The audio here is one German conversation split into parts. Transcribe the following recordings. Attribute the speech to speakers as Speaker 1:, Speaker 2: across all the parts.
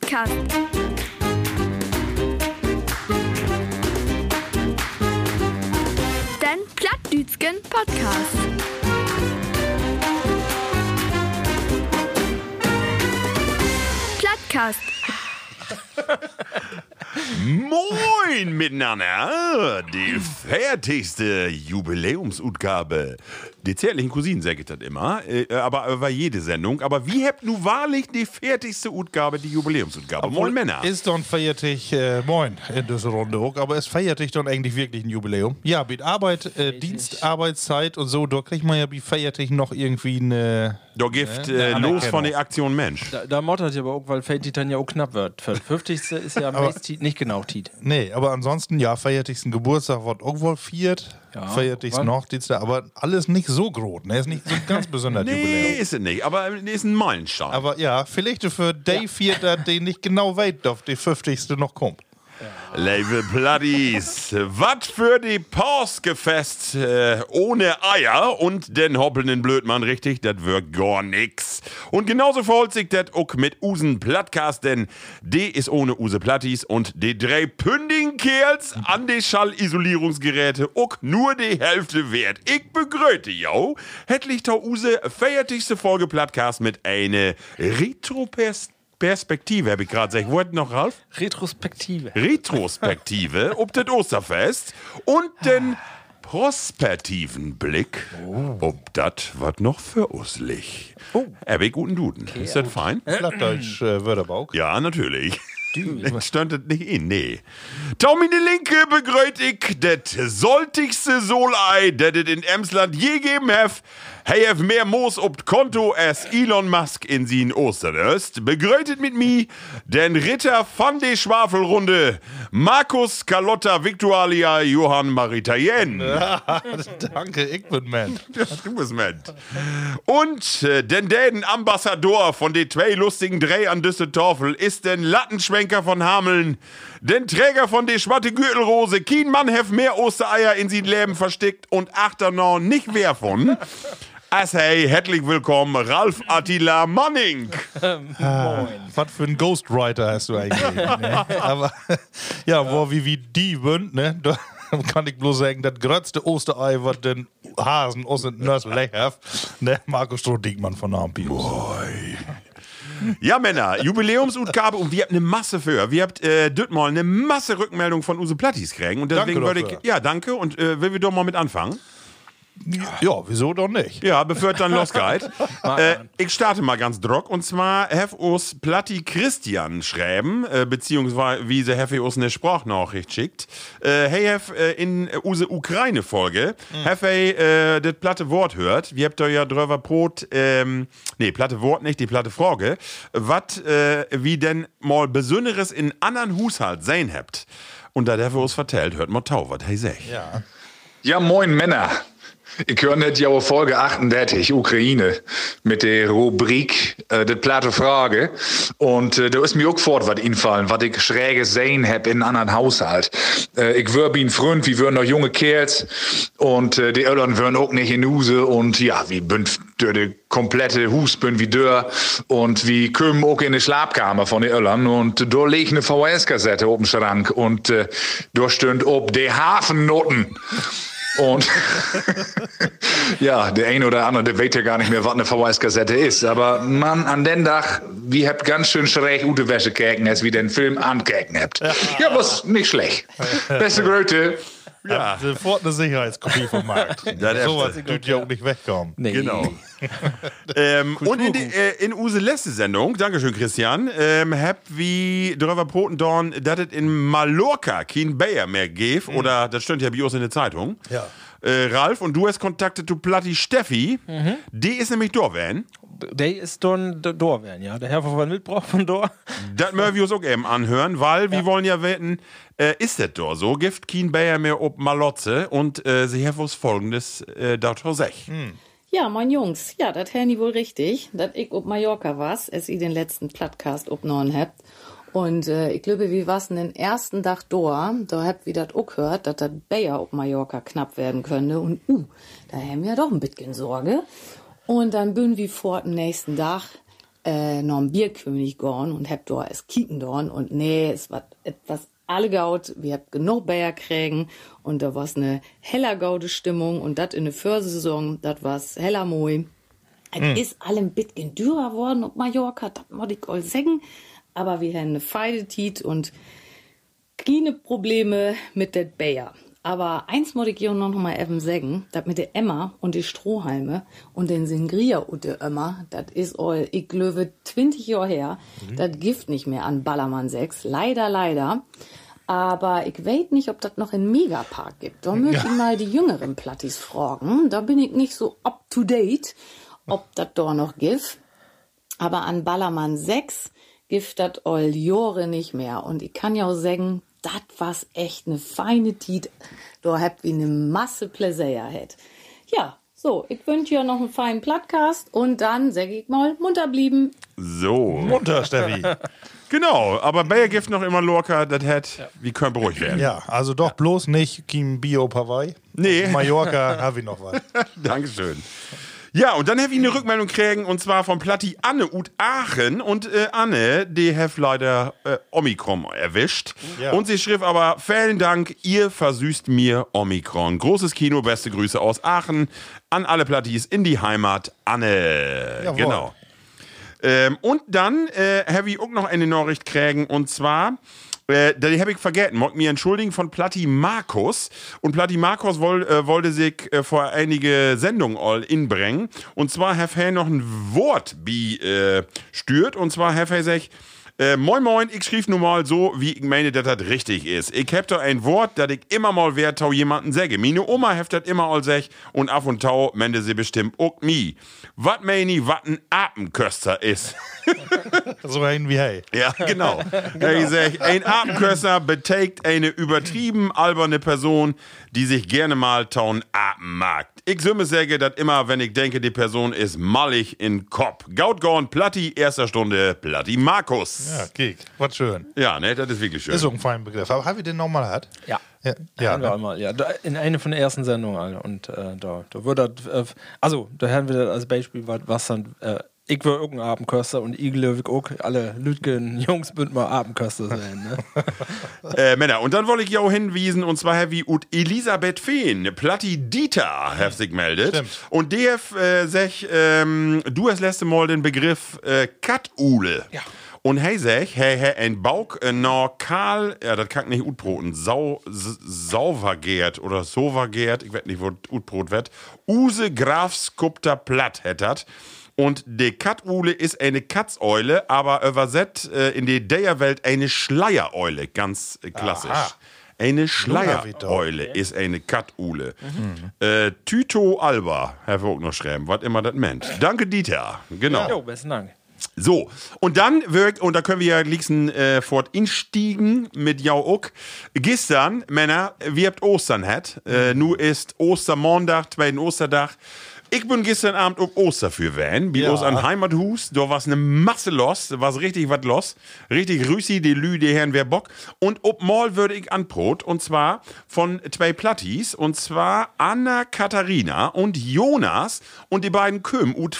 Speaker 1: Plattkast. Dein Plattdütschen Podcast. Plattkast.
Speaker 2: Moin miteinander! Die fertigste Jubiläumsutgabe. Die zärtlichen Cousinen sagen das immer, äh, aber äh, war jede Sendung. Aber wie habt nun wahrlich die fertigste Utgabe, die Jubiläumsutgabe? Moin Männer!
Speaker 3: Ist dann feiertig, äh, moin, in dieser Runde auch, aber es feiertig dann eigentlich wirklich ein Jubiläum. Ja, mit Arbeit, äh, Dienst, Arbeitszeit und so, da kriegt man ja wie feiertig noch irgendwie eine.
Speaker 2: Da gibt äh, los von der Aktion Mensch.
Speaker 4: Da, da mottert ja aber auch, weil Fate Titan ja auch knapp wird. Für 50. ist ja am nächsten nicht genau Tiet.
Speaker 3: Nee, aber ansonsten, ja, feiertig ist ein Geburtstag, wird auch wohl viert.
Speaker 4: Ja,
Speaker 3: feiertig ist
Speaker 4: wann?
Speaker 3: noch Dienst, aber alles nicht so groß, ne? Ist nicht so ein ganz besonderes
Speaker 2: Nee,
Speaker 3: Jubiläum.
Speaker 2: ist es nicht, aber äh, ist ein Meilenstein.
Speaker 3: Aber ja, vielleicht für Day 4, da den nicht genau weit, auf die 50. noch kommt.
Speaker 2: Label Bloodies, was für die Porskefest äh, ohne Eier und den hoppelnden Blödmann, richtig, das wird gar nix. Und genauso verholt sich das auch mit Usen Plattcast, denn die ist ohne Use Plattis und die drei Pünding-Kerls an die Schallisolierungsgeräte auch nur die Hälfte wert. Ich begröte, yo, hättlich tau Use feiertigste Folge Plattcast mit eine Retro-Perspektive, hab ich gerade gesagt. Wollt noch, Ralf?
Speaker 4: Retrospektive.
Speaker 2: Retrospektive ob das Osterfest und den prospektiven Blick ob das was noch für uns liegt. Oh. Erbe guten Duden. Ist das fein?
Speaker 3: Plattdeutsch äh, Wörterbauch.
Speaker 2: Ja, natürlich. Das stand das nicht in, nee. Tommy die Linke begrüßt ich das soltigste Solei, das es in Emsland je geben hef. Hey, hef mehr Moos ob Konto als Elon Musk in sin Osteröst. Begrüßt mit mi den Ritter van de Schwafelrunde, Markus Carlotta Victualia Johann Maritayen.
Speaker 3: Danke, ich bin Man.
Speaker 2: Amusement. Und äh, denn den Ambassador von den zwei lustigen Dreh an Düsseldorfel ist den Lattenschwenker von Hameln, den Träger von der schwatte Gürtelrose, kein Mann hef mehr Ostereier in sein Leben versteckt und achternau nicht wer von. As hey, herzlich willkommen, Ralf Attila Manning.
Speaker 3: Was für ein Ghostwriter hast du eigentlich? ne? Aber ja, wo wie, wie die wünd, ne? Da kann ich bloß sagen, das größte Osterei, was den Hasen aus dem Nörsblech hat, ne? Marco Stroh-Diekmann von Ampius.
Speaker 2: Ja, Männer, Jubiläumsutgabe und wir habt eine Masse für. Wir habt äh, dit mal eine Masse Rückmeldung von Use Plattis kriegen. Und deswegen
Speaker 3: Danke
Speaker 2: würde
Speaker 3: dafür.
Speaker 2: ich. Ja, danke. Und äh, will wir doch mal mit anfangen?
Speaker 3: Ja, wieso doch nicht?
Speaker 2: Ja, bevor dann losgeht. äh, ich starte mal ganz drock. Und zwar hef us Platti Christian schreiben, äh, beziehungsweise wie sie hef i us ne Sprachnachricht schickt. Äh, hey, hef äh, in äh, use Ukraine-Folge, hef hey, äh, das platte Wort hört. Wir habt da ja drüber Brot, ähm, nee, platte Wort nicht, die platte Frage. Wat, äh, wie denn mal Besonderes in anderen Haushalt sein habt. Und da der uns vertellt, hört mal tau, wat hey sech.
Speaker 3: Ja.
Speaker 5: Ja, moin Männer. Ich höre nicht jaue Folge 38, Ukraine, mit der Rubrik äh, Die platte Frage. Und äh, da ist mir auch fort was infallen, was ich schräge sehen hab in anderen Haushalt. Äh, ich würb ihn fründ, wir würden noch junge Kerls und äh, die Öllern würden auch nicht in Huse und ja, wie bünd dür de komplette Husbünd wie Dörr und wie kümmen auch in die Schlafkammer von den Öllern und da leg ich ne eine VHS-Kassette oben Schrank und äh, da stöhnt ob die Hafennoten. Und ja, der eine oder andere, der weiß ja gar nicht mehr, was eine VHS-Kassette ist. Aber Mann, an den Tag, wir habt ganz schön schräg gute Wäsche gekeken, als wir den Film angekeken habt. Ja, was nicht schlecht. Beste Gröte.
Speaker 3: ja. Sofort eine Sicherheitskopie vom Markt.
Speaker 2: der-
Speaker 3: so was tut ja auch nicht wegkommen.
Speaker 4: Nee.
Speaker 2: Genau. ähm, und in, die, äh, in Use letzte Sendung, Dankeschön Christian, ähm, hab wie Dröver Potendorn, dass es in Mallorca kein Bayer mehr gäf, oder das stand Mhm. ja bei uns in der Zeitung.
Speaker 3: Ja.
Speaker 2: Äh, Ralf, und du hast Kontakte zu Platti Steffi. Die ist nämlich Dorwan.
Speaker 4: Der ist Don D- Dor werden, ja. Der Herr von Wildbrauch von Dor.
Speaker 2: Das mögen wir uns auch eben anhören, weil wir wollen ja wetten, äh, ist das doch so? Gift kein Bayer mehr ob Malotze und äh, sie haben uns folgendes äh, dazu sech.
Speaker 6: Ja, moin Jungs. Ja, das Herrni wohl richtig, dass ich ob Mallorca was, es i den letzten Plattcast obnorn habt. Und äh, ich glaube, wie war's denn den ersten Dach Doa, da habt wie dat ook hört, dass das Bayer ob Mallorca knapp werden könnte. Und uh, da haben wir doch ein bisschen Sorge. Und dann bin wie fort am nächsten Dach äh, noch ein Bierkönig gorn und hab da es kicken dorn und nee, es war etwas alle gaut, wir hab genug Bayer kriegen und da war's ne heller gaude Stimmung und dat in der Försaison, dat war's heller moi. Es ist alle ein bisschen dürrer worden und Mallorca, dat mod ich all sagen, aber wir haben ne feide Tiet und keine Probleme mit der Bayer. Aber eins muss ich hier noch mal eben sagen, das mit der Emma und die Strohhalme und den Singria und der Emma, das ist all, ich glaube, 20 Jahre her, das gift nicht mehr an Ballermann 6. Leider, leider. Aber ich weiß nicht, ob das noch in Megapark gibt. Da möchte ich mal die jüngeren Plattis fragen. Da bin ich nicht so up to date, ob das da noch gibt. Aber an Ballermann 6 gibt das all Jore nicht mehr. Und ich kann ja auch sagen, das war's echt ne feine Tiet. Da habt wie ne Masse Pläsäer hätt. Ja, so, ich wünsch ja noch einen feinen Plattcast und dann sag ich mal, munter blieben.
Speaker 2: So.
Speaker 3: Munter, äh, Steffi.
Speaker 2: Genau, aber Bayer Gift noch immer Lorca, das hätt, wir können beruhigt werden.
Speaker 3: Ja, also doch bloß nicht Kim Bio Hawaii.
Speaker 2: Nee.
Speaker 3: Mallorca habe ich noch was.
Speaker 2: Dankeschön. Ja, und dann habe ich eine Rückmeldung kriegen, und zwar von Platti Anne ut Aachen. Und äh, Anne, die hat leider äh, Omikron erwischt.
Speaker 3: Ja.
Speaker 2: Und sie schrieb aber, vielen Dank, ihr versüßt mir Omikron. Großes Kino, beste Grüße aus Aachen. An alle Plattis in die Heimat, Anne.
Speaker 3: Jawohl.
Speaker 2: Genau. Ähm, und dann äh, habe ich auch noch eine Nachricht kriegen und zwar. Äh, die habe ich vergessen. Mock mir entschuldigen von Platti Markus. Und Platti Markus woll, äh, wollte sich äh, vor einige Sendungen all inbringen. Und zwar hat er noch ein Wort bi äh, stört. Und zwar hat er sich äh, moin moin, ich schrieb nun mal so, wie ich meine, dass das richtig ist. Ich hab da ein Wort, das ich immer mal wert tau jemanden säge. Mine Oma heft dat immer all sech und af und tau mende sie bestimmt ook mi. Wat meini, wat ein Apenköster ist.
Speaker 3: So ein wie hey.
Speaker 2: Ja, genau. Da ich sag, ein Apenköster betägt eine übertrieben alberne Person, die sich gerne mal taun Apen mag. Ich sümme säge dat immer, wenn ich denke, die Person ist mallig in Kopf. Gautgorn Platti, erster Stunde Platti Markus.
Speaker 3: Ja, Kick. Was schön.
Speaker 2: Ja, ne, das ist wirklich schön.
Speaker 3: Ist so ein feiner Begriff. Aber habe ich den nochmal hat?
Speaker 4: Ja.
Speaker 3: Ja, ja,
Speaker 4: Ja, wir
Speaker 3: ne?
Speaker 4: einmal, ja. Da, in einer von der ersten Sendungen, Alter. Und äh, da, da würde das, äh, also, da haben wir das als Beispiel, was, was dann, äh, ich will irgendein Abendköster und ich löwig auch alle Lütgen, Jungs, bünd mal Abendköster sein, ne?
Speaker 2: Äh, Männer, und dann wollte ich ja auch hinwiesen, und zwar Heavy und Elisabeth Feen, Platti Dieter, hat sich meldet.
Speaker 3: Stimmt.
Speaker 2: Und DF äh, sech, ähm, du hast letzte Mal den Begriff äh, Katule.
Speaker 4: Ja.
Speaker 2: Und hey sech, hey, hey, ein Bauch, äh, no Karl, ja, das kann ich nicht utbroten, Sau, s- sauvergehrt oder sovergehrt, ich weiß nicht, wo utbrot wird, Use Grafskupter platt hättert. Und de Katule ist eine Katzeule, aber übersetzt äh, in die Deierwelt eine Schleiereule, ganz äh, klassisch.
Speaker 3: Aha.
Speaker 2: Eine
Speaker 3: Lunavidor.
Speaker 2: Schleiereule ist eine Katule. Äh, Tito Alba, Herr Vogt noch schreiben, was immer das meint. Danke, Dieter. Genau.
Speaker 4: Jo, besten Dank.
Speaker 2: So, und dann wirkt, und da können wir ja liegsten äh, fort instiegen mit Jau Uck. Gestern, Männer, wir habt Ostern hat. Äh, nu ist Ostermontag, zweiten Osterdach. Ich bin gestern Abend um Oster für Van, wie
Speaker 3: Ja.
Speaker 2: aus an Heimathus. Da war's ne Masse los, da war's richtig was los. Richtig Rüssi, die Lü, die Herren, wer Bock. Und ob mal würde ich an Brot, und zwar von zwei Plattis, und zwar Anna Katharina und Jonas und die beiden Köm ut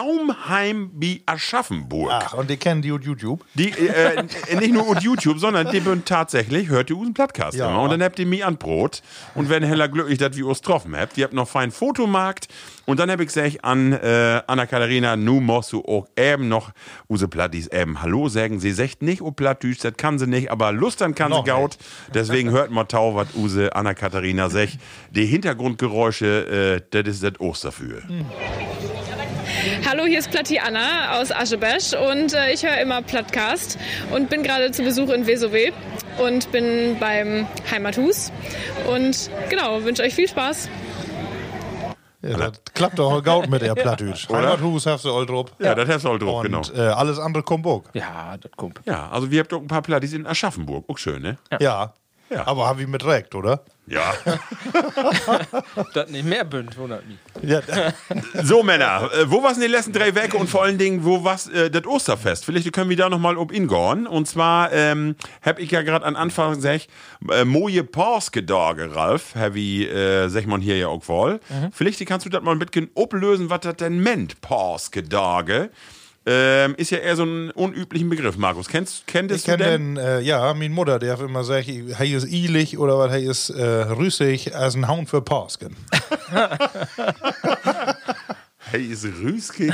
Speaker 2: Flaumheim bi Aschaffenburg.
Speaker 3: Ach, und die kennen die und YouTube.
Speaker 2: Die, äh, äh, nicht nur auf YouTube, sondern die bin tatsächlich, hört ihr unseren Podcast
Speaker 3: Ja.
Speaker 2: immer. Und dann habt ihr mich an Brot und werden heller glücklich, dass wir uns getroffen habt. Ihr habt noch fein Fotomarkt. Und dann hab ich gesagt an äh, Anna-Katharina, nu musst du auch eben noch use Plattis eben Hallo sagen. Sie sagt nicht oh Plattdüsch, das kann sie nicht, aber lustern kann
Speaker 3: Noch
Speaker 2: sie gaut. Deswegen hört mal tau, was use Anna-Katharina sagt. Die Hintergrundgeräusche, äh, das ist das Osterfühl.
Speaker 3: Mhm.
Speaker 7: Hallo, hier ist Platti Anna aus Aschebesch und äh, ich höre immer Plattcast und bin gerade zu Besuch in Vesowe und bin beim Heimathus und genau, wünsche euch viel Spaß.
Speaker 3: Ja, das klappt doch gut mit der Plattdeutsch. Heimathus hast du all drauf.
Speaker 2: Ja, das hast du all drauf,
Speaker 3: Und
Speaker 2: genau.
Speaker 3: äh, alles andere kommt auch.
Speaker 4: Ja, das kommt.
Speaker 2: Ja, also wir habt auch ein paar Plattis in Aschaffenburg. Auch schön, ne?
Speaker 3: Ja.
Speaker 2: Ja.
Speaker 3: Aber haben wir mit Recht, oder?
Speaker 2: Ja.
Speaker 4: Das nicht mehr bünd, wundert mich.
Speaker 3: Ja.
Speaker 2: so, Männer, äh, wo waren die letzten drei Werke und vor allen Dingen, wo war äh, das Osterfest? Vielleicht können wir da nochmal ob ingorn. Und zwar ähm, hab ich ja gerade am Anfang gesagt, äh, Moje Porske Dage, Ralf, hab ich, äh, sag man hier ja auch wohl.
Speaker 4: Mhm.
Speaker 2: Vielleicht kannst du das mal ein bisschen ablösen, was das denn meint, Porske Dage. Ähm, ist ja eher so ein unüblichen Begriff, Markus. Kennst,
Speaker 3: Ich
Speaker 2: kenntest du
Speaker 3: kenne
Speaker 2: denn?
Speaker 3: den, äh, ja, meine Mutter, die hat immer gesagt, hey ist ilig oder was, hey ist äh, rüssig, als ein Hound für Porsken.
Speaker 2: Hey, ist Rüske.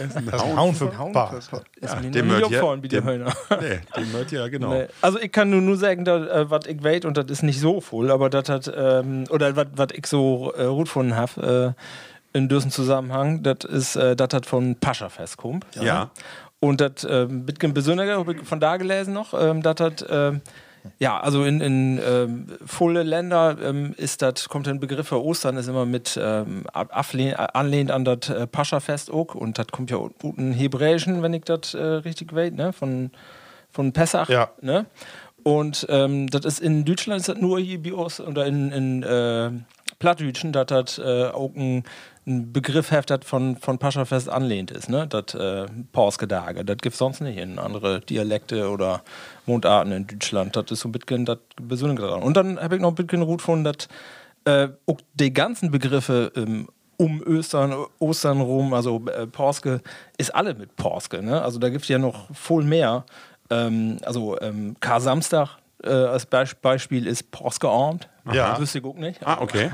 Speaker 3: Als ein Hound für Porsken.
Speaker 4: Ist mir
Speaker 2: dem
Speaker 4: nie
Speaker 2: wird ja-
Speaker 4: gefallen, wie die
Speaker 2: dem-
Speaker 4: Hölner.
Speaker 2: nee, den hört ja, genau.
Speaker 4: Nee. Also ich kann nur, nur sagen, dass, äh, was ich weiß, und das ist nicht so voll, aber das hat, ähm, oder was was ich so äh, gut gefunden habe äh, in diesem Zusammenhang, das ist, äh, das hat von Pascha festkommt.
Speaker 2: Ja.
Speaker 4: Und das, ähm, bisschen besonderer, hab ich von da gelesen noch, ähm, das hat, ähm, ja, also in, in ähm, volle Länder ähm, ist das, kommt der Begriff für Ostern, ist immer mit ähm, ab- aflehn- anlehnt an das äh, Pascha-Fest auch und das kommt ja aus guten Hebräischen, wenn ich das äh, richtig weiß, ne, von, von Pessach.
Speaker 3: Ja.
Speaker 4: Ne? Und ähm, das ist in Deutschland ist das nur hier bei uns oder in, in äh, Plattdütschen, dass das äh, auch ein, ein Begriff heft, das von, von Paschafest anlehnt ist, ne? Das äh, Porsgedage. Das gibt es sonst nicht in andere Dialekte oder Mundarten in Deutschland. Das ist so ein bisschen das Besondere daran. Und dann habe ich noch ein bisschen Ruth von, dass äh, auch die ganzen Begriffe ähm, um Östern, Ostern rum, also äh, Porske, ist alle mit Porske. Ne? Also da gibt es ja noch viel mehr. Ähm, also ähm, Kar-Samstag äh, als Beisp- Beispiel ist Porsgeabend.
Speaker 3: Ja.
Speaker 4: Das wüsste ich auch nicht.
Speaker 2: Ah, okay.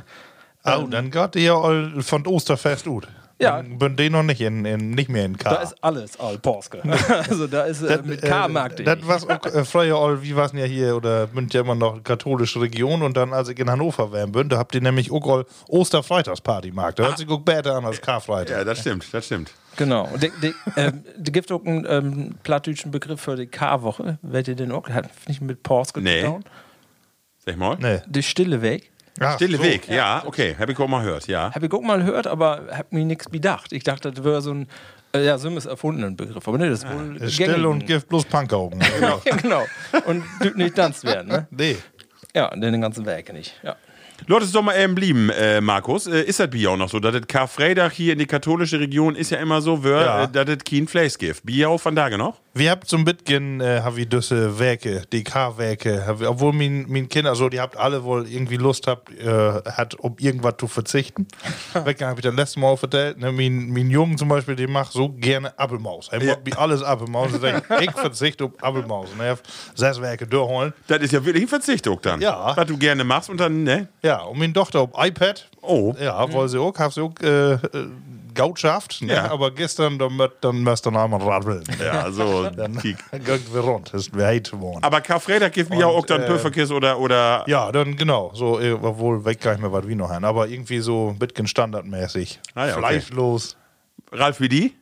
Speaker 3: Oh, dann geht ihr all von Osterfest gut.
Speaker 4: Ja.
Speaker 3: Dann Bin den noch nicht, in, in, nicht mehr in K.
Speaker 4: Da ist alles all Porske. also da ist äh, mit K mag ich.
Speaker 3: Das
Speaker 4: nicht.
Speaker 3: war's auch, äh, früher all, wie war's denn ja hier, oder sind ja immer noch katholische Region und dann, als ich in Hannover wären bin, da habt ihr nämlich auch all Osterfreitagspartymarkt.
Speaker 4: Ah.
Speaker 3: Da hört sich auch besser an als Karfreitag.
Speaker 2: Ja, das stimmt, das stimmt.
Speaker 4: Genau. Und die, die, ähm, die gibt auch einen ähm, plattdütschen Begriff für die K-Woche. Werdet ihr den auch? Hat nicht mit Porske
Speaker 2: Nee.
Speaker 4: zu tun?
Speaker 2: Sag mal.
Speaker 3: Nee.
Speaker 4: Die Stille weg.
Speaker 3: Ach,
Speaker 2: Stille
Speaker 3: so.
Speaker 2: Weg, ja, okay. Hab ich auch mal gehört, ja.
Speaker 4: Habe ich auch mal gehört, aber habe mir nichts bedacht. Ich dachte, das wäre so ein, äh, ja, so ein erfundenen Begriff. Aber nee, das ist wohl
Speaker 3: Still
Speaker 4: gängigen.
Speaker 3: und Gift plus Punkaugen.
Speaker 4: Ja, genau. Und dürfen nicht tanzt werden, ne?
Speaker 3: nee.
Speaker 4: Ja, den ganzen Werk nicht. Ja.
Speaker 2: Leute, ist doch mal eben blieben, äh, Markus. Äh, ist das Bier auch noch so? Das ist Karfreitag hier in die katholische Region ist ja immer so, wör,
Speaker 3: Ja.
Speaker 2: äh, das ist kein Fleisch gibt. Bier auch von Tage noch?
Speaker 3: Wir habt zum Bitgen, äh, hab ich diese Werke, DK-Werke, hab ich- obwohl mein, mein Kind, also die habt alle wohl irgendwie Lust habt, äh, hat, um irgendwas zu verzichten. Wecker hab ich das letzte Mal auch vertellt, ne, mein, mein Jungen zum Beispiel, der macht so gerne Appelmaus. Er macht wie alles Appelmaus. Ich, denk, ich verzichte auf Appelmaus. Und er hat sechs Werke durchholen.
Speaker 2: Das ist ja wirklich ein Verzicht, auch dann.
Speaker 3: Ja.
Speaker 2: Was du gerne machst und dann, ne?
Speaker 3: Ja, und meine Tochter auf iPad.
Speaker 2: Oh.
Speaker 3: Ja, wollen sie auch, hab sie auch, äh, äh, Gaut schafft, ne?
Speaker 2: Ja.
Speaker 3: aber gestern, dann, möcht- dann müsst ihr noch einmal rabbeln.
Speaker 2: Ja, so. kiek.
Speaker 3: Dann geht wir rund, das ist mir heute geworden.
Speaker 2: Aber Karfreitag gibt Bier
Speaker 3: Und,
Speaker 2: auch dann
Speaker 3: äh,
Speaker 2: Pöferkiss oder, oder.
Speaker 3: Ja, dann genau. So, äh, obwohl weg gar nicht mehr was wie noch ein, aber irgendwie so Bitcoin standardmäßig.
Speaker 2: Ah ja, okay.
Speaker 3: Fleischlos.
Speaker 2: Ralf wie die?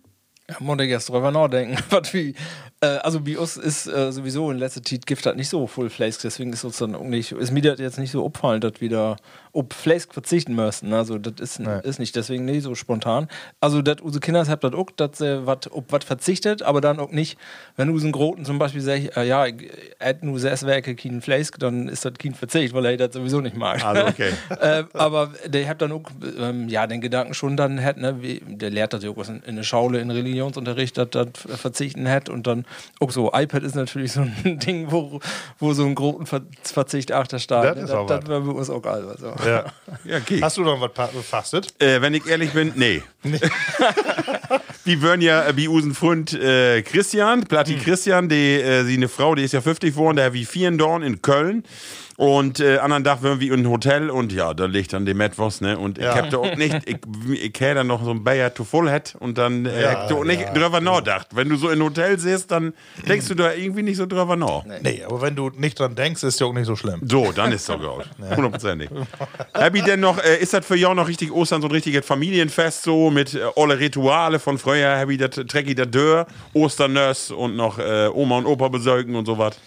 Speaker 4: Ja, muss ich erst drüber nachdenken. Was wie, äh, also bei uns ist äh, sowieso in letzter Zeit Gift hat nicht so voll Fleisk, deswegen ist uns dann auch nicht, ist mir das jetzt nicht so auffallend, dass wir da ob Fleisk verzichten müssen. Also das ist, ist nicht, deswegen nicht so spontan. Also dat, unsere Kinder haben das auch, dass sie wat, ob was verzichtet, aber dann auch nicht, wenn du einen Groten zum Beispiel sagst, äh, ja, ich hätte nur sechs Werke keinen Fleisk, dann ist das kein Verzicht, weil er das sowieso nicht mag.
Speaker 2: Also, okay.
Speaker 4: äh, aber der hat dann auch, ähm, ja, den Gedanken schon dann hat, ne, wie, der lehrt das ja auch was in, in der Schaule, in Religionsunterricht, dass das verzichten hat und dann auch so, iPad ist natürlich so ein Ding, wo, wo so ein großen Ver Verzicht achterstarrt.
Speaker 3: Das ist auch
Speaker 4: das
Speaker 3: was.
Speaker 4: war bei uns auch also. albern. So.
Speaker 3: Ja.
Speaker 2: Ja, okay.
Speaker 3: Hast du dann was pa- gefastet?
Speaker 2: Äh, wenn ich ehrlich bin, nee. Wie würden ja, äh, wie unseren Freund äh, Christian, Platti
Speaker 3: Hm.
Speaker 2: Christian, die, äh, sie eine Frau, die ist ja 50 geworden, der hat wie vier Dorn in Köln. Und äh, anderen Tag würden wir in ein Hotel und ja, da liegt dann die Metwos, ne? Und ich
Speaker 3: Ja.
Speaker 2: hab da auch nicht, ich, ich hätte dann noch so ein Bayer to full hat und dann äh,
Speaker 3: Ja,
Speaker 2: hab ich da auch nicht
Speaker 3: ja. Hm.
Speaker 2: drüber nachgedacht. Wenn du so in ein Hotel siehst, dann denkst du da irgendwie nicht so drüber nach.
Speaker 3: Nee, aber wenn du nicht dran denkst, ist ja auch nicht so schlimm.
Speaker 2: So, dann ist doch gut. Hundertprozentig. Hab ich denn noch, äh, ist das für Jörn noch richtig Ostern so ein richtiges Familienfest so mit äh, alle Rituale von früher, hab ich das Trecki der Dörr, Osternöss und noch äh, Oma und Opa besäugen und sowas.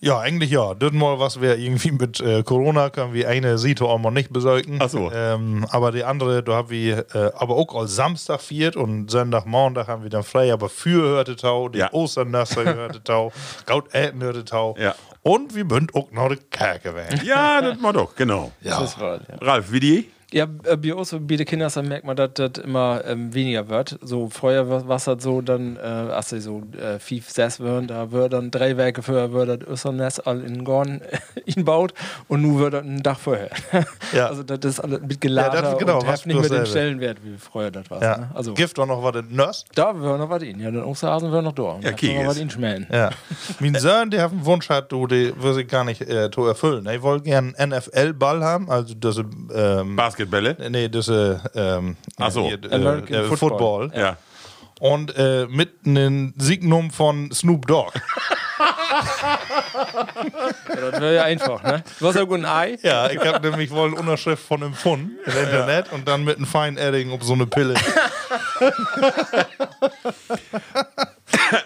Speaker 3: Ja, eigentlich ja. Das Mal, was wir irgendwie mit äh, Corona können, wir eine Sito auch mal nicht besorgen.
Speaker 2: Ach so.
Speaker 3: Ähm, aber die andere, da haben wir äh, aber auch als Samstag viert und Sonntag, Montag haben wir dann frei. Aber für hörte Tau, die
Speaker 2: Ja.
Speaker 3: Osternasser hörte Tau, Gaut Äten hörte Tau.
Speaker 2: Ja.
Speaker 3: Und wir bünd auch noch die Kerke weg.
Speaker 2: Ja, das mal doch, genau.
Speaker 4: Das ist right, ja.
Speaker 2: Ralf, wie die?
Speaker 4: Ja, äh, bei uns bei den Kindern dann merkt man, dass das immer ähm, weniger wird. So Feuer was das so dann, äh, also so äh, fünf, sechs werden, da wird dann drei Werke vorher, wird das Össernest all in Gorn inbaut und nun wird das ein Dach vorher.
Speaker 3: Ja.
Speaker 4: Also das ist alles mit geladen
Speaker 3: Ja, das- genau,
Speaker 4: und
Speaker 3: was
Speaker 4: hat nicht
Speaker 3: bloß
Speaker 4: mehr den
Speaker 3: selber.
Speaker 4: Stellenwert, wie früher das war.
Speaker 3: Ja.
Speaker 4: Ne? Also
Speaker 3: Gift auch noch was in Nörs.
Speaker 4: da wäre noch was in. Ja, dann Osterhasen wäre noch da. Und
Speaker 2: Ja,
Speaker 4: da
Speaker 2: Kiegis.
Speaker 4: können wir was in schmälen.
Speaker 3: Ja. mein Sohn, der hat einen Wunsch hat, du, den würde ich gar nicht äh, to erfüllen. Ich wollte gerne einen NFL-Ball haben, also das ähm,
Speaker 2: Basketbälle?
Speaker 3: Nee, das äh, ähm,
Speaker 2: Ach so.
Speaker 3: hier, äh,
Speaker 4: American
Speaker 3: äh, Football.
Speaker 4: Football.
Speaker 2: Ja.
Speaker 3: Und äh, mit einem Signum von Snoop Dogg.
Speaker 4: Ja, das wäre ja einfach, ne? Was auch ein Ei?
Speaker 3: Ja, ich habe nämlich wohl eine Unterschrift von einem Pfund im Internet und dann mit einem feinen Edding auf so eine Pille.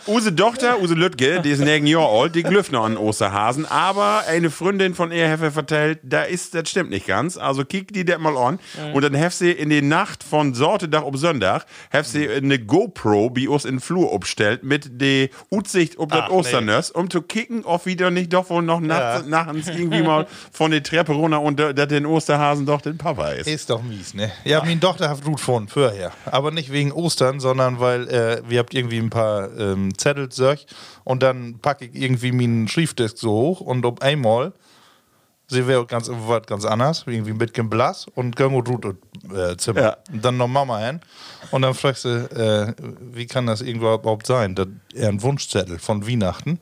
Speaker 2: Use Tochter, Use Lüttke, die ist negen Jahr alt, die glüfft noch an Osterhasen, aber eine Freundin von ihr Hefe vertellt, da ist, das stimmt nicht ganz, also kick die das mal an und dann hef sie in die Nacht von Sortedach auf Sonntag, hef sie eine GoPro, wie uns in den Flur obstellt, mit der Utsicht ob das
Speaker 3: Ach,
Speaker 2: Osternöss, um zu kicken, ob wieder nicht doch wohl noch nachts, nachts irgendwie mal von der Treppe runter und da- dass den Osterhasen doch den Papa ist.
Speaker 3: Ist doch mies, ne? Ja, meine Tochter hat Blut von vorher. Aber nicht wegen Ostern, sondern weil äh, wir habt irgendwie ein paar ähm, Zettel solch und dann packe ich irgendwie meinen Schriftdisk so hoch und ob einmal sie wäre ganz was ganz anders, irgendwie mit dem Blass und Göngo Rut äh, Zimmer.
Speaker 2: Ja.
Speaker 3: Und dann noch Mama hin und dann fragst du, äh, wie kann das irgendwo überhaupt sein, dass er einen Wunschzettel von Weihnachten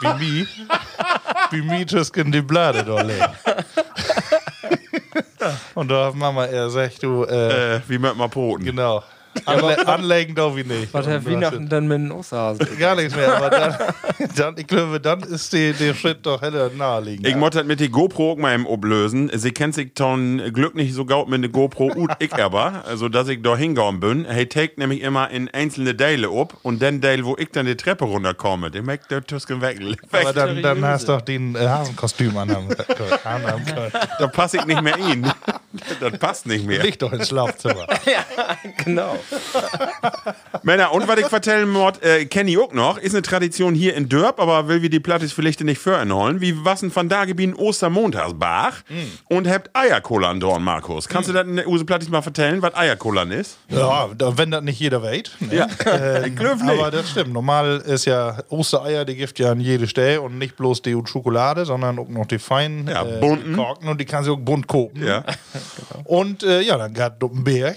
Speaker 3: wie mi, wie mi in die Blade da legen. Und da hat Mama eher gesagt, du, äh,
Speaker 2: Äh, wie mit mal Poten.
Speaker 3: genau. Anle anlegen darf ich nicht.
Speaker 4: Was
Speaker 3: Und
Speaker 4: hat
Speaker 3: da
Speaker 4: Weihnachten dann mit den Osterhasen?
Speaker 3: steht Gar nichts mehr, aber dann, dann, ich glaube, dann ist die, der Schritt doch heller naheliegend.
Speaker 2: Ich muss das mit der GoPro auch mal eben oblösen. Sie kennt sich ton Glück nicht so gut mit der GoPro und ich aber, also dass ich da hingehauen bin. Hey, take nämlich immer in einzelne Teile ab und den Teil, wo ich dann die Treppe runterkomme, den merkt der Tüsken weg.
Speaker 3: aber
Speaker 2: weg.
Speaker 3: dann, dann hast du doch den äh, Hasenkostüm anhaben können. anhaben können.
Speaker 2: Da passe ich nicht mehr in. Das passt nicht mehr.
Speaker 3: Licht doch ins Schlafzimmer.
Speaker 4: genau.
Speaker 2: Männer, und was ich vertellen mod, äh, kenne ich auch noch, ist eine Tradition hier in Dörp, aber will wir die Plattis vielleicht nicht förenholen, wie wassen von da gebieten Ostermontagsbach und habt Eierkolan dorn, Markus. Kannst du das in der Use Plattis mal vertellen, was Eierkolan ist?
Speaker 3: Ja, da, wenn das nicht jeder weiß. Ne?
Speaker 2: Ja.
Speaker 3: ähm,
Speaker 2: Glück nicht.
Speaker 3: aber das stimmt. Normal ist ja Ostereier, die gibt ja an jede Stelle und nicht bloß die und Schokolade, sondern auch noch die feinen äh,
Speaker 2: Ja, bunten.
Speaker 3: Korken und die kannst du auch bunt kopen.
Speaker 2: Ja.
Speaker 3: Und äh, ja, dann gab Duppenberg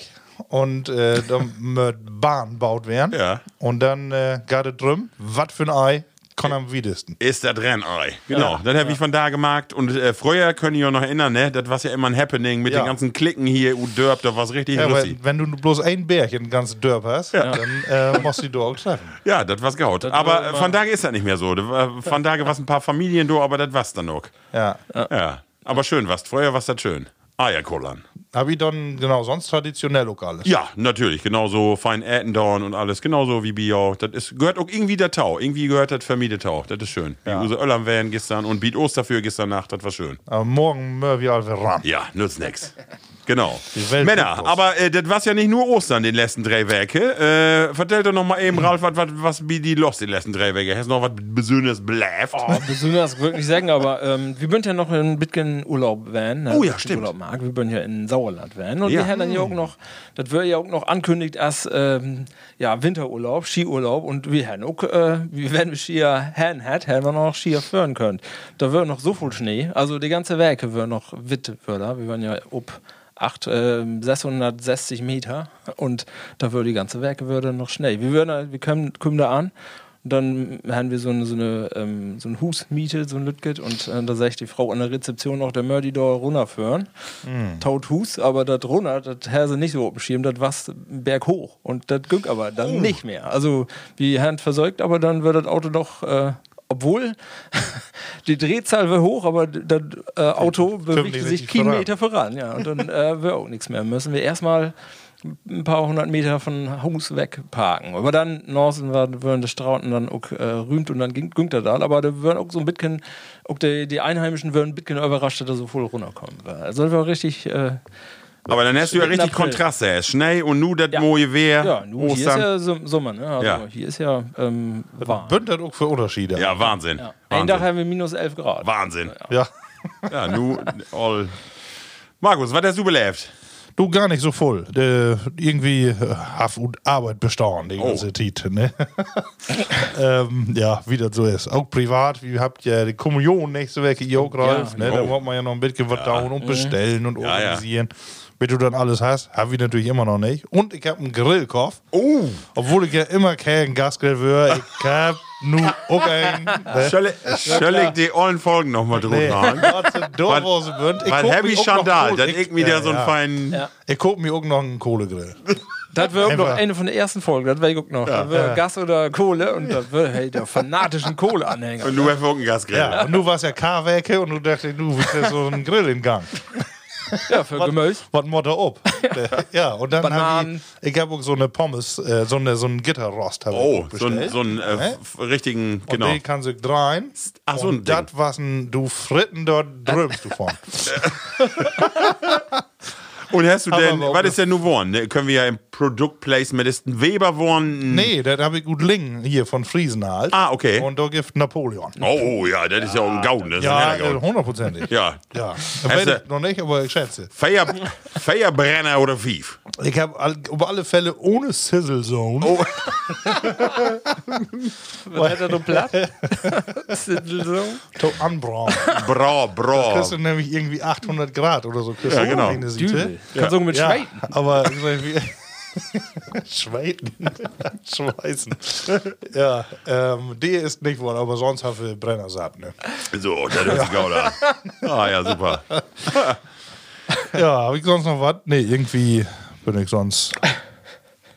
Speaker 3: und äh, dann mit Bahn baut werden.
Speaker 2: Ja.
Speaker 3: Und dann äh, gab es drüben, was für ein Ei kann am widesten.
Speaker 2: Ist das Rennei. Genau, das habe ich von da gemacht. Und äh, früher könnt ihr euch noch erinnern, ne? das war ja immer ein Happening mit
Speaker 3: Ja.
Speaker 2: den ganzen Klicken hier, u Dörp, da war's richtig
Speaker 3: Ja,
Speaker 2: lustig.
Speaker 3: weil, wenn du bloß ein Bärchen in ganz Dörp hast, dann äh, musst du die auch treffen.
Speaker 2: Ja, das war's gehaut. Aber äh, von da ist das nicht mehr so. Da war- Von da war's ein paar Familien do, aber das war's dann auch.
Speaker 3: Ja.
Speaker 2: Ja, aber schön war's. Früher war's das schön. Ah Eierkollern.
Speaker 3: Hab ich dann, genau, sonst traditionell auch alles.
Speaker 2: Ja, natürlich. Genauso fein Ätendorn und alles. Genauso wie Biau. Das ist, gehört auch irgendwie der Tau. Irgendwie gehört das vermietet Tau. Das ist schön. Wie Use Öllern wären gestern und Beat Oster für gestern Nacht. Das war schön.
Speaker 3: Aber Äh, morgen mögen wir alle ran.
Speaker 2: Ja, nützt nix. Genau.
Speaker 3: Welt
Speaker 2: Männer,
Speaker 3: geht los.
Speaker 2: aber äh, das war ja nicht nur Ostern, den letzten drei Werke. Äh, vertell doch noch mal eben, Ralf, was, was, was wie die los, die letzten drei Werke. Hast du noch was Besonderes bläfft?
Speaker 4: Oh, besonders wirklich sagen, aber ähm, wir sind ja noch in Bitgen Urlaub van.
Speaker 2: Oh ja, stimmt.
Speaker 4: Urlaub mag. Wir sind ja in Sauerland van und
Speaker 2: Ja. Hm.
Speaker 4: wir haben dann ja auch noch, das wird ja auch noch ankündigt als ähm, ja, Winterurlaub, Skiurlaub und wir haben auch, äh, wir- wenn wir Skier haben hat, hätten wir noch Skier fahren können. Da wird noch so viel Schnee, also die ganze Werke wird noch witte würde. Wir waren ja ob 8, äh, 660 Meter und da würde die ganze Werke würde noch schnell. Wir würden, wir können, kommen da an und dann haben wir so eine, so eine ähm, so ein Husmiete, so ein Lütget und äh, da sag ich die Frau an der Rezeption auch der Mördi da runterführen.
Speaker 3: Hm.
Speaker 4: Taut Hus, aber das runter, das her sie nicht so oben schieben, das was berghoch und das ging aber dann
Speaker 3: Oh.
Speaker 4: nicht mehr. Also die Hand versäugt, aber dann wird das Auto doch äh, obwohl die Drehzahl war hoch, aber das äh, Auto bewegte
Speaker 3: nicht
Speaker 4: sich
Speaker 3: richtig voran.
Speaker 4: Kilometer voran. Ja, und dann äh, wäre auch nichts mehr. Müssen wir erstmal ein paar hundert Meter von Haus weg parken. Aber dann, draußen war, waren die Strauten dann auch äh, rühmt und dann ging, ging er da. Aber da waren auch so ein bisschen, auch die, die Einheimischen waren ein bisschen überrascht, dass er so voll runterkommen war. Also das war richtig, äh,
Speaker 2: Aber dann hast du ja
Speaker 4: Mitten
Speaker 2: richtig
Speaker 4: April.
Speaker 2: Kontrast. Er ist schnell und nu das
Speaker 4: Ja.
Speaker 2: neue Wehr.
Speaker 4: ja, nun, hier ist
Speaker 2: Ah, Ostern.
Speaker 4: ja Sum- Sommer, ne? Also
Speaker 2: Ja.
Speaker 4: hier ist ja ähm, warm.
Speaker 3: Bünd das auch für Unterschiede.
Speaker 2: ja, Wahnsinn.
Speaker 4: Ja. Einen Tag
Speaker 2: Wahnsinn.
Speaker 4: haben wir minus 11 Grad.
Speaker 2: Wahnsinn.
Speaker 3: ja.
Speaker 2: Ja, nu all. Markus, was hast du belebt?
Speaker 3: Du gar nicht so voll. Äh, irgendwie äh, Haft und Arbeit bestauern, die
Speaker 2: Oh.
Speaker 3: ganze Zeit. Ne? ähm, ja, wie das so ist. Auch privat, wir habt ja die Kommunion nächste Woche, ihr auch, Ralf.
Speaker 4: Ja.
Speaker 3: ne? Da wollt man ja noch ein bisschen was down und bestellen und
Speaker 2: Oh. ja.
Speaker 3: organisieren. Bis du dann alles hast, hab ich natürlich immer noch nicht. Und ich hab einen Grillkopf.
Speaker 2: Oh,
Speaker 3: Obwohl ich ja immer kein Gasgrill wäre. Ich hab nur auch einen. Ne?
Speaker 2: soll ich- soll ich die allen Folgen nochmal drüber
Speaker 3: Nee,
Speaker 2: haben?
Speaker 3: was ein Dorfhose bünd. Ich
Speaker 2: Weil
Speaker 3: guck
Speaker 2: Heavy
Speaker 3: mich auch noch
Speaker 2: Schandal,
Speaker 3: gut.
Speaker 2: dann
Speaker 3: Ich-
Speaker 2: irgendwie der
Speaker 3: ja,
Speaker 2: so einen
Speaker 3: ja.
Speaker 2: feinen.
Speaker 3: Ich guck mir auch noch einen Kohlegrill.
Speaker 4: Das wäre
Speaker 3: Einfach.
Speaker 4: noch eine von der ersten Folge, das wäre ich auch noch. Das wär Gas oder Kohle und das wäre hey, der fanatischen Kohleanhänger.
Speaker 2: Und du hast auch einen Gasgrill.
Speaker 3: Ja, und du warst ja K-Werke und du dachtest, du willst ja so einen Grill in Gang.
Speaker 4: Ja, für Gemüse.
Speaker 3: Was macht er ob? ja, und dann habe
Speaker 4: Bananen.
Speaker 3: ich, ich hab auch so eine Pommes, äh, so, eine, so einen Gitterrost habe ich
Speaker 2: Oh,
Speaker 3: auch
Speaker 2: so einen
Speaker 3: bestellt.
Speaker 2: so einen, äh, f- richtigen,
Speaker 3: und
Speaker 2: genau.
Speaker 3: den kannst du dreien.
Speaker 2: Ach, so ein
Speaker 3: und das, was ein- du fritten dort drömst du von.
Speaker 2: Und hast du
Speaker 3: Aber
Speaker 2: denn,
Speaker 3: warum
Speaker 2: was
Speaker 3: das-
Speaker 2: ist denn nur worden? Ne? Können wir ja im Produktplacement, ist ein Weber worden?
Speaker 3: nee, das habe ich gut Lingen hier von Friesen halt.
Speaker 2: Ah, okay.
Speaker 3: Und da gibt Napoleon.
Speaker 2: Oh, oh, ja, das ist ja auch ein Gauden, das
Speaker 3: Ja,
Speaker 2: ist ein herrer
Speaker 3: äh,
Speaker 2: Gauden.
Speaker 3: hundertprozentig.
Speaker 2: Ja. Also-
Speaker 3: Ja,
Speaker 2: Hast
Speaker 3: weiß
Speaker 2: du-
Speaker 3: ich noch nicht, aber ich schätze.
Speaker 2: Feier, Feierbrenner oder Fief?
Speaker 3: Ich habe all, über alle Fälle ohne Sizzle Zone.
Speaker 2: Oh.
Speaker 4: Was hat er so platt? Sizzlesong?
Speaker 3: To anbrauen.
Speaker 2: Bra, bra.
Speaker 3: kriegst du nämlich irgendwie 800 Grad oder so. Kriegst
Speaker 2: Oh. Ja,
Speaker 3: du
Speaker 2: genau.
Speaker 3: wegen der Siete.
Speaker 4: Dübel. Kannst du mit
Speaker 3: Ja,
Speaker 4: Schwein.
Speaker 3: aber ich sag, wie- Schweiten. Schweißen. Ja, ähm, die ist nicht wohl, aber sonst haben wir Brennersaat. Ne?
Speaker 2: So, das ist ein Gauder. Ah, ja, super.
Speaker 3: Ja, habe ich sonst noch was? Nee, irgendwie bin ich sonst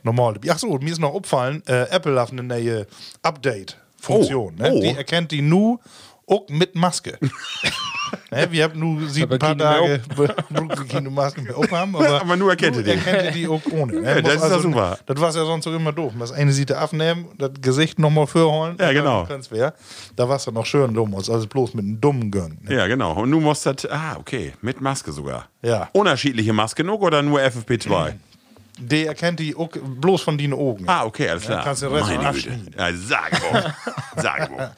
Speaker 3: normal. Ach so, mir ist noch aufgefallen, äh, Apple hat eine neue Update-Funktion.
Speaker 2: Oh,
Speaker 3: ne?
Speaker 2: oh.
Speaker 3: Die erkennt die nu auch mit Maske. ne? Wir haben nu sieht
Speaker 4: Aber
Speaker 3: ein paar
Speaker 4: keine
Speaker 3: Tage, keine Masken mehr aufhaben, aber,
Speaker 2: um. Aber nu erkennt ihr die.
Speaker 3: erkennt die auch ohne. Ne?
Speaker 2: Ja, das
Speaker 3: Muss
Speaker 2: ist ja super.
Speaker 3: Das war ja sonst auch immer doof. Das eine sieht er abnehmen, das Gesicht nochmal vorholen.
Speaker 2: Ja, genau.
Speaker 3: Kannst wär. Da war es dann noch schön dumm, als alles bloß mit einem dummen Gönnen. Ne?
Speaker 2: Ja, genau. Und du musst das, ah, okay, mit Maske sogar.
Speaker 3: Ja. Mhm.
Speaker 2: Unterschiedliche Masken noch oder nur FFP2?
Speaker 3: Die erkennt die auch bloß von den Augen.
Speaker 2: Ah, okay, alles klar.
Speaker 3: kannst du den Rest
Speaker 2: Meine Güte.
Speaker 3: abschneiden.
Speaker 2: Ja, sag mal. sag mal.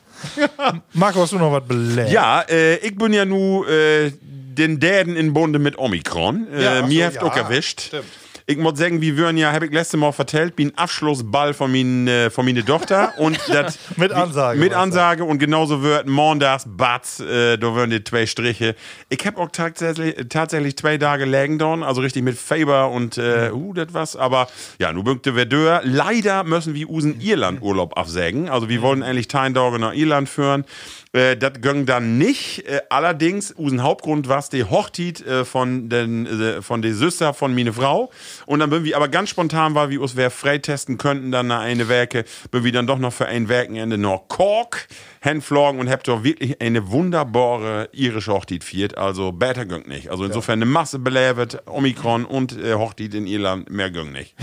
Speaker 3: Marco, hast du noch was belässt?
Speaker 2: Ja, äh, ich bin ja nu äh, den Däden in Bunde mit Omikron. Äh,
Speaker 3: Ja, ach
Speaker 2: mir
Speaker 3: so,
Speaker 2: habt auch
Speaker 3: ja,
Speaker 2: erwischt.
Speaker 3: stimmt.
Speaker 2: Ich muss sagen, wie würden ja, habe ich letzte Mal vertellt, bin Abschlussball von min, äh, von meine Tochter und das
Speaker 3: Mit Ansage,
Speaker 2: mit
Speaker 3: was
Speaker 2: Ansage und genauso wird Mondags Batz, äh, da würden die zwei Striche. Ich habe auch tatsächlich tatsächlich zwei Tage lägen dorn, also richtig mit Faber und äh,
Speaker 3: Mhm.
Speaker 2: uh, das was, aber ja, nu bünkte Verdeur. Leider müssen wir usen Irland Urlaub absägen, also
Speaker 3: Mhm.
Speaker 2: wir wollen eigentlich Teindorge nach Irland führen. Äh, das ging dann nicht. Äh, allerdings, usen Hauptgrund war die Hochtit äh, von den äh, von der Süster von meine Frau. Und dann bin wir aber ganz spontan war, wie uns wer frei testen könnten, dann nach eine Werke, bin wir dann doch noch für ein Werkenende nach Cork hinflogen und hab doch wirklich eine wunderbare irische Hochtit viert. Also besser gönnt nicht. Also insofern eine Masse belebt, Omikron und äh, Hochtit in Irland, mehr gönnt nicht.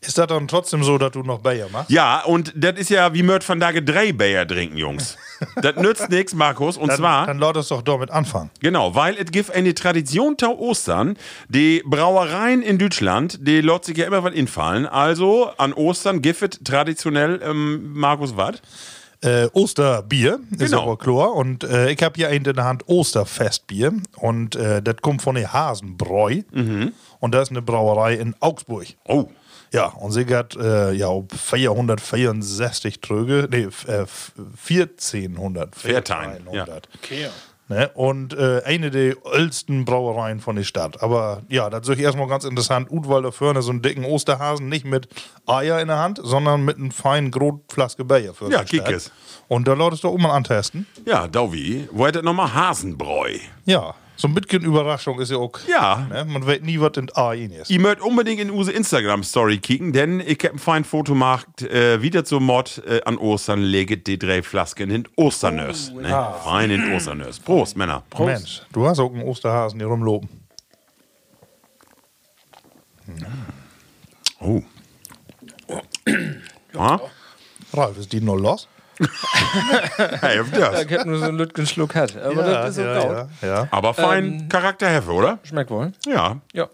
Speaker 3: Ist das dann trotzdem so, dass du noch Bayer machst?
Speaker 2: Ja, und das ist ja wie Mört van Dage drei Bayer trinken, Jungs. das nützt nichts, Markus. Und zwar.
Speaker 3: Dann lautet es doch damit anfangen.
Speaker 2: Genau, weil es gibt eine Tradition tau Ostern. Die Brauereien in Deutschland, die lässt sich ja immer was infallen. Also an Ostern gibt es traditionell, ähm, Markus, was?
Speaker 3: Äh, Osterbier ist
Speaker 2: Genau.
Speaker 3: aber klar. Und äh, ich habe hier ein in der Hand Osterfestbier. Und äh, das kommt von der Hasenbräu.
Speaker 2: Mhm.
Speaker 3: Und da ist eine Brauerei in Augsburg.
Speaker 2: Oh.
Speaker 3: Ja, und sie hat äh, ja, ob 464 Tröge, nee, f- äh, f- 1400.
Speaker 2: Viertein, ja.
Speaker 3: 1400. Ne? Und äh, eine der ältesten Brauereien von der Stadt. Aber ja, das ist euch erstmal ganz interessant. Udwalder Förne, so einen dicken Osterhasen, nicht mit Eier in der Hand, sondern mit einem feinen Grotflaske Bier für
Speaker 2: Ja,
Speaker 3: die Stadt.
Speaker 2: Kikes.
Speaker 3: Und da lautet doch mal antesten.
Speaker 2: Ja, Dauvi, wo hättet nochmal Hasenbräu?
Speaker 3: Ja, so ein bisschen Überraschung ist ja auch.
Speaker 2: Ja.
Speaker 3: Ne? Man weiß nie, was in Ei in ist.
Speaker 2: Ihr mögt unbedingt in unsere Instagram-Story kicken, denn ich hab ein fein Foto gemacht, äh, wieder zur Mod äh, an Ostern, leget die drei Flasken in Osternös. ne? Fein in Osternös. Prost, Männer.
Speaker 3: Mensch, du hast auch einen Osterhasen hier rumloben.
Speaker 2: Oh. Ah,
Speaker 3: Ralf, ist die noch los?
Speaker 2: helft das.
Speaker 4: Ich habe nur so einen Lütgenschluck hat. Aber das ist so
Speaker 3: ja,
Speaker 4: ja,
Speaker 3: ja, ja.
Speaker 2: Aber fein Charakterhefe, oder?
Speaker 4: Schmeckt wohl.
Speaker 2: Ja.
Speaker 4: Ja.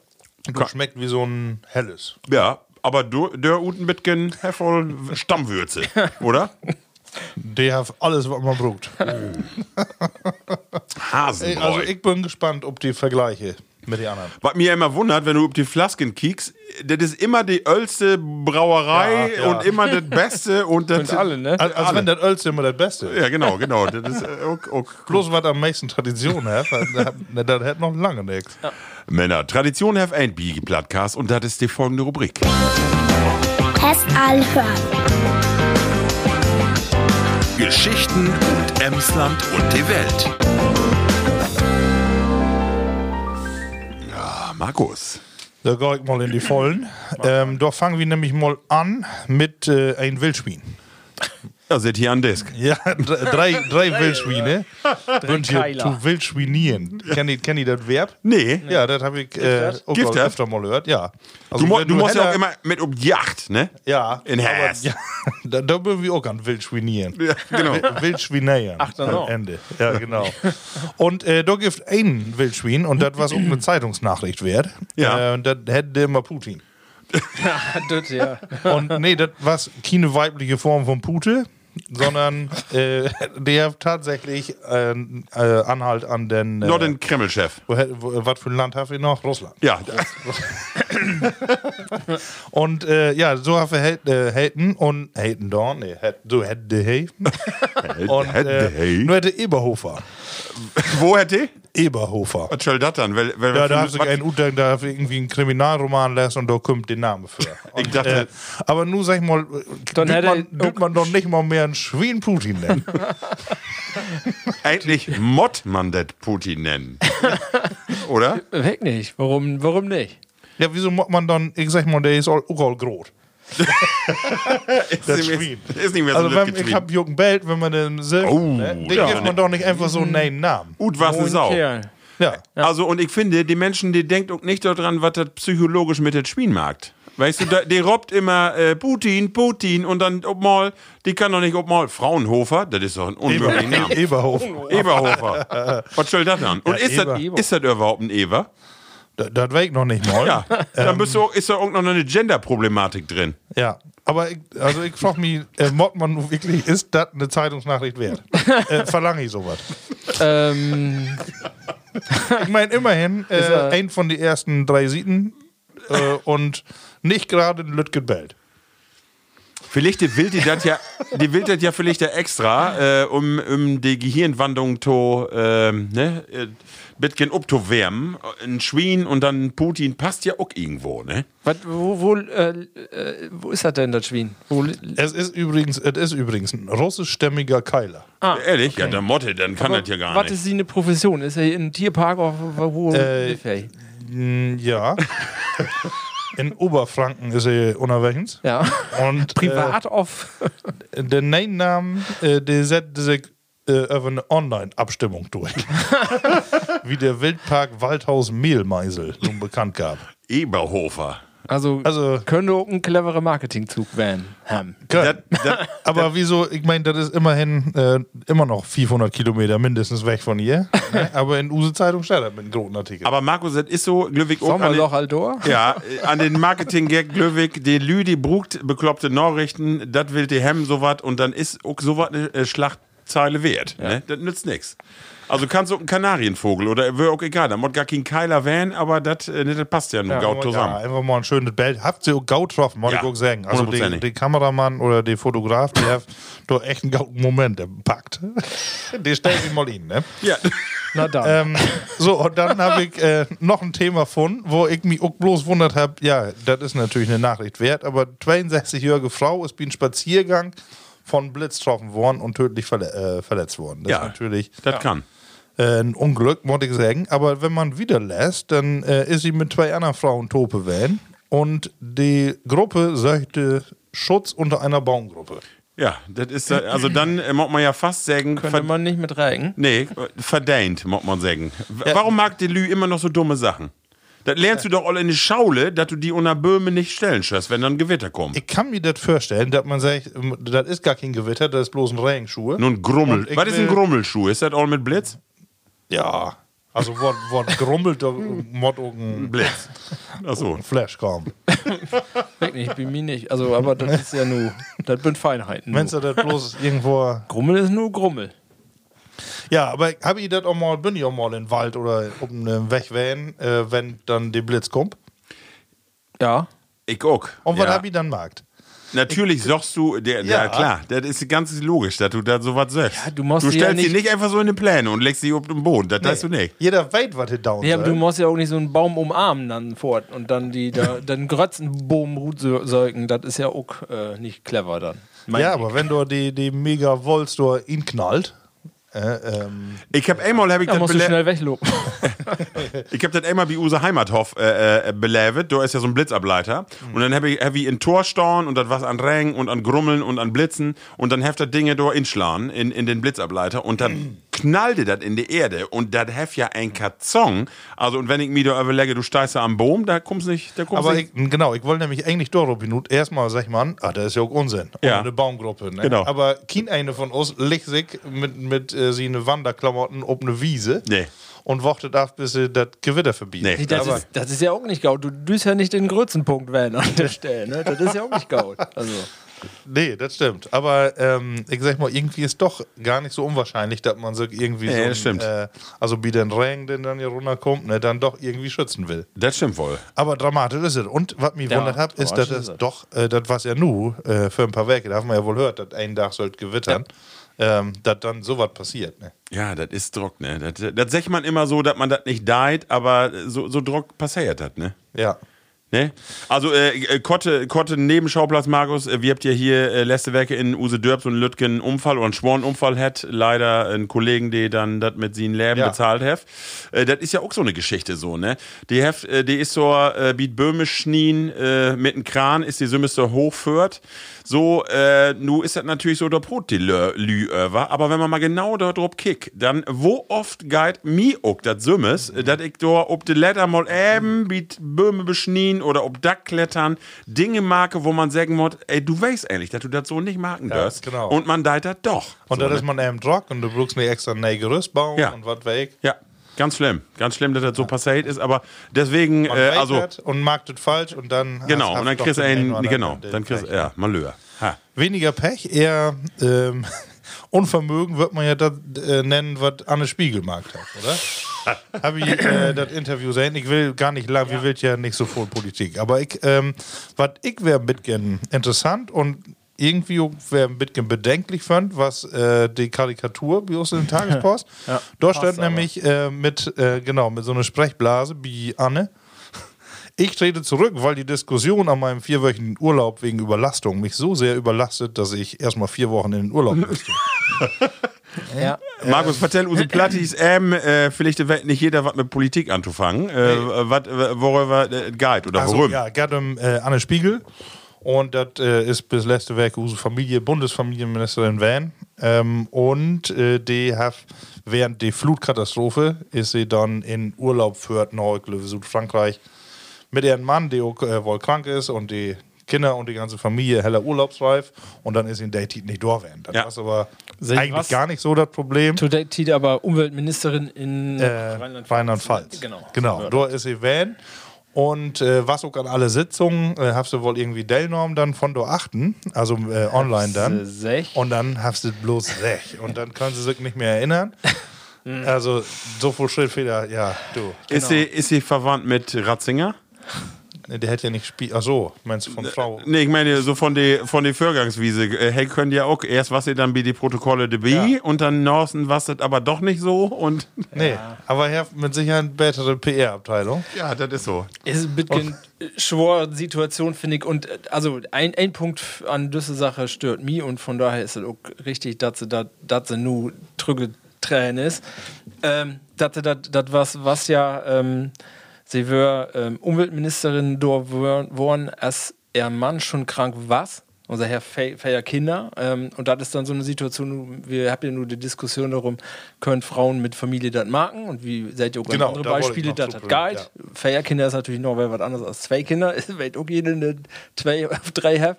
Speaker 3: Das schmeckt wie so ein helles.
Speaker 2: Ja. Aber du, der Utenbitgen, Hefe, Stammwürze, oder?
Speaker 3: Der hat alles, was man braucht.
Speaker 2: Hasenbräu.
Speaker 3: Also ich bin gespannt, ob die Vergleiche mit den anderen.
Speaker 2: Was mir immer wundert, wenn du über die Flasken kiekst, das ist immer die ölste Brauerei
Speaker 3: Ja, ja.
Speaker 2: und immer das Beste und das.
Speaker 4: Und alle, ne?
Speaker 3: Als, als Also, wenn das Ölz immer das Beste ist.
Speaker 2: Ja, genau, genau. Das ist, äh, ok, ok.
Speaker 3: Bloß was am meisten Tradition hat, dann- dann hätte noch lange nichts.
Speaker 2: Männer, Tradition have ain't be Podcast und das ist die folgende Rubrik.
Speaker 8: Test anhören.
Speaker 9: Geschichten und Emsland und die Welt.
Speaker 2: Ah, Markus.
Speaker 3: Da gehe ich mal in die Vollen. Ähm, da fangen wir nämlich mal an mit äh, ein Wildschwein.
Speaker 2: Ja, seht hier an Disk.
Speaker 3: Ja, dr- drei, drei Wildschweine. Und hier
Speaker 4: Keiler.
Speaker 3: zu Wildschweinieren. Kennt ihr kenn ihr das Verb?
Speaker 2: Nee.
Speaker 3: Ja, das habe ich äh, auch
Speaker 2: Gibt
Speaker 3: schon
Speaker 2: das?
Speaker 3: öfter mal gehört. Ja. Also
Speaker 2: Du, mo-
Speaker 3: wenn
Speaker 2: du musst ja
Speaker 3: heller-
Speaker 2: auch immer mit um die Yacht, ne?
Speaker 3: Ja.
Speaker 2: In
Speaker 3: aber-
Speaker 2: Häs.
Speaker 3: Ja, da, da würden wir auch an Wildschweinieren.
Speaker 2: Ja, genau.
Speaker 3: Wildschweineiern. Ach,
Speaker 4: dann auch.
Speaker 3: Am Ende. Ja, genau. Und äh, da gibt einen Wildschwein und das war auch eine Zeitungsnachricht wert.
Speaker 2: Ja.
Speaker 3: Äh, und das hätte immer Putin.
Speaker 4: das, ja.
Speaker 3: Und nee, das war keine weibliche Form von Pute, sondern äh, der hat tatsächlich äh, äh, Anhalt an den. Äh,
Speaker 2: Nur den Kreml-Chef.
Speaker 3: wo, wo, was für ein Land habt ihr noch? Russland.
Speaker 2: Ja.
Speaker 3: Und äh, ja, so haben wir Hel- äh, Helden und Helden Dorn, nee, Hel- so hätte hey. Und äh,
Speaker 2: hey.
Speaker 3: nur hätte Eberhofer.
Speaker 2: Wo hätte ich?
Speaker 3: Eberhofer.
Speaker 2: Was soll das dann? Weil, weil,
Speaker 3: Ja, da hast du
Speaker 2: was-
Speaker 3: einen Utang, da hast du irgendwie einen Kriminalroman lässt und da kommt der Name für. Und,
Speaker 2: Ich dachte-
Speaker 3: äh, aber nur sag ich mal,
Speaker 4: Dann
Speaker 3: dann
Speaker 4: hätte
Speaker 3: man,
Speaker 4: ich-
Speaker 3: dürft man doch nicht mal mehr einen Schweden Putin nennen.
Speaker 2: Eigentlich Mott man das Putin nennen. Oder?
Speaker 4: Weg nicht. Warum, warum nicht?
Speaker 3: ja, wieso macht man dann, ich sag mal, der ist all, auch all groß. Das
Speaker 2: ist,
Speaker 3: Schwein.
Speaker 2: nicht mehr- ist nicht mehr so
Speaker 3: Also, wenn, ich
Speaker 2: Lütgeschwein.
Speaker 3: hab Jürgen Belt, wenn man den Silber,
Speaker 2: Oh,
Speaker 3: ne, den
Speaker 2: ja.
Speaker 3: gibt man doch nicht einfach so einen Namen.
Speaker 2: Gut war's eine
Speaker 4: Moin,
Speaker 2: Sau.
Speaker 4: Kerl.
Speaker 3: Ja.
Speaker 2: Also, und ich finde, die Menschen, die denken auch nicht daran, was das psychologisch mit dem Schwein macht. Weißt du, da, die robbt immer äh, Putin, Putin und dann ob mal, die kann doch nicht ob mal Fraunhofer, das ist doch ein unmöglicher Name.
Speaker 3: Eberhofer.
Speaker 2: Eberhofer. Was soll das dann? Und ist, das,
Speaker 4: Eber.
Speaker 2: ist das überhaupt ein Eber?
Speaker 3: Das, das weiß ich noch nicht mal.
Speaker 2: Ja.
Speaker 3: Ähm.
Speaker 2: Dann bist du, ist da auch noch eine Gender-Problematik drin.
Speaker 3: Ja, aber ich, also ich frage mich, äh, mobbt man nun wirklich, ist das eine Zeitungsnachricht wert? äh, verlange ich sowas?
Speaker 4: Ähm,
Speaker 3: Ich meine, immerhin, äh,
Speaker 4: er-
Speaker 3: ein von den ersten drei Sieten äh, und nicht gerade in Lütgen Belt.
Speaker 2: Vielleicht die will die das ja, die will das ja vielleicht ja extra, äh, um, um die Gehirnwandlung zu, ähm, ne, äh, bisschen abzuwärmen. Ein Schwein und dann Putin passt ja auch irgendwo, ne?
Speaker 4: was, wo, wo, äh, äh, wo ist das denn, das Schwein? Wo, li-
Speaker 3: Es ist übrigens, es ist übrigens ein russischstämmiger Keiler.
Speaker 2: Ehrlich? Ja, der Motte, dann kann das ja gar
Speaker 4: Ah, was
Speaker 2: nicht.
Speaker 4: ist sie eine Profession? Ist er in Tierpark auf wo
Speaker 3: Äh,
Speaker 4: lebt er?
Speaker 3: Mm, ja. in Oberfranken ist er unterwegs.
Speaker 4: Ja.
Speaker 3: Und
Speaker 4: Privat auf.
Speaker 3: Äh, der Neinnamen, äh, der setzt sich äh, auf eine Online-Abstimmung durch. Wie der Wildpark Waldhaus Mehlmeisel nun bekannt gab.
Speaker 2: Eberhofer.
Speaker 4: Also,
Speaker 3: Also-
Speaker 4: könnte auch ein cleverer Marketingzug werden. Ham.
Speaker 2: Das, das,
Speaker 3: Aber wieso, ich meine, das ist immerhin äh, immer noch 500 Kilometer mindestens weg von hier. ne? Aber in Use Zeitung steht das mit einem großen Artikel.
Speaker 2: aber Markus, das ist so, Glöwig auch an
Speaker 4: Sommerloch
Speaker 2: den,
Speaker 4: Aldor?
Speaker 2: ja, äh, an den Marketing-Gag Glöwig, die Lüdi brugt bekloppte Nachrichten, das will die Hemm sowas und dann ist auch sowas eine äh, Schlachtzeile wert. Ne? Das nützt nichts. Also kannst du auch einen Kanarienvogel oder wäre auch egal, da muss gar kein Keiler wären, aber das äh, ne, das passt ja nun gaut
Speaker 3: Ja,
Speaker 2: zusammen.
Speaker 3: einfach mal ein schönes Bild. Habt ihr auch Gaut drauf, muss
Speaker 2: Ja,
Speaker 3: ich auch sagen. Also
Speaker 2: hundertprozentig.
Speaker 3: der Kameramann oder der Fotograf, der hat doch echt einen gauten Moment gepackt. der stellt sich mal hin, ne?
Speaker 2: Ja.
Speaker 4: Na dann.
Speaker 3: Ähm, so, und dann habe ich äh, noch ein Thema gefunden, wo ich mich auch bloß wundert habe, ja, das ist natürlich eine Nachricht wert, aber 62-jährige Frau ist bei einem Spaziergang von Blitz getroffen worden und tödlich verle äh, verletzt worden. Das
Speaker 2: Ja.
Speaker 3: ist natürlich
Speaker 2: Das kann.
Speaker 3: äh, ein Unglück, muss ich sagen. Aber wenn man wieder lässt, dann äh, ist sie mit zwei anderen Frauen tope werden und die Gruppe sagte Schutz unter einer Baumgruppe.
Speaker 2: Ja, das ist, äh, also dann äh, muss man ja fast sagen,
Speaker 4: könnte
Speaker 2: ver-
Speaker 4: man nicht mit reigen.
Speaker 2: Nee, verdient, muss man sagen. W- Warum mag die Lü immer noch so dumme Sachen? Das lernst du doch alle in die Schaule, dass du die unter Böhme nicht stellen schaffst, wenn dann Gewitter kommt.
Speaker 3: Ich kann mir das vorstellen, dass man sagt, ähm, das ist gar kein Gewitter, das ist bloß ein Regenschuh.
Speaker 2: Nun Grummel.
Speaker 3: Und ich
Speaker 2: Was ist ein
Speaker 3: will-
Speaker 2: Grummelschuh? Ist das all mit Blitz?
Speaker 3: Ja. Also, wort, wort grummelt, da mod auch ein
Speaker 2: Blitz. Achso.
Speaker 3: Flash kommen.
Speaker 4: Weg nicht, bin mir nicht. Also, aber das ist ja nur, das sind Feinheiten.
Speaker 3: Wenn es
Speaker 4: nur.
Speaker 3: das bloß irgendwo.
Speaker 4: Grummel ist nur Grummel.
Speaker 3: Ja, aber hab ich das auch mal, bin ich auch mal im Wald oder um den Weg wählen, äh, wenn dann der Blitz kommt.
Speaker 4: Ja.
Speaker 2: Ich guck.
Speaker 3: Und was
Speaker 2: Ja.
Speaker 3: hab ich dann markt?
Speaker 2: Natürlich sagst du, der, ja.
Speaker 3: Ja.
Speaker 2: klar, das ist ganz logisch, dass du da sowas sagst.
Speaker 4: du musst sie ja
Speaker 2: stellst sie
Speaker 4: nicht-
Speaker 2: nicht einfach so in den Pläne und legst sie auf den Boden, das weißt du nicht.
Speaker 3: Jeder weiß, was hier down
Speaker 4: Ja, aber
Speaker 3: soll.
Speaker 4: du musst ja auch nicht so einen Baum umarmen dann fort und dann die da, dann Grötzenbohm rutsäugen, das ist ja auch äh, nicht clever dann. Mein
Speaker 3: ja, aber wenn du die, die mega Volts da inknallt, äh, ähm,
Speaker 2: Ich hab einmal, hab ich
Speaker 4: da
Speaker 2: das
Speaker 4: musst du
Speaker 2: belä-
Speaker 4: schnell wegloben.
Speaker 2: Ich hab das einmal bei Use Heimathof äh, äh, belävet. Da ist ja so ein Blitzableiter.
Speaker 3: Mhm.
Speaker 2: Und dann hab ich, hab ich in Torstauen und das was an Rängen und an Grummeln und an Blitzen. Und dann heft das Dinge da inschlagen in, in den Blitzableiter. Und
Speaker 3: Mhm.
Speaker 2: dann knallte das in die Erde. Und das heft ja ein Katzong. Also, und wenn ich mir da überlege, du steigst da am Boom, da kommst nicht, da kommst
Speaker 3: aber
Speaker 2: nicht.
Speaker 3: ich, genau, ich wollte nämlich eigentlich Doro Minut erstmal sag ich mal, ah, das ist ja auch Unsinn. Und
Speaker 2: Ja.
Speaker 3: eine Baumgruppe, ne?
Speaker 2: Genau.
Speaker 3: Aber kein eine von uns legt sich mit, mit äh, sie eine Wanderklamotten auf eine Wiese
Speaker 2: Nee.
Speaker 3: und wartet ab, bis sie das Gewitter verbietet.
Speaker 2: Nee.
Speaker 4: Das
Speaker 3: aber,
Speaker 4: ist, das ist ja auch nicht gaut. Du düst ja nicht den Grötzenpunkt wählen an der Stelle, ne? Das ist ja auch nicht gaut. Also,
Speaker 3: nee, das stimmt. Aber ähm, ich sag mal, irgendwie ist doch gar nicht so unwahrscheinlich, dass man sich irgendwie so,
Speaker 2: das
Speaker 3: ein,
Speaker 2: stimmt.
Speaker 3: Äh, also wie den Regen, den dann hier runterkommt, ne, dann doch irgendwie schützen will.
Speaker 2: Das stimmt wohl.
Speaker 3: Aber dramatisch ist es. Und was mich
Speaker 4: Ja,
Speaker 3: wundert hat, ist, dass
Speaker 4: dramatisch
Speaker 3: das
Speaker 4: ist es.
Speaker 3: doch, äh, das was ja nu äh, für ein paar Werke, da haben wir ja wohl gehört, dass einen Tag sollte gewittern, ähm, dass dann sowas passiert. Ne?
Speaker 2: Ja, das ist Druck, ne? Das, das sagt man immer so, dass man das nicht deit, aber so, so Druck passiert das, ne?
Speaker 3: Ja.
Speaker 2: Ne? Also äh, äh, Kotte, Kotte Nebenschauplatz, Markus, äh, wir habt ja hier äh, letzte Werke in Use Dörps und Lütgen einen Unfall oder einen Schworenunfall hat. Leider einen Kollegen, die dann das mit seinen Leben
Speaker 3: Ja.
Speaker 2: bezahlt hat. Äh, das ist ja auch so eine Geschichte so, ne? Die, heft, äh, die ist so, äh, biet Böhmisch Schnien äh, mit einem Kran, ist die Sümmister hochführt. So, äh, nu ist das natürlich so der Brot, die Lö- Lü över. Aber wenn man mal genau dort drauf kickt, dann wo oft geht mi ook dat Sümmes, äh, dat ich do ob de Letter mal eben biet Böhme beschnien oder ob Dack klettern, Dinge marke, wo man sagen muss, ey, du weißt eigentlich, dass du das so nicht marken
Speaker 3: Ja,
Speaker 2: darfst.
Speaker 3: genau.
Speaker 2: Und man deit das doch.
Speaker 3: Und da ist man eben Druck und du brauchst nicht extra ein neues Gerüst bauen
Speaker 2: ne? Ja.
Speaker 3: und was weg.
Speaker 2: Ja, ganz schlimm. Ganz schlimm, dass das so passiert ist, aber deswegen,
Speaker 3: Man
Speaker 2: äh,
Speaker 3: weiß
Speaker 2: also,
Speaker 3: das und mag das falsch und dann.
Speaker 2: genau,
Speaker 3: hast-
Speaker 2: und dann
Speaker 3: doch
Speaker 2: kriegst du
Speaker 3: den
Speaker 2: einen,
Speaker 3: einen oder
Speaker 2: genau,
Speaker 3: anderen,
Speaker 2: dann
Speaker 3: den
Speaker 2: kriegst du,
Speaker 3: Pech.
Speaker 2: ja, Malheur. Ha.
Speaker 3: Weniger Pech, eher ähm, Unvermögen wird man ja das äh, nennen, was Anne Spiegel mag hat, oder? Habe ich äh, das Interview sehen. Ich will gar nicht lang, wir will ja nicht so voll Politik. Aber ich, ähm, was ich wäre ein bisschen interessant und irgendwie wäre ein bisschen bedenklich fand, was äh, die Karikatur bei uns in den Tagespost. Dort stand nämlich äh, mit, äh, genau, mit so einer Sprechblase wie Anne. Ich trete zurück, weil die Diskussion an meinem vierwöchigen Urlaub wegen Überlastung mich so sehr überlastet, dass ich erstmal vier Wochen in den Urlaub müsste.
Speaker 4: ja.
Speaker 3: Äh,
Speaker 2: Markus, vertell uns Plattis, ähm, äh, vielleicht weiß nicht jeder was mit Politik anzufangen. Äh, wat, äh, worüber äh, geht oder
Speaker 3: Also,
Speaker 2: worum?
Speaker 3: ja, gerade um äh, Anne Spiegel. Und das äh, ist bis letzte Werk unsere Familie, Bundesfamilienministerin Van. Ähm, und äh, die hat während der Flutkatastrophe ist sie dann in Urlaub für Norwegen, Südfrankreich mit ihrem Mann, der auch, äh, wohl krank ist und die Kinder und die ganze Familie heller urlaubsreif. Und dann ist sie in der Tit nicht durchwählen. Das
Speaker 2: Ja.
Speaker 3: ist aber
Speaker 4: Seht ihr
Speaker 3: eigentlich
Speaker 4: was?
Speaker 3: gar nicht so das Problem.
Speaker 4: Today Tiet aber Umweltministerin in
Speaker 3: Äh,
Speaker 4: Rheinland-Pfalz.
Speaker 3: Rheinland-Pfalz.
Speaker 4: Genau.
Speaker 3: genau. Dort ist sie Van. Und äh, was auch an alle Sitzungen, äh, hast du wohl irgendwie Dellnorm dann von dort achten, also äh, online dann.
Speaker 4: Sech.
Speaker 3: Und dann hast du bloß sech. Und dann kann sie sich nicht mehr erinnern.
Speaker 4: Hm.
Speaker 3: also, so viel Schrittfehler, ja, du.
Speaker 2: Ist, sie, ist sie verwandt mit Ratzinger?
Speaker 3: Nee, Der hätte ja nicht spielt. Ach so, meinst du von Frau?
Speaker 4: äh,
Speaker 2: Nee, ich meine, so von der von die Vorgangswiese. Äh, Hey, könnt ihr auch erst was ihr dann wie die Protokolle de B
Speaker 3: Ja.
Speaker 2: und dann Norsen was das aber doch nicht so und.
Speaker 3: Nee, aber er hat mit Sicherheit eine bessere PR-Abteilung.
Speaker 2: Ja, das ist so.
Speaker 4: Ist ein bisschen schwor Situation, finde ich. Und äh, also ein, ein Punkt f- an düsse Sache stört mich und von daher ist es auch richtig, dass sie dat- dass sie nu trüge Tränen ist. Ähm, dass sie das was, was ja ähm, sie wär ähm, Umweltministerin dort worden, als ihr Mann schon krank war. unser Herr Fe- Feier Kinder. Ähm, und das ist dann so eine Situation, wir haben ja nur die Diskussion darum, können Frauen mit Familie das machen? Und wie seid ihr auch
Speaker 3: Genau,
Speaker 4: andere
Speaker 3: da wollte ich
Speaker 4: Beispiele,
Speaker 3: noch
Speaker 4: das
Speaker 3: zu
Speaker 4: hat
Speaker 3: bringen,
Speaker 4: Guide. Feier Kinder ist natürlich noch was anderes als zwei Kinder. Es wird auch jede eine zwei auf drei hat.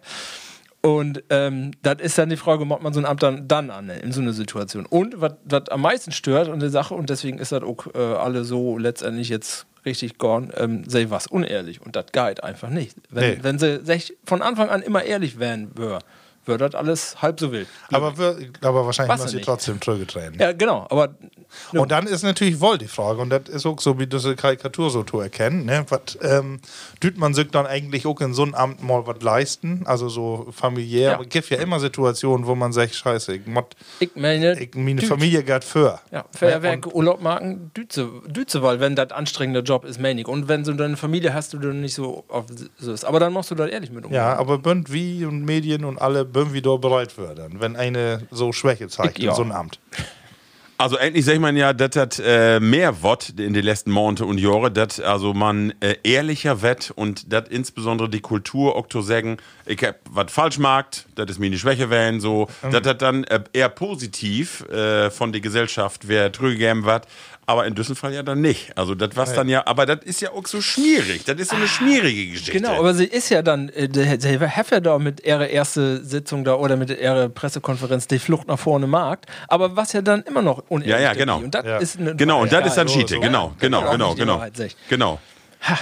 Speaker 4: Und ähm, das ist dann die Frage, macht man so ein Amt dann, dann an ne, in so einer Situation. Und was das am meisten stört an der Sache, und deswegen ist das auch äh, alle so letztendlich jetzt richtig gone, ähm, sei was unehrlich. Und das geht einfach nicht. Wenn,
Speaker 3: Nee.
Speaker 4: wenn sie sich von Anfang an immer ehrlich wären, wäre wär das alles halb so wild.
Speaker 3: Aber, wir, aber wahrscheinlich
Speaker 4: Passt
Speaker 3: müssen sie
Speaker 4: nicht.
Speaker 3: trotzdem zurückgetreten.
Speaker 4: Ja, genau. Aber
Speaker 3: Und dann ist natürlich wohl die Frage, und das ist auch so, wie diese Karikatur so zu erkennen, ne? was ähm, tut man sich dann eigentlich auch in so einem Amt mal was leisten? Also so familiär.
Speaker 4: Ja.
Speaker 3: Aber Es gibt ja immer Situationen, wo man sagt, scheiße, ich, mott,
Speaker 4: ich meine,
Speaker 3: ich meine
Speaker 4: Düt-
Speaker 3: Familie geht für. Ne?
Speaker 4: Ja,
Speaker 3: Und
Speaker 4: Feuerwerke, Urlaub machen, Dütze, Dütze, weil wenn das anstrengender Job ist, meine ich. Und wenn so deine Familie hast, du dann nicht so auf so ist. Aber dann machst du das ehrlich mit um. umgehen.
Speaker 3: Ja, aber Bünd wie und Medien und alle Bünd wie da bereit würden, wenn eine so Schwäche zeigt
Speaker 4: Ich,
Speaker 3: in
Speaker 4: ja.
Speaker 3: so einem Amt.
Speaker 2: Also endlich sag ich mal ja, dass das äh, mehr Wort in den letzten Monate und Jahre, dass also man äh, ehrlicher wett und dass insbesondere die Kultur auch zu sagen, ich hab was falsch gemacht, das ist meine Schwäche wählen, so, dass das dann äh, eher positiv äh, von der Gesellschaft wer drügegeben wird, aber in Düsseldorf ja dann nicht. Also das was dann ja, aber das ist ja auch so schmierig, das ist so eine schmierige Geschichte.
Speaker 4: Genau, aber sie ist ja dann, äh, der der Herr Heffer da mit ihrer erste Sitzung da oder mit ihrer Pressekonferenz die Flucht nach vorne mag, aber was ja dann immer noch unehrlich
Speaker 2: Ja, ja,
Speaker 4: ist.
Speaker 2: genau.
Speaker 4: Und das
Speaker 3: Ja.
Speaker 4: ist eine
Speaker 2: Genau, und das ist dann
Speaker 3: so,
Speaker 2: Schiete.
Speaker 3: so.
Speaker 2: Genau, genau,
Speaker 4: Genau,
Speaker 2: genau,
Speaker 4: nicht die
Speaker 2: genau.
Speaker 4: Wahrheit, sech.
Speaker 2: Genau.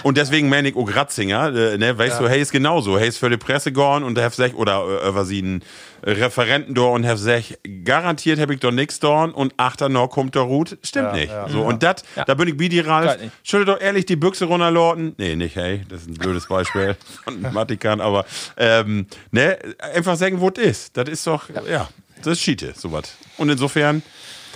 Speaker 2: Und deswegen Manik O. Gratzinger, äh, ne, weißt du, hey ist genauso. Hey ist für die Presse gorn und hef sech, oder äh, was sie ein Referenten dort und hef sech, garantiert hab ich doch nix dorn und achter noch kommt der Ruth. Stimmt nicht. So, und dat, da bin ich bei dir, Ralf.
Speaker 4: Geht nicht.
Speaker 2: Schüttel doch ehrlich die Büchse runterlorten. Nee, nicht, hey, das ist ein blödes Beispiel von Matikan, aber ähm, ne, einfach sagen, wo es ist. Das ist doch, ja, das ist Schiete, sowas. Und insofern.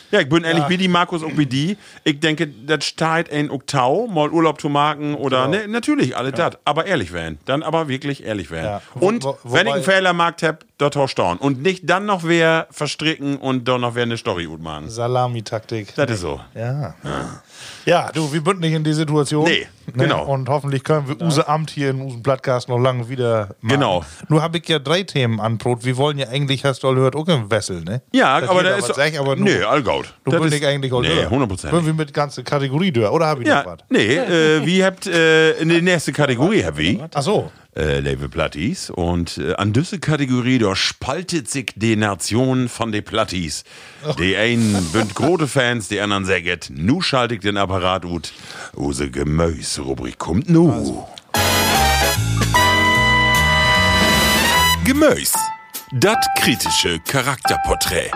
Speaker 2: Ja, ich bin ehrlich, wie die Markus und wie die. Ich denke, das steht ein Oktau, mal Urlaub zu machen oder
Speaker 3: Genau.
Speaker 2: ne, natürlich alle das. Aber ehrlich werden. Dann aber wirklich ehrlich werden.
Speaker 3: Ja. Wo-
Speaker 2: Und
Speaker 3: wo-
Speaker 2: wenn ich einen
Speaker 3: wobei-
Speaker 2: Fehler gemacht hab, dort horstauen. Und nicht dann noch wer verstricken und dann noch wer eine Story gut machen.
Speaker 3: Salamitaktik.
Speaker 2: Das ist so.
Speaker 3: Ja. Ah. Ja, du, wir bünden nicht in die Situation. Ne?
Speaker 2: Nee, genau.
Speaker 3: Und hoffentlich können wir unser Amt hier in unserem Podcast noch lange wieder machen.
Speaker 2: Genau.
Speaker 3: Nur habe ich ja drei Themen anbrot. Wir wollen ja eigentlich, hast du all gehört, auch im Wessel, ne?
Speaker 2: Ja,
Speaker 3: Dass
Speaker 2: aber
Speaker 3: jeder
Speaker 2: da ist.
Speaker 3: was sagt, aber
Speaker 2: nee,
Speaker 3: nur,
Speaker 2: allgaut.
Speaker 3: du
Speaker 2: Das
Speaker 3: bündest
Speaker 2: ist-
Speaker 3: nicht eigentlich all
Speaker 2: Nee,
Speaker 3: gehört.
Speaker 2: 100%.
Speaker 3: Bünden wir mit ganze Kategorie durch, oder habe ich noch
Speaker 2: Ja,
Speaker 3: was?
Speaker 2: nee, äh, wie habt äh, in die nächste Kategorie, hab ich.
Speaker 3: Ach so.
Speaker 2: äh, Label Platties. Und äh, an diese Kategorie, da spaltet sich die Nation von den Platties. Die einen sind große Fans, die anderen sagen, nu schalte ich den Apparat ut. Use Gemüse-Rubrik kommt nu.
Speaker 9: Gemüse. Das kritische Charakterporträt.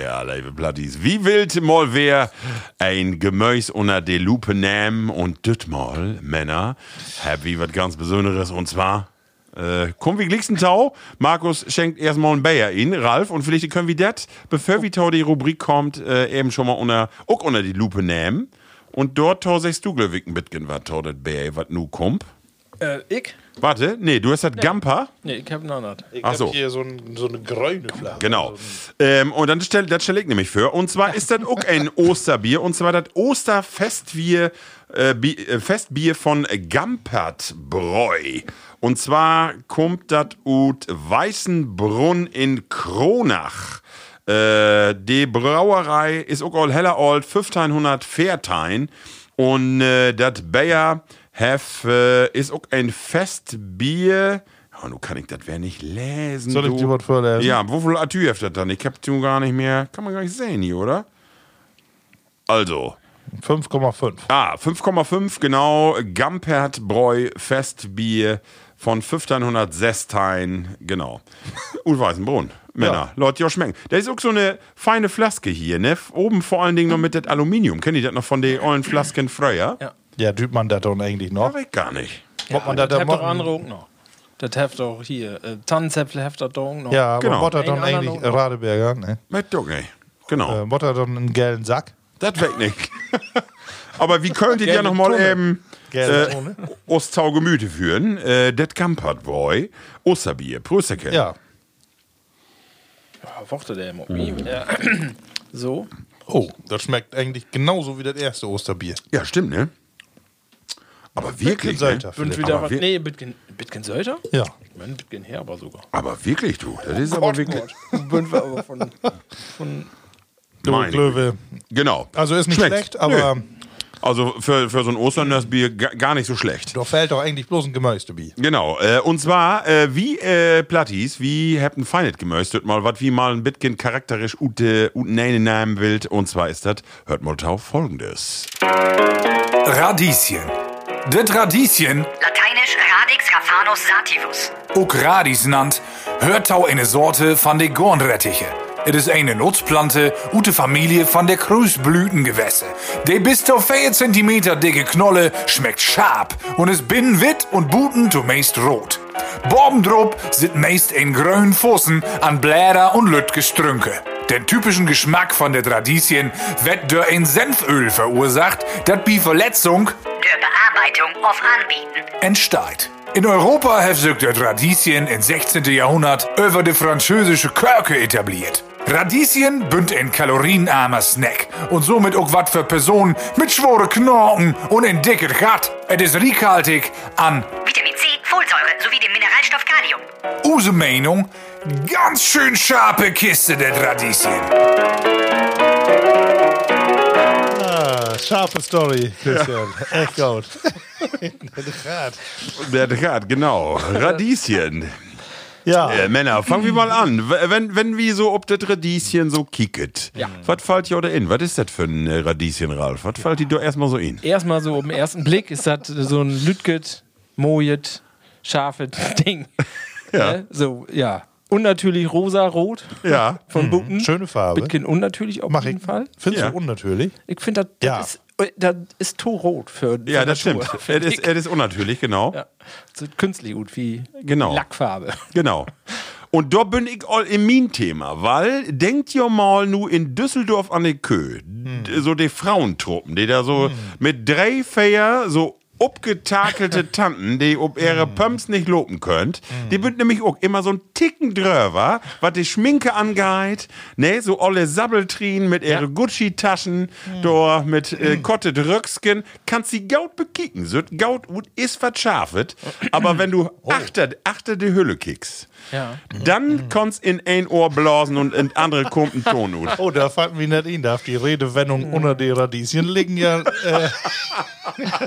Speaker 2: Ja, liebe Platties, wie wild mal wer ein Gemäus unter die Lupe nehmen und dit mal, Männer, hab wie was ganz Besonderes und zwar, äh, komm wie glicksen Tau, Markus schenkt erstmal ein Bayer in, Ralf, und vielleicht können wir das, bevor wie Tau die Rubrik kommt, äh, eben schon mal unter, auch unter die Lupe nehmen. Und dort Tau sechs du, glaub ich, ein bisschen was Tau das Bayer, was nu kommt.
Speaker 4: äh, ich?
Speaker 2: Warte, nee, du hast das Gamper.
Speaker 4: Nee, ich hab einen anderen.
Speaker 3: Ich
Speaker 2: Ach
Speaker 3: hab
Speaker 2: so.
Speaker 3: hier so, ein, so eine grüne Flagge.
Speaker 2: Genau. Ähm, und dann stell, das stelle ich nämlich für. Und zwar ist das auch ein Osterbier. Und zwar das Osterfestbier äh, Bi- äh, Festbier von Gampertbräu. Und zwar kommt das ut Weißenbrunn in Kronach. Äh, die Brauerei ist auch all heller old, 1500 Fairtein. Und äh, das Bayer have, äh, ist auch ein Festbier. Oh, nun kann ich das wer nicht lesen.
Speaker 3: Soll ich
Speaker 2: du.
Speaker 3: dir was vorlesen?
Speaker 2: Ja, wo viel Atü heft das dann? Ich hab du gar nicht mehr. Kann man gar nicht sehen hier, oder? Also,
Speaker 3: 5,5.
Speaker 2: ah, 5,5, genau. Gampert Bräu Festbier von 1500 Sestein, genau. Und Weißenbrunn. Männer, Leute, ja schmecken. Da ist auch so eine feine Flaske hier, ne? Oben vor allen Dingen noch mit das Aluminium. Kennt ihr das noch von den ollen Flasken früher?
Speaker 4: Ja.
Speaker 3: Ja, tut man das dann eigentlich noch?
Speaker 2: Weiß ich gar nicht.
Speaker 3: Ob man
Speaker 4: Das
Speaker 3: das
Speaker 4: heft
Speaker 3: dann
Speaker 4: doch
Speaker 3: machen-
Speaker 4: andere auch noch. Das heft auch hier. Äh, Tannenzäpfle heft das doch auch noch.
Speaker 3: Ja,
Speaker 2: Genau.
Speaker 3: aber Botter dann
Speaker 4: Einen anderen
Speaker 3: eigentlich
Speaker 4: noch.
Speaker 3: Radeberger, ne?
Speaker 2: Mit doch, ey. Genau.
Speaker 4: Ähm.
Speaker 3: Äh, Botter dann einen gelben Sack.
Speaker 2: Das weg nicht. Aber wie könntet ihr
Speaker 4: Gerne
Speaker 2: nochmal
Speaker 4: Tunnel.
Speaker 2: eben
Speaker 3: Gerne
Speaker 2: äh,
Speaker 3: Tunnel.
Speaker 2: Ostau Gemüte führen? Äh, det Kampert Boy, Osterbier, Prösterke.
Speaker 3: Ja.
Speaker 4: Ja, Worte Ah, der im ja. So.
Speaker 3: Oh, das schmeckt eigentlich genauso wie das erste Osterbier.
Speaker 2: ja, stimmt, ne? Aber wirklich. Ne?
Speaker 3: Seite
Speaker 4: Und
Speaker 3: vielleicht.
Speaker 4: wieder
Speaker 2: Aber
Speaker 4: was.
Speaker 2: wir-
Speaker 4: Nee, Bitgen. Bitgen Sölder?
Speaker 3: Ja.
Speaker 4: Ich meine Bitgen Herber sogar.
Speaker 2: Aber wirklich, du. Das ist aber wirklich.
Speaker 4: Bünden wir aber von, von
Speaker 2: Meine
Speaker 3: Klöwe.
Speaker 2: Genau.
Speaker 3: Also ist nicht
Speaker 2: Schmeckt.
Speaker 3: schlecht, aber
Speaker 2: Nö. Also für, für so ein Osternörsbier ga- gar nicht so schlecht.
Speaker 3: da fehlt doch eigentlich bloß ein Gemüsebier.
Speaker 2: Genau, äh, und zwar, äh, wie äh, Plattis, wie Happen Feinet gemöstet mal, was wie mal ein Bitkin charakterisch ute, ute Nähne nehmen will. Und zwar ist das, hört mal tauf, folgendes.
Speaker 5: Radieschen. Det Radieschen,
Speaker 10: Lateinisch Radix Raphanus sativus.
Speaker 5: ook Radis nannt, hört tau eine Sorte van de Gornrettiche. Het is eine Nutzplante uit de Familie van de Kruisblütengewässer. De bis zu 4 cm dicke Knolle schmeckt scharf und is binnen wit und buten meist rot. Bobendrop sit meist in grünen Fossen an Bläder und Lüttgestrünke. Den typischen Geschmack von der Radieschen wird durch ein Senföl verursacht, dat bi Verletzung
Speaker 10: Der Bearbeitung auf Anbieten.
Speaker 5: entsteht. In Europa hat sich das Radieschen im 16. Jahrhundert über die französische Kirche etabliert. Radieschen bünd ein kalorienarmer Snack und somit auch was für Personen mit schwore Knorken und ein dicker Gat. Es ist reichhaltig an
Speaker 10: Vitamin C, Folsäure sowie dem Mineralstoff Kalium.
Speaker 5: use Meinung ganz schön scharfe Kiste das Radieschen.
Speaker 3: Ah, scharfe Story, Christian. Echt gut.
Speaker 2: Der Draht, genau. Radieschen.
Speaker 3: Ja.
Speaker 2: Äh, Männer, fangen wir mal an. W- Wenn, wenn wir so ob das Radieschen so kicket, was fällt dir da in? Was ist das für ein äh, Radieschen, Ralf? Was fällt dir da erstmal so in?
Speaker 4: erstmal so im ersten Blick ist das so ein Lütget, Mojet, scharfes Ding.
Speaker 2: Ja.
Speaker 4: Ne? So, ja. Unnatürlich rosa-rot
Speaker 2: Ja.
Speaker 4: von Bucken.
Speaker 3: Schöne Farbe.
Speaker 4: Bitkin unnatürlich auf
Speaker 3: Mach
Speaker 4: jeden
Speaker 3: ich.
Speaker 4: Fall.
Speaker 3: Findest
Speaker 2: Ja.
Speaker 3: du unnatürlich?
Speaker 4: Ich finde, das,
Speaker 3: Ja.
Speaker 4: das ist, äh, das ist to-rot für für
Speaker 2: Ja, das
Speaker 4: Natur,
Speaker 2: stimmt. Es
Speaker 4: find
Speaker 2: ist,
Speaker 4: ich.
Speaker 2: es ist unnatürlich, genau.
Speaker 4: Ja. So künstlich gut, wie
Speaker 2: Genau.
Speaker 4: Lackfarbe.
Speaker 2: Genau. Und da bin ich all in mein Thema, weil denkt ihr mal nur in Düsseldorf an die Kö, d- so die Frauentruppen, die da so mit drei Feier so abgetakelte Tanten, die ob ihre Pumps nicht loben könnt, die sind nämlich auch immer so ein Ticken dröver, was die Schminke angeht, ne, so olle Sabbeltrien mit ihre Gucci-Taschen, da mit äh, Kottet Röcksken, kannst sie gaut bekicken, so gaut und ist verschärft, aber wenn du achter, achter die Hülle kickst,
Speaker 4: Ja.
Speaker 2: dann kommt's in ein Ohr blasen und in andere kommt ein Ton ut.
Speaker 3: Oh, da fanden wir nicht ihn. Da die Redewendung unter die Radieschen liegen ja. Äh,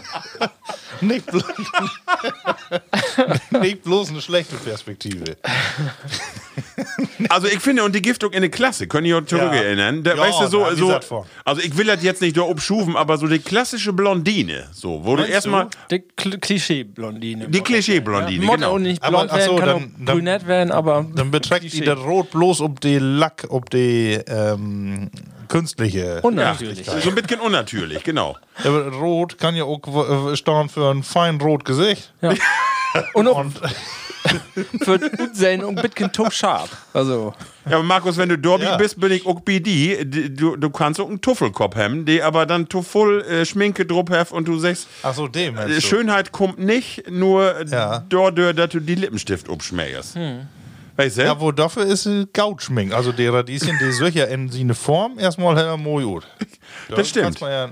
Speaker 3: nicht, bloß, nicht bloß eine schlechte Perspektive.
Speaker 2: Also ich finde, und die Giftung in der Klasse, können ihr euch zurückerinnern? Da,
Speaker 3: Ja,
Speaker 2: weißt du, so,
Speaker 3: da hab ich
Speaker 2: so,
Speaker 3: satt von.
Speaker 2: also ich will das jetzt nicht da obschufen, aber so die klassische Blondine, so, wo du erstmal,
Speaker 4: Die Kl Klischee-Blondine.
Speaker 2: die Klischee-Blondine,
Speaker 4: Mod
Speaker 2: genau.
Speaker 4: auch nicht
Speaker 3: Aber,
Speaker 4: blond
Speaker 3: ach so,
Speaker 4: werden, kann
Speaker 3: dann-
Speaker 4: auch
Speaker 3: dann-
Speaker 4: brünett werden, aber
Speaker 3: Dann beträgt die das Rot bloß um die Lack, um die ähm, künstliche.
Speaker 4: unnatürlich.
Speaker 2: So ein bisschen unnatürlich, genau.
Speaker 3: Aber Rot kann ja auch äh, stehen für ein fein rot Gesicht.
Speaker 4: Und auch für Unsinn und Bitkin to sharp. Also,
Speaker 2: Ja, aber Markus, wenn du Dorby
Speaker 3: Ja.
Speaker 2: bist, bin ich auch BD. D- Du, du kannst auch einen Tuffelkopf haben, die aber dann Tuffel äh, Schminke drup heft und du sagst,
Speaker 3: Achso, dem.
Speaker 2: äh, Schönheit kommt nicht nur
Speaker 3: Ja.
Speaker 2: dadurch, dass du die Lippenstift umschmähst. Weißt du?
Speaker 3: Ja, wo dafür ist äh, Gautschmink. Also die Radieschen, die ist ja in sie eine Form erstmal heller Mojut.
Speaker 2: Das stimmt.
Speaker 3: Kannst man ja,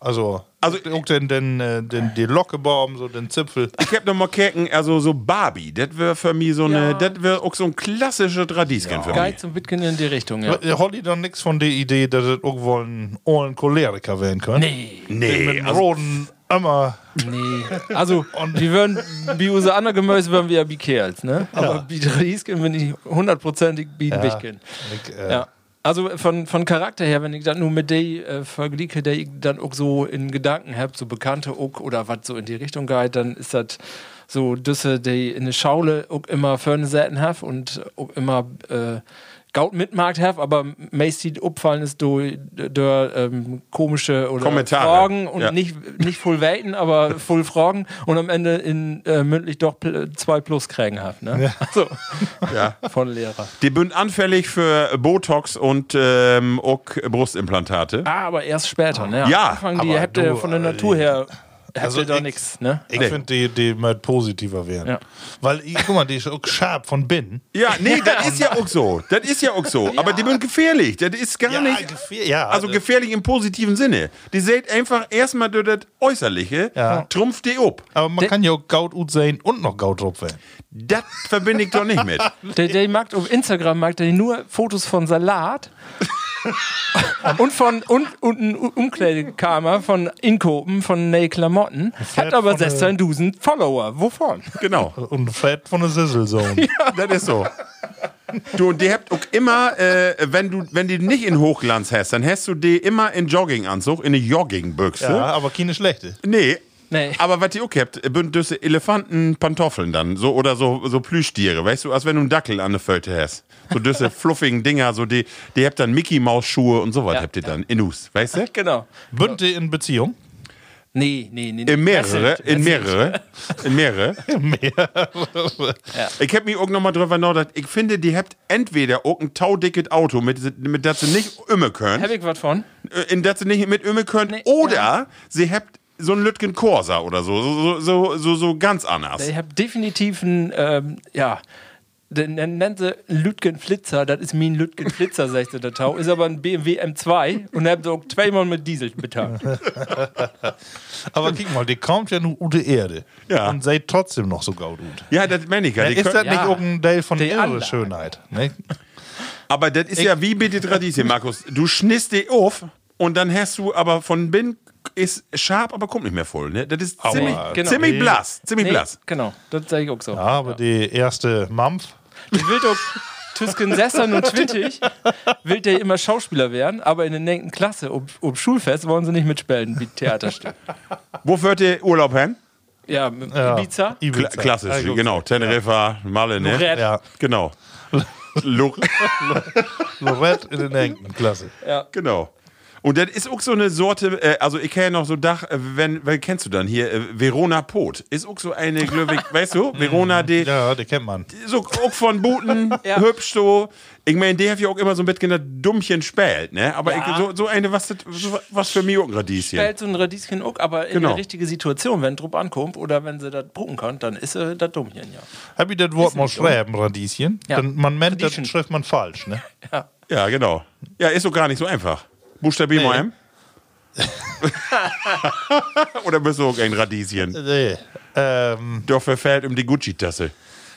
Speaker 3: also,
Speaker 2: Also-
Speaker 3: also auch den, den, äh, den, die Lockebaum, so den Zipfel.
Speaker 2: Ich hab noch mal kecken, also so Barbie, das wäre für mich so eine, das wäre auch so ein klassisches Radieschen für mich.
Speaker 4: Geiz und Bitkin in die Richtung, ja.
Speaker 3: Ja. äh, Holly dann nichts von der Idee, dass es irgendwo ein Ohrenkoleriker werden können.
Speaker 4: Nee,
Speaker 2: Nee,
Speaker 3: Mit
Speaker 2: also,
Speaker 3: roten Ömmer.
Speaker 4: nee. Also, wir würden, wie unsere anderen Gemüse würden wir ja wie Kerls, ne? Aber wie Riesken bin ich hundertprozentig wie ein Bitkin.
Speaker 3: Ich, äh,
Speaker 4: Ja. Also von, von Charakter her, wenn ich dann nur mit der äh, vergleiche, der ich dann auch so in Gedanken habe, so Bekannte auch oder was so in die Richtung geht, dann ist das so Düsse, die in der Schaule auch immer Förne Seiten hab und auch immer äh, Gaut mitmarkt hab, aber meist die abfallen ist durch durch, ähm, komische oder
Speaker 2: Kommentare.
Speaker 4: Fragen und
Speaker 2: Ja.
Speaker 4: nicht, nicht voll Welten, aber voll Fragen und am Ende in äh, mündlich doch pl- zwei Plus kriegen hab, ne? Also,
Speaker 2: Ja.
Speaker 4: von Lehrer.
Speaker 2: die sind anfällig für Botox und ähm, auch Brustimplantate.
Speaker 4: Ah, aber erst später, ne? Am
Speaker 2: Ja,
Speaker 4: Anfang, die
Speaker 3: aber
Speaker 4: habt ihr
Speaker 3: du,
Speaker 4: von der
Speaker 3: äh,
Speaker 4: Natur her Also doch nichts, ne?
Speaker 3: Ich finde, die, die mal positiver werden.
Speaker 4: Ja.
Speaker 3: Weil, ich, guck mal, die ist auch scharf von Bin.
Speaker 2: Ja, nee, das ist ja auch so. Das ist ja auch so. Aber die sind gefährlich. Das ist gar
Speaker 3: Ja,
Speaker 2: nicht.
Speaker 3: gefähr- ja,
Speaker 2: also
Speaker 3: das-
Speaker 2: gefährlich im positiven Sinne. Die seht einfach erstmal durch das Äußerliche,
Speaker 3: Ja.
Speaker 2: trumpft die ob.
Speaker 3: Aber man kann ja auch Gaut gut sehen und noch Gaut drauf werden.
Speaker 2: Das verbinde ich doch nicht mit.
Speaker 4: Der, der mag auf Instagram mag der nur Fotos von Salat und von und, und ein Umkleidekammer von Inkopen von Ney Klamotten hat aber
Speaker 3: von der-
Speaker 4: 16.000 Follower. Wovon?
Speaker 2: Genau.
Speaker 3: Und fett von der Sizzlezone.
Speaker 2: Das ist so. Du, und die habt auch immer, äh, wenn du wenn die nicht in Hochglanz hast, dann hast du die immer in Jogginganzug, in eine Joggingbüchse.
Speaker 3: Ja, aber keine schlechte.
Speaker 2: Nee.
Speaker 4: Nee.
Speaker 2: Aber was ihr auch habt, sind diese Elefantenpantoffeln dann, so oder so, so Plüschtiere, weißt du, als wenn du einen Dackel an der Föte hast. So diese fluffigen Dinger, so die, die habt dann Mickey Maus Schuhe und sowas habt ihr dann, Inus, weißt du?
Speaker 4: Genau.
Speaker 3: Bünd die in Beziehung?
Speaker 4: Nee, nee, nee. nee.
Speaker 2: In mehrere,
Speaker 4: Message,
Speaker 2: in
Speaker 4: Message.
Speaker 2: mehrere, in mehrere.
Speaker 3: Mehr.
Speaker 2: Ich hab mich auch nochmal drüber nachgedacht, ich finde, die habt entweder auch ein taudicket Auto, mit, mit das sie nicht immer können.
Speaker 4: Hab ich was von?
Speaker 2: äh, in das sie nicht mit Öme können.
Speaker 4: Nee,
Speaker 2: oder
Speaker 4: ja.
Speaker 2: sie habt so einen Lütgen Corsa oder so. So, so, so, so, so ganz anders.
Speaker 4: Ich habe definitiv einen, ähm, ja, den den nennt sie Lütgen Flitzer, das ist mein Lütgen Flitzer, 16 der Tau, ist aber ein BMW M2 und hab so zweimal mit Diesel betankt.
Speaker 3: Aber guck mal, die kommt ja nur gute Erde.
Speaker 2: Ja.
Speaker 3: Und seid trotzdem noch so Gaut gut.
Speaker 2: Ja, das meine ich ja.
Speaker 3: Ja,
Speaker 2: Die
Speaker 3: ist das
Speaker 2: können,
Speaker 3: nicht
Speaker 4: Ja.
Speaker 3: auch ein Teil von
Speaker 4: Die
Speaker 3: ihrer
Speaker 4: Anlage.
Speaker 3: Schönheit? Ne?
Speaker 2: aber das ist ja wie bitte Tradition, Markus. Du schnist die auf und dann hast du aber von Bin ist scharf, aber kommt nicht mehr voll. Ne? Das ist ziemlich,
Speaker 4: genau.
Speaker 2: ziemlich
Speaker 4: Nee.
Speaker 2: blass. Ziemlich
Speaker 4: Nee,
Speaker 2: blass.
Speaker 4: Genau, das sage ich auch so.
Speaker 3: Ja, aber die erste Mampf.
Speaker 4: Die will doch zwischen 16 und 20 will der immer Schauspieler werden, aber in der nächsten Klasse, ob, ob Schulfest, wollen sie nicht mitspielen, wie Theaterstück.
Speaker 2: Wo führt ihr Urlaub hin?
Speaker 4: Ja, mit Ibiza.
Speaker 2: Kla
Speaker 3: Ibiza.
Speaker 2: klassisch,
Speaker 3: Ja, gut.
Speaker 2: genau. Teneriffa, Malle, ne?
Speaker 4: Lorette.
Speaker 3: Ja,
Speaker 2: Genau. Lor-
Speaker 3: Lorette in der engten Klasse.
Speaker 2: Genau. Und das ist auch so eine Sorte, äh, also ich kenne noch so Dach, äh, wenn, wenn kennst du dann hier, äh, Verona Pot. Ist auch so eine, glaub ich, weißt du, Verona, die
Speaker 3: Ja, die kennt man.
Speaker 2: ist auch, auch von Buten, hübsch so. Ich meine, die hat ja auch immer so ein bisschen das Dummchen spät, ne? Aber
Speaker 4: Ja.
Speaker 2: ich, so, so eine, was, das- so, was für mich auch ein Radieschen.
Speaker 4: Stellt so ein Radieschen auch, aber in
Speaker 2: Genau.
Speaker 4: der richtigen Situation, wenn Trupp ankommt oder wenn sie das bucken kann, dann ist sie das Dummchen, ja.
Speaker 3: Hab ich das Wort mal schreiben, Radieschen?
Speaker 4: Ja.
Speaker 3: Dann, man meint, das
Speaker 4: Radieschen.
Speaker 3: schreibt man falsch, ne?
Speaker 2: Ja, genau. Ja, ist auch gar nicht so einfach. Buchstabier mal M. Oder bist du auch ein Radieschen?
Speaker 3: Nee. Ähm,
Speaker 2: Doch verfällt um die Gucci-Tasse.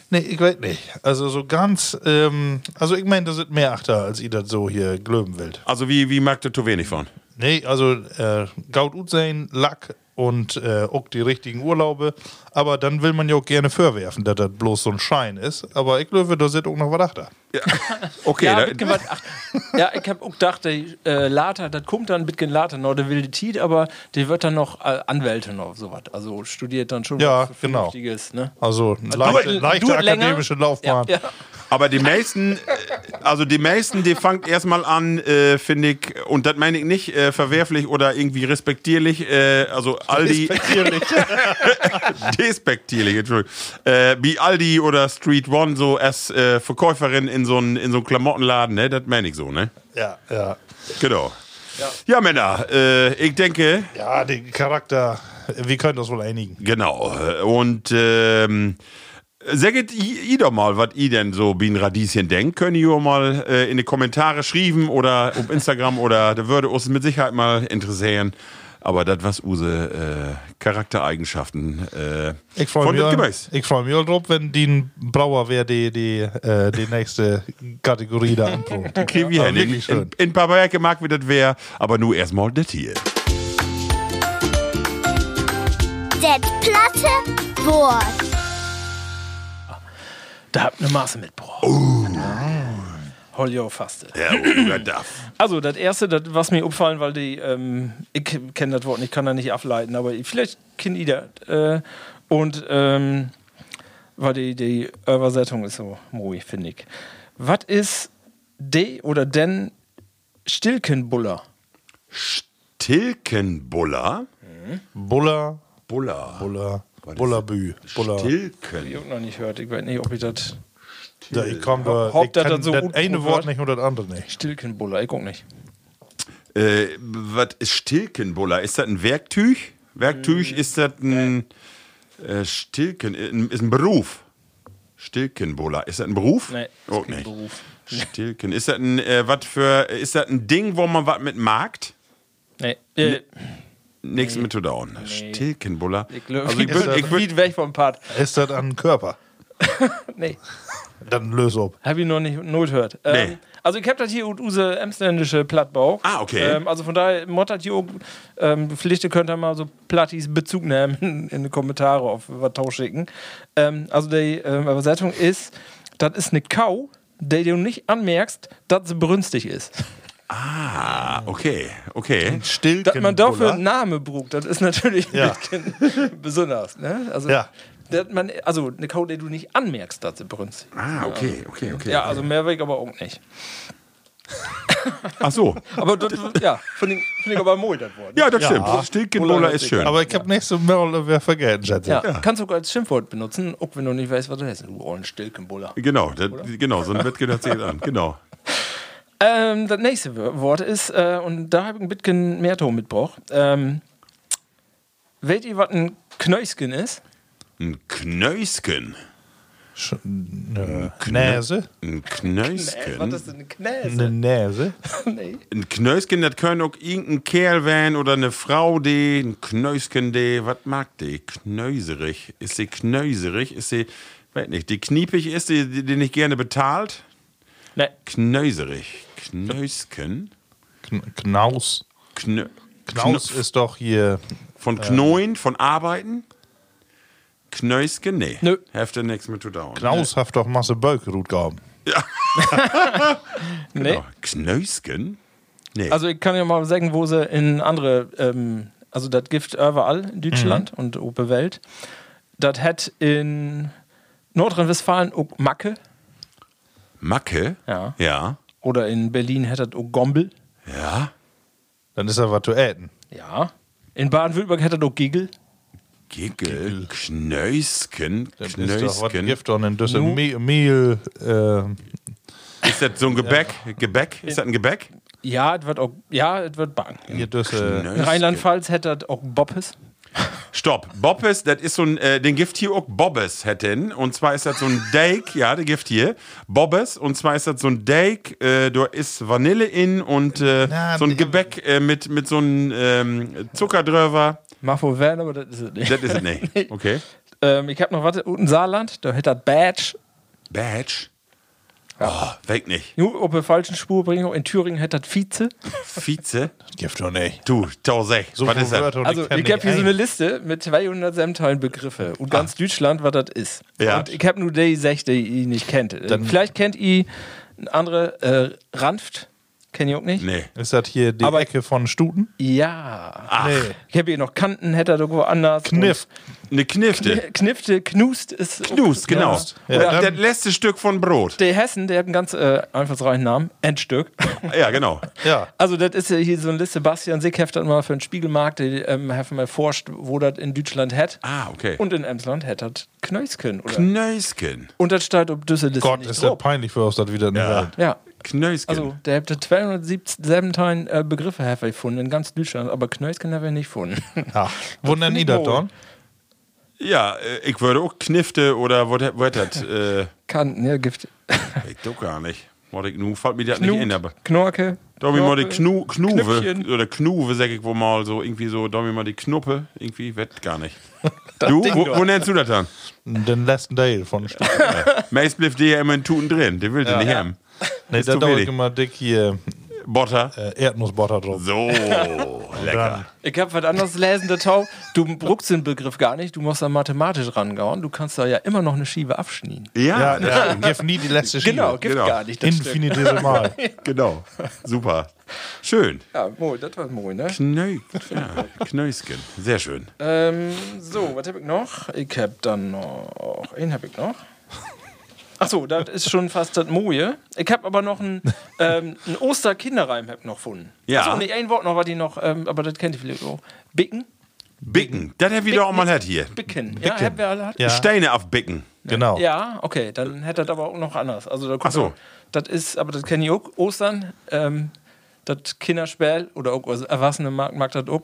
Speaker 3: nee, ich weiß nicht. Also so ganz, ähm, also ich meine, das sind mehr Achter, als ihr das so hier glöben wollt.
Speaker 2: Also wie, wie mag der zu wenig von?
Speaker 3: Nee, also äh, gaut gut sein, Lack und äh, auch die richtigen Urlaube. Aber dann will man ja auch gerne vorwerfen, dass das bloß so ein Schein ist. Aber ich glaube, da sind auch noch was Achter.
Speaker 2: Okay,
Speaker 4: Ja,
Speaker 2: da-
Speaker 4: bitgen wat- ach, ja, ich hab auch gedacht, der äh, Later, das kommt dann ein bisschen later, noch der wilde Tiet, aber die wird dann noch äh, Anwältin oder sowas. Also studiert dann schon
Speaker 3: Ja,
Speaker 4: was
Speaker 3: genau.
Speaker 4: Vernünftiges, ne?
Speaker 3: Also eine leichte,
Speaker 4: duet-
Speaker 3: leichte
Speaker 4: duet länger?
Speaker 3: akademische Laufbahn.
Speaker 4: Ja,
Speaker 2: Aber die meisten, äh, also die meisten, die fangt erstmal an, äh, finde ich, und das meine ich nicht äh, verwerflich oder irgendwie respektierlich, äh, also Aldi. Despektierlich, Entschuldigung. Äh, wie Aldi oder Street One, so als äh, Verkäuferin in so einen in so einen Klamottenladen, ne? Das meine ich so, ne?
Speaker 3: Ja, ja.
Speaker 2: Genau. Ja, Männer, äh, ich denke,
Speaker 3: Ja, den Charakter, wir können das wohl einigen.
Speaker 2: genau. Und ähm, Sagt i- i doch mal, was i denn so wie ein Radieschen denkt. Könnt ihr mal äh, in die Kommentare schreiben oder auf Instagram oder da würde uns mit Sicherheit mal interessieren. Aber das was use äh, Charaktereigenschaften äh,
Speaker 3: Ich freue
Speaker 2: von
Speaker 3: mich,
Speaker 2: dem
Speaker 3: auch-
Speaker 2: Gemäß.
Speaker 3: ich freu mich auch drauf, wenn die ein Brauer wäre, die, die, äh, die nächste Kategorie da anbringt.
Speaker 2: Kriegen wir hin.
Speaker 3: wirklich
Speaker 2: In,
Speaker 3: schön.
Speaker 2: in, in paar Werke mag wie das wär, aber nur erstmal das hier.
Speaker 8: Das platte Wort.
Speaker 4: Da habt ihr eine Maße mitgebracht. Oh. Holjo faste.
Speaker 2: Ja, oder darf.
Speaker 4: Also, das erste, das was mir umfallen, weil die, ähm, ich kenne das Wort nicht, kann da nicht ableiten, aber ich- vielleicht kennt ihr das. Äh, und, ähm, weil die, die Übersetzung ist so ruhig, finde ich. Was ist de oder denn Stilkenbuller?
Speaker 2: Stilkenbuller.
Speaker 3: Buller,
Speaker 2: Buller.
Speaker 3: Buller, Bullerbü. Buller.
Speaker 4: Ich
Speaker 2: Stilken.
Speaker 4: hab noch nicht gehört, ich weiß nicht, ob ich das
Speaker 3: Da, ich komm, da,
Speaker 4: Hopp,
Speaker 3: ich
Speaker 4: dass
Speaker 3: kann
Speaker 4: das so
Speaker 3: das
Speaker 4: gut
Speaker 3: eine
Speaker 4: wird.
Speaker 3: Wort nicht oder das andere nicht.
Speaker 4: Stilkenbuller, ich guck nicht.
Speaker 2: Äh, was ist Stilkenbuller? Ist das ein Werktüch?
Speaker 4: Hm.
Speaker 2: Werktüch ist das ein äh, Stilken, äh, ist ein Beruf. Stilkenbola, ist das ein Beruf?
Speaker 4: Nee, ist
Speaker 2: oh,
Speaker 4: kein
Speaker 2: nee.
Speaker 4: Beruf.
Speaker 2: Stilken, ist das ein äh, was für ist das ein Ding, wo man was mit magt?
Speaker 4: Nee. Äh,
Speaker 2: Nichts mit zu down. Stilkenbola.
Speaker 4: Ich glaube,
Speaker 2: Also
Speaker 4: also
Speaker 2: ich bin, ich bin,
Speaker 4: weg vom Part.
Speaker 3: Ist das an den Körper?
Speaker 4: Nee,
Speaker 3: Dann löse ob.
Speaker 4: habe ich noch nicht not gehört.
Speaker 2: Nee.
Speaker 4: Ähm, also ich habe das hier und use emsländische Plattbau.
Speaker 2: Ah, okay.
Speaker 4: Ähm, also von daher, Mott hat hier auch, ähm, Pflichte könnt ihr mal so Plattis Bezug nehmen in, in die Kommentare auf was Tau schicken. Ähm, also die ähm, Übersetzung ist, das ist eine Kau, der du nicht anmerkst, dass sie brünstig ist.
Speaker 2: ah, okay, okay.
Speaker 3: Stilken.
Speaker 4: Dass man dafür einen Namen braucht, das ist natürlich
Speaker 3: Genau. Ja.
Speaker 4: ein bisschen besonders. Ne? Also,
Speaker 3: Ja.
Speaker 4: dass man, also eine Kau, der du nicht anmerkst, dass sie brünstig ist.
Speaker 2: Ah, okay, okay, okay.
Speaker 4: Ja, also mehr weg aber auch nicht.
Speaker 2: Ach so.
Speaker 4: Aber das, ja, finde ich, find ich aber mooi, das Wort.
Speaker 2: Ja, das stimmt. Stilkenbola ist schön.
Speaker 3: Aber ich habe nächste Mal wer vergessen, Schätze.
Speaker 4: Ja, kannst du auch als Schimpfwort benutzen, auch wenn du nicht weißt, was du heißt. Oh, Du Ohrenstilkenbuller.
Speaker 2: Genau, das, genau, so ein Wettgewinn hat sich an. Genau.
Speaker 4: Ähm, das nächste W- Wort ist, äh, und da habe ich ein bisschen mehr Ton mitgebracht. Ähm, Weet ihr, was ein Knöchskin ist?
Speaker 2: Ein Knösken.
Speaker 3: Sch- ne- Näse?
Speaker 2: Ein
Speaker 4: äh,
Speaker 2: Knösken.
Speaker 4: denn ein Knäs?
Speaker 3: Eine Näse?
Speaker 4: Nee.
Speaker 2: Ein Knösken, das können auch irgendein Kerl werden oder eine Frau, die ein Knösken, die, was mag die? Knöserig. Ist sie knöserig? Ist sie, weiß nicht, die kniepig ist, die, die, die nicht gerne betalt?
Speaker 4: Nee.
Speaker 2: Knöserig. Knösken?
Speaker 3: Kn- Knaus.
Speaker 2: Knö
Speaker 3: Knaus
Speaker 2: Knö-
Speaker 3: ist doch hier.
Speaker 4: äh,
Speaker 2: Von Knoin, von Arbeiten? Knösken? Nee.
Speaker 4: Nö.
Speaker 2: Hefte nichts mit zu dauern.
Speaker 3: Knaus hat doch Masse Bölke gut gehabt.
Speaker 4: nee.
Speaker 2: Ja, Oh, Knösken? Nee.
Speaker 4: Also ich kann ja mal sagen, wo sie in andere, ähm, also das Gift überall in Deutschland und auf der Welt. Das hat in Nordrhein-Westfalen auch Macke
Speaker 2: Macke?
Speaker 4: Ja.
Speaker 2: Ja.
Speaker 4: oder in Berlin hat das auch Gombel.
Speaker 2: Ja.
Speaker 3: Dann ist er was zu äten.
Speaker 4: Ja. In Baden-Württemberg hat er doch Giggel.
Speaker 2: Giggel, Knösken,
Speaker 3: Dann ist doch was
Speaker 2: Knösken. Ist,
Speaker 3: Gift und in Düssel Me- Mehl. ähm,
Speaker 2: das so ein Gebäck? Gebäck? Ist das ein Gebäck?
Speaker 4: Ja, es wird auch, ja, es wird bang.
Speaker 3: hier Düssel.
Speaker 4: In
Speaker 2: Knösken.
Speaker 4: Rheinland-Pfalz hätte das auch Boppes.
Speaker 2: Stopp. Bobbes, das ist so ein, äh, den Gift hier auch Bobbes hätten. Und zwar ist das so ein Dake, ja, der Gift hier. Bobbes, und zwar ist das so ein Dake, äh, da ist Vanille in und äh,
Speaker 3: Na,
Speaker 2: so ein
Speaker 3: die-
Speaker 2: Gebäck äh, mit, mit so einem ähm, Zucker drüber.
Speaker 4: Mafo Van, aber das ist es nicht.
Speaker 2: Das ist es nicht. Okay.
Speaker 4: ähm, ich habe noch was unten Saarland, da hätte das Badge.
Speaker 2: Badge. Oh, weg nicht.
Speaker 4: Nur ob wir falschen Spur bringen, in Thüringen hätte das Vize.
Speaker 2: Vize.
Speaker 3: Gift doch nicht.
Speaker 2: Du, tausend.
Speaker 3: So
Speaker 2: Was ist
Speaker 3: viele
Speaker 2: das?
Speaker 3: Wörter und
Speaker 4: Also,
Speaker 3: kenn
Speaker 4: ich habe
Speaker 3: nicht
Speaker 4: hier so eine
Speaker 3: ein.
Speaker 4: Liste mit 200 sämtlichen Begriffe und ganz Deutschland, was das ist.
Speaker 2: Ja.
Speaker 4: Und ich habe nur die 6, die ihr nicht kennt. Äh, Vielleicht kennt ihr eine andere, äh, Ranft, kennt ihr auch nicht?
Speaker 2: Nee.
Speaker 3: Ist das hier die
Speaker 4: Aber-
Speaker 3: Ecke von Stuten?
Speaker 4: Ja.
Speaker 2: Ach,
Speaker 3: Nee.
Speaker 4: Ich habe hier noch Kanten, hätte das irgendwo anders.
Speaker 3: Kniff.
Speaker 2: eine Knifte.
Speaker 4: Und Knifte, Knust ist.
Speaker 2: Knust, genau.
Speaker 3: Ja,
Speaker 2: Oder
Speaker 3: dann-
Speaker 2: das letzte Stück von Brot.
Speaker 4: Der Hessen, der hat einen ganz äh, einfallsreichen Namen, Endstück.
Speaker 2: Ja, genau.
Speaker 3: Ja.
Speaker 4: Also, das ist ja hier so eine Liste. Bastian Sick hat mal für den Spiegelmarkt, die ähm, haben mal forscht, wo das in Deutschland hat.
Speaker 2: Ah, okay.
Speaker 4: Und in Emsland hat das Knösken. Oder?
Speaker 2: Knösken.
Speaker 4: und das steht ob Düsseldorf. nicht
Speaker 3: Gott, ist das
Speaker 4: drauf.
Speaker 3: peinlich für uns, das wieder in der Welt.
Speaker 4: Ja.
Speaker 2: Knösken.
Speaker 4: Also, der hätte 217 äh, Begriffe hat er gefunden in ganz Deutschland, aber Knösken hat er nicht gefunden.
Speaker 3: Ja. Wundern
Speaker 4: find
Speaker 3: die
Speaker 4: ich
Speaker 3: das
Speaker 4: wohl.
Speaker 3: dann?
Speaker 2: ja, äh, ich würde auch Knifte oder was hat das? Äh,
Speaker 4: Kanten, ja, ne, Gift.
Speaker 2: ich doch gar nicht. Mod ich nu, fällt mir das nicht in, aber.
Speaker 4: Knut, Knorke.
Speaker 2: Domi mal die
Speaker 4: Knorpel,
Speaker 2: Knu, Knuwe.
Speaker 4: Knüppchen.
Speaker 2: Oder Knuwe, sag ich wohl mal so. Irgendwie so, Domi mal die Knuppe. Irgendwie, wett gar nicht. du, wo, wo nennst du das dann?
Speaker 3: Den letzten Teil von Stuten.
Speaker 2: Mace blieb dir ja immer in Tuten drin. Den will du nicht haben.
Speaker 3: Nee, da
Speaker 2: zu
Speaker 3: dauert
Speaker 2: wenig.
Speaker 3: immer dick hier
Speaker 2: Botter.
Speaker 3: äh, Erdnussbutter drauf.
Speaker 2: So, lecker.
Speaker 4: Ich hab was anderes lesen, der Tau. Du bruckst den Begriff gar nicht, du musst da mathematisch rangauen. Du kannst da ja immer noch eine Schiebe abschneiden.
Speaker 2: Ja,
Speaker 3: Ja,
Speaker 2: ja,
Speaker 3: ja. Gift nie die letzte Schiebe.
Speaker 4: Genau, gibt
Speaker 2: genau.
Speaker 4: gar nicht. Das stimmt.
Speaker 3: Infinitesimal.
Speaker 2: genau. Super. Schön.
Speaker 4: Ja, mooi, Ah, das war mooi, ne?
Speaker 2: Knö ja, Knösken. Sehr schön.
Speaker 4: Ähm, so, was hab ich noch? Ich hab dann noch. Einen hab ich noch. Achso, das ist schon fast das Moje. Ich hab aber noch einen ähm, ein Osterkinderreim hab ich noch gefunden.
Speaker 2: Ja.
Speaker 4: Achso, nee, ein Wort noch, was die noch, ähm, aber das kennt ihr vielleicht auch. Bicken.
Speaker 2: Bicken. Das hätte wieder auch mal hat hier.
Speaker 4: Bicken. Ja, hab wir alle hat.
Speaker 3: Ja.
Speaker 2: Steine auf Bicken.
Speaker 3: genau.
Speaker 4: Ja, okay, dann hätte das aber auch noch anders. Also da
Speaker 2: Ach so.
Speaker 4: Das ist, aber das kenne ich auch, Ostern, ähm, das Kinderspiel oder auch also Erwachsene mag, mag das auch.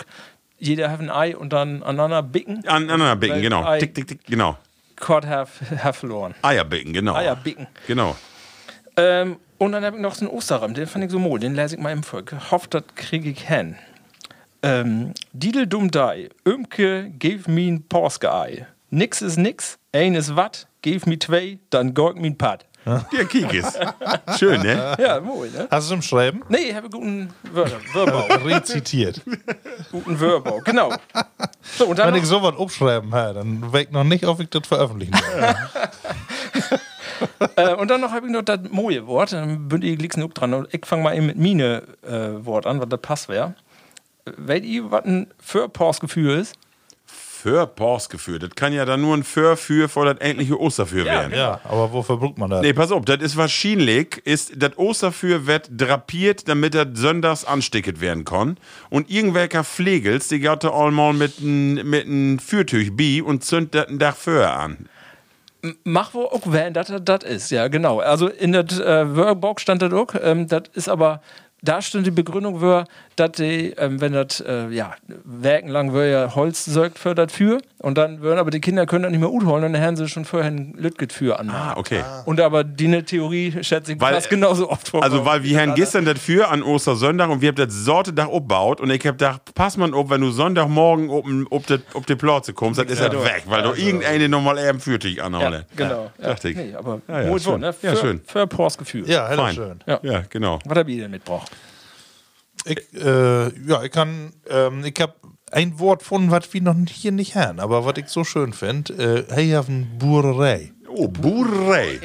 Speaker 4: jeder have ein Ei und dann aneinander bicken.
Speaker 2: Aneinander bicken,
Speaker 4: Weil
Speaker 2: genau.
Speaker 4: Ei-
Speaker 2: Tick, tick, tick, genau.
Speaker 4: Cod have, have verloren.
Speaker 2: Eierbicken, genau.
Speaker 4: Eierbicken.
Speaker 2: Genau.
Speaker 4: Ähm, und dann habe ich noch so einen Osterrahmen, den fand ich so mool, den lese ich mal im Volk. Hofft, das kriege ich hin. Ähm, Didel dum dai, Ömke, give me ein Porske-Ei. Nix is nix, ein is wat, give me zwei, dann gorg me ein Pad.
Speaker 2: Der Kikis. Schön, ne?
Speaker 4: Ja, mool, ne?
Speaker 3: Hast du zum Schreiben?
Speaker 4: Nee, ich habe guten Wörter, Wörbau.
Speaker 3: Rezitiert.
Speaker 4: guten Wörbau, genau. So, und dann
Speaker 3: Wenn
Speaker 4: noch,
Speaker 3: ich sowas abschreiben habe, dann weg noch nicht, ob ich das veröffentlichen will.
Speaker 4: äh, und dann noch habe ich noch das Moje-Wort, dann bin ich liegst genug dran. Und ich fange mal eben mit Mine-Wort an, was das Pass wäre. Weet ihr, was ein Förpors-Gefühl ist?
Speaker 2: Für Pors geführt. Das kann ja dann nur ein Für, Für vor das endliche Osterfür werden.
Speaker 3: ja, aber wofür braucht man das?
Speaker 2: Nee, pass auf, das ist wahrscheinlich, ist das Osterfür wird drapiert, damit das sonntags ansticket werden kann. Und irgendwelcher Pflegels, die gatte allmal mit einem mit n Fürtüch bi und zündet das einen Dach für an.
Speaker 4: Mach wo auch, wenn das das ist, ja, genau. Also in der äh, Workbox stand das auch, ähm, das ist aber, da stand die Begründung, wär, dass die, ähm, wenn das, äh, ja, Werken lang wär ja Holz sorgt für das für und dann würden aber die Kinder können das nicht mehr utholen und dann haben sie schon vorher ein Lütget für an.
Speaker 2: Ah, okay.
Speaker 4: Und aber die eine Theorie, schätze ich,
Speaker 2: Weil- äh,
Speaker 4: passt genauso oft vor.
Speaker 2: Also, weil wir haben gestern das für an Ostersonntag und wir haben das Sortedach abbaut und ich hab gedacht, pass man ob, wenn du Sonntagmorgen ob, ob, das- ob die Plotze kommst, dann ist das weg, weil du irgendeine nochmal eben Fürtüch anholen.
Speaker 4: Genau. Ja.
Speaker 2: Dachte ich.
Speaker 4: Nee, aber
Speaker 2: Ja, ja,
Speaker 4: wohl so,
Speaker 2: schön.
Speaker 4: ne?
Speaker 2: Ja,
Speaker 4: Für-
Speaker 2: schön.
Speaker 4: Für Pors Gefühl.
Speaker 3: Ja, hella
Speaker 2: Fein.
Speaker 3: schön.
Speaker 4: Ja.
Speaker 2: ja, genau.
Speaker 4: Was habt ihr denn mitgebracht?
Speaker 3: Ich, äh, ja, ich kann, ähm, ich habe ein Wort gefunden, was wir noch hier nicht haben, aber was ich so schön finde, äh, hey, have ein Burerei.
Speaker 2: Oh, Burei.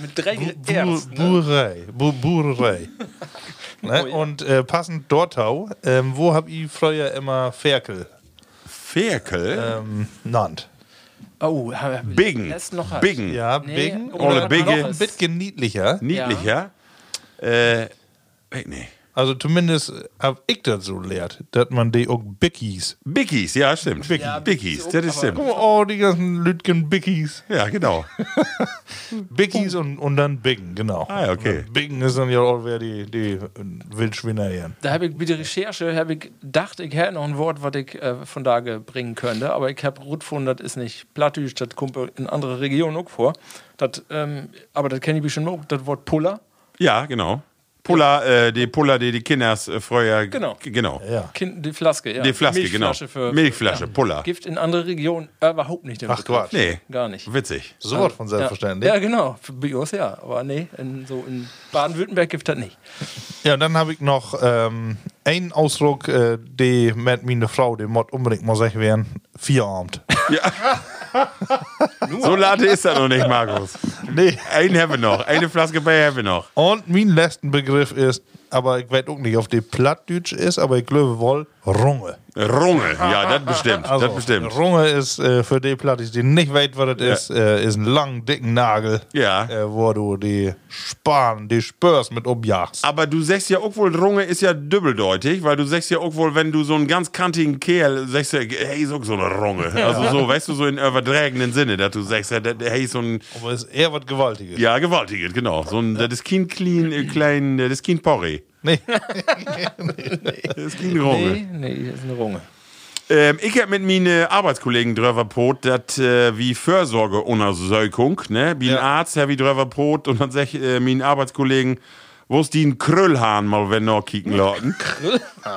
Speaker 4: Mit drei
Speaker 3: Bu- Burei. Bu- Burei. ne?
Speaker 4: ne? Oh, ja.
Speaker 3: Und äh, passend Dortau, ähm, wo hab ich früher immer Ferkel
Speaker 2: Ferkel.
Speaker 3: ähm, nannt?
Speaker 4: Oh, hab- hab ich
Speaker 2: Biggen.
Speaker 4: letztens noch halt. gehabt.
Speaker 2: Biggen.
Speaker 3: Ja,
Speaker 4: Nee,
Speaker 3: Biggen.
Speaker 4: oder
Speaker 3: Oder
Speaker 2: noch Bigge.
Speaker 3: Ein bisschen niedlicher.
Speaker 2: Niedlicher. Äh, weiß nicht.
Speaker 3: Also zumindest hab ich das so lehrt, dass man die auch Bickies.
Speaker 2: Bickies, ja, stimmt. Bickies, das ist stimmt.
Speaker 3: Oh, die ganzen Lütgen Bickies.
Speaker 2: Ja, genau.
Speaker 3: Bickies und, und dann Biggen, genau.
Speaker 2: Ah, okay.
Speaker 3: Und Biggen ist dann ja auch wer die, die äh, Wildschwinner hier.
Speaker 4: Da habe ich bei der Recherche hab ich gedacht, ich hätte noch ein Wort, was ich äh, von da bringen könnte, aber ich habe gefunden, das ist nicht Plattdeutsch, das kommt in andere Regionen auch vor. Das, ähm, aber das kenne ich bestimmt auch, das Wort Puller.
Speaker 2: Ja, genau. Pulla, äh, die Pulla, die die Kinders äh, früher.
Speaker 4: Genau.
Speaker 2: g- genau.
Speaker 3: Ja.
Speaker 4: Kind, die Flaske, ja.
Speaker 2: Die Flaske,
Speaker 4: Milchflasche
Speaker 2: genau.
Speaker 4: Für,
Speaker 2: Milchflasche, Puller.
Speaker 4: Gift in andere Regionen äh, überhaupt nicht. im
Speaker 3: Ach,
Speaker 4: Begriff.
Speaker 3: Quatsch.
Speaker 2: Nee. äh,
Speaker 4: Gar nicht.
Speaker 2: Witzig.
Speaker 3: So was von selbstverständlich.
Speaker 4: Ja, genau. Für Bios ja, aber nee, in, so in Baden-Württemberg gibt das nicht.
Speaker 3: Ja, und dann habe ich noch ähm, einen Ausdruck, äh, die mit meiner Frau, die Mod unbedingt muss ich werden. Vierarmt.
Speaker 2: So late ist das noch nicht, Markus.
Speaker 3: nee.
Speaker 2: Einen haben wir noch. Eine Flaske Bier haben wir noch.
Speaker 3: Und mein letzten Begriff ist, aber ich weiß auch nicht, ob die Plattdeutsch ist, aber ich glaube wohl, Runge.
Speaker 2: Runge. Ja, das bestimmt.
Speaker 3: Also,
Speaker 2: das bestimmt.
Speaker 3: Runge ist äh, für die Plattis, die nicht weit, was das ist, äh, ist ein lang, dicken Nagel,
Speaker 2: Ja.
Speaker 3: äh, wo du die Span, die Spörs mit umjagst.
Speaker 2: Aber du sagst ja auch wohl, Runge ist ja doppeldeutig, weil du sagst ja auch wohl, wenn du so einen ganz kantigen Kerl sagst, ja, hey, ist auch so eine Runge. Also so, weißt du, so in übertragenen Sinne, dass du sagst, ja, dat- hey, ist so ein,
Speaker 3: Aber ist eher was Gewaltiges.
Speaker 2: ja, gewaltiges, genau. So ein, das ist kein clean, äh, klein, das ist kein Porree.
Speaker 3: Nee.
Speaker 2: Das ist kein Runge.
Speaker 4: Nee, nee, das ist eine Runge.
Speaker 2: Ähm, ich hab mit meinen Arbeitskollegen drüber pot, dass äh, wie Fürsorgeuntersuchung, ne? Wie ein
Speaker 3: Ja.
Speaker 2: Arzt, Herr wie drüber pot, und dann sag ich äh, meinen Arbeitskollegen, wo ist die ein Krüllhahn mal, wenn noch kicken lauten?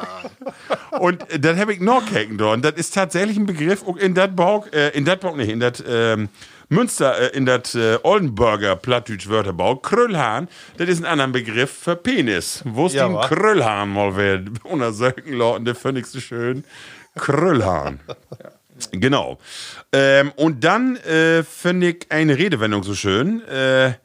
Speaker 2: und äh, dann hab ich noch kicken dort. Das ist tatsächlich ein Begriff, auch in dat Bauch, äh, in dat Bauch nicht, in dat ähm, Münster, äh, in dat äh, Oldenburger Plattdütsch Wörterbau, Krüllhahn, das ist ein anderer Begriff für Penis. Wo ist
Speaker 3: Ja,
Speaker 2: die ein
Speaker 3: wa?
Speaker 2: Krüllhahn mal, wenn untersuchen lauten, der finde ich so schön. Krüllhahn. Genau. Ähm, und dann äh, finde ich eine Redewendung so schön. Äh,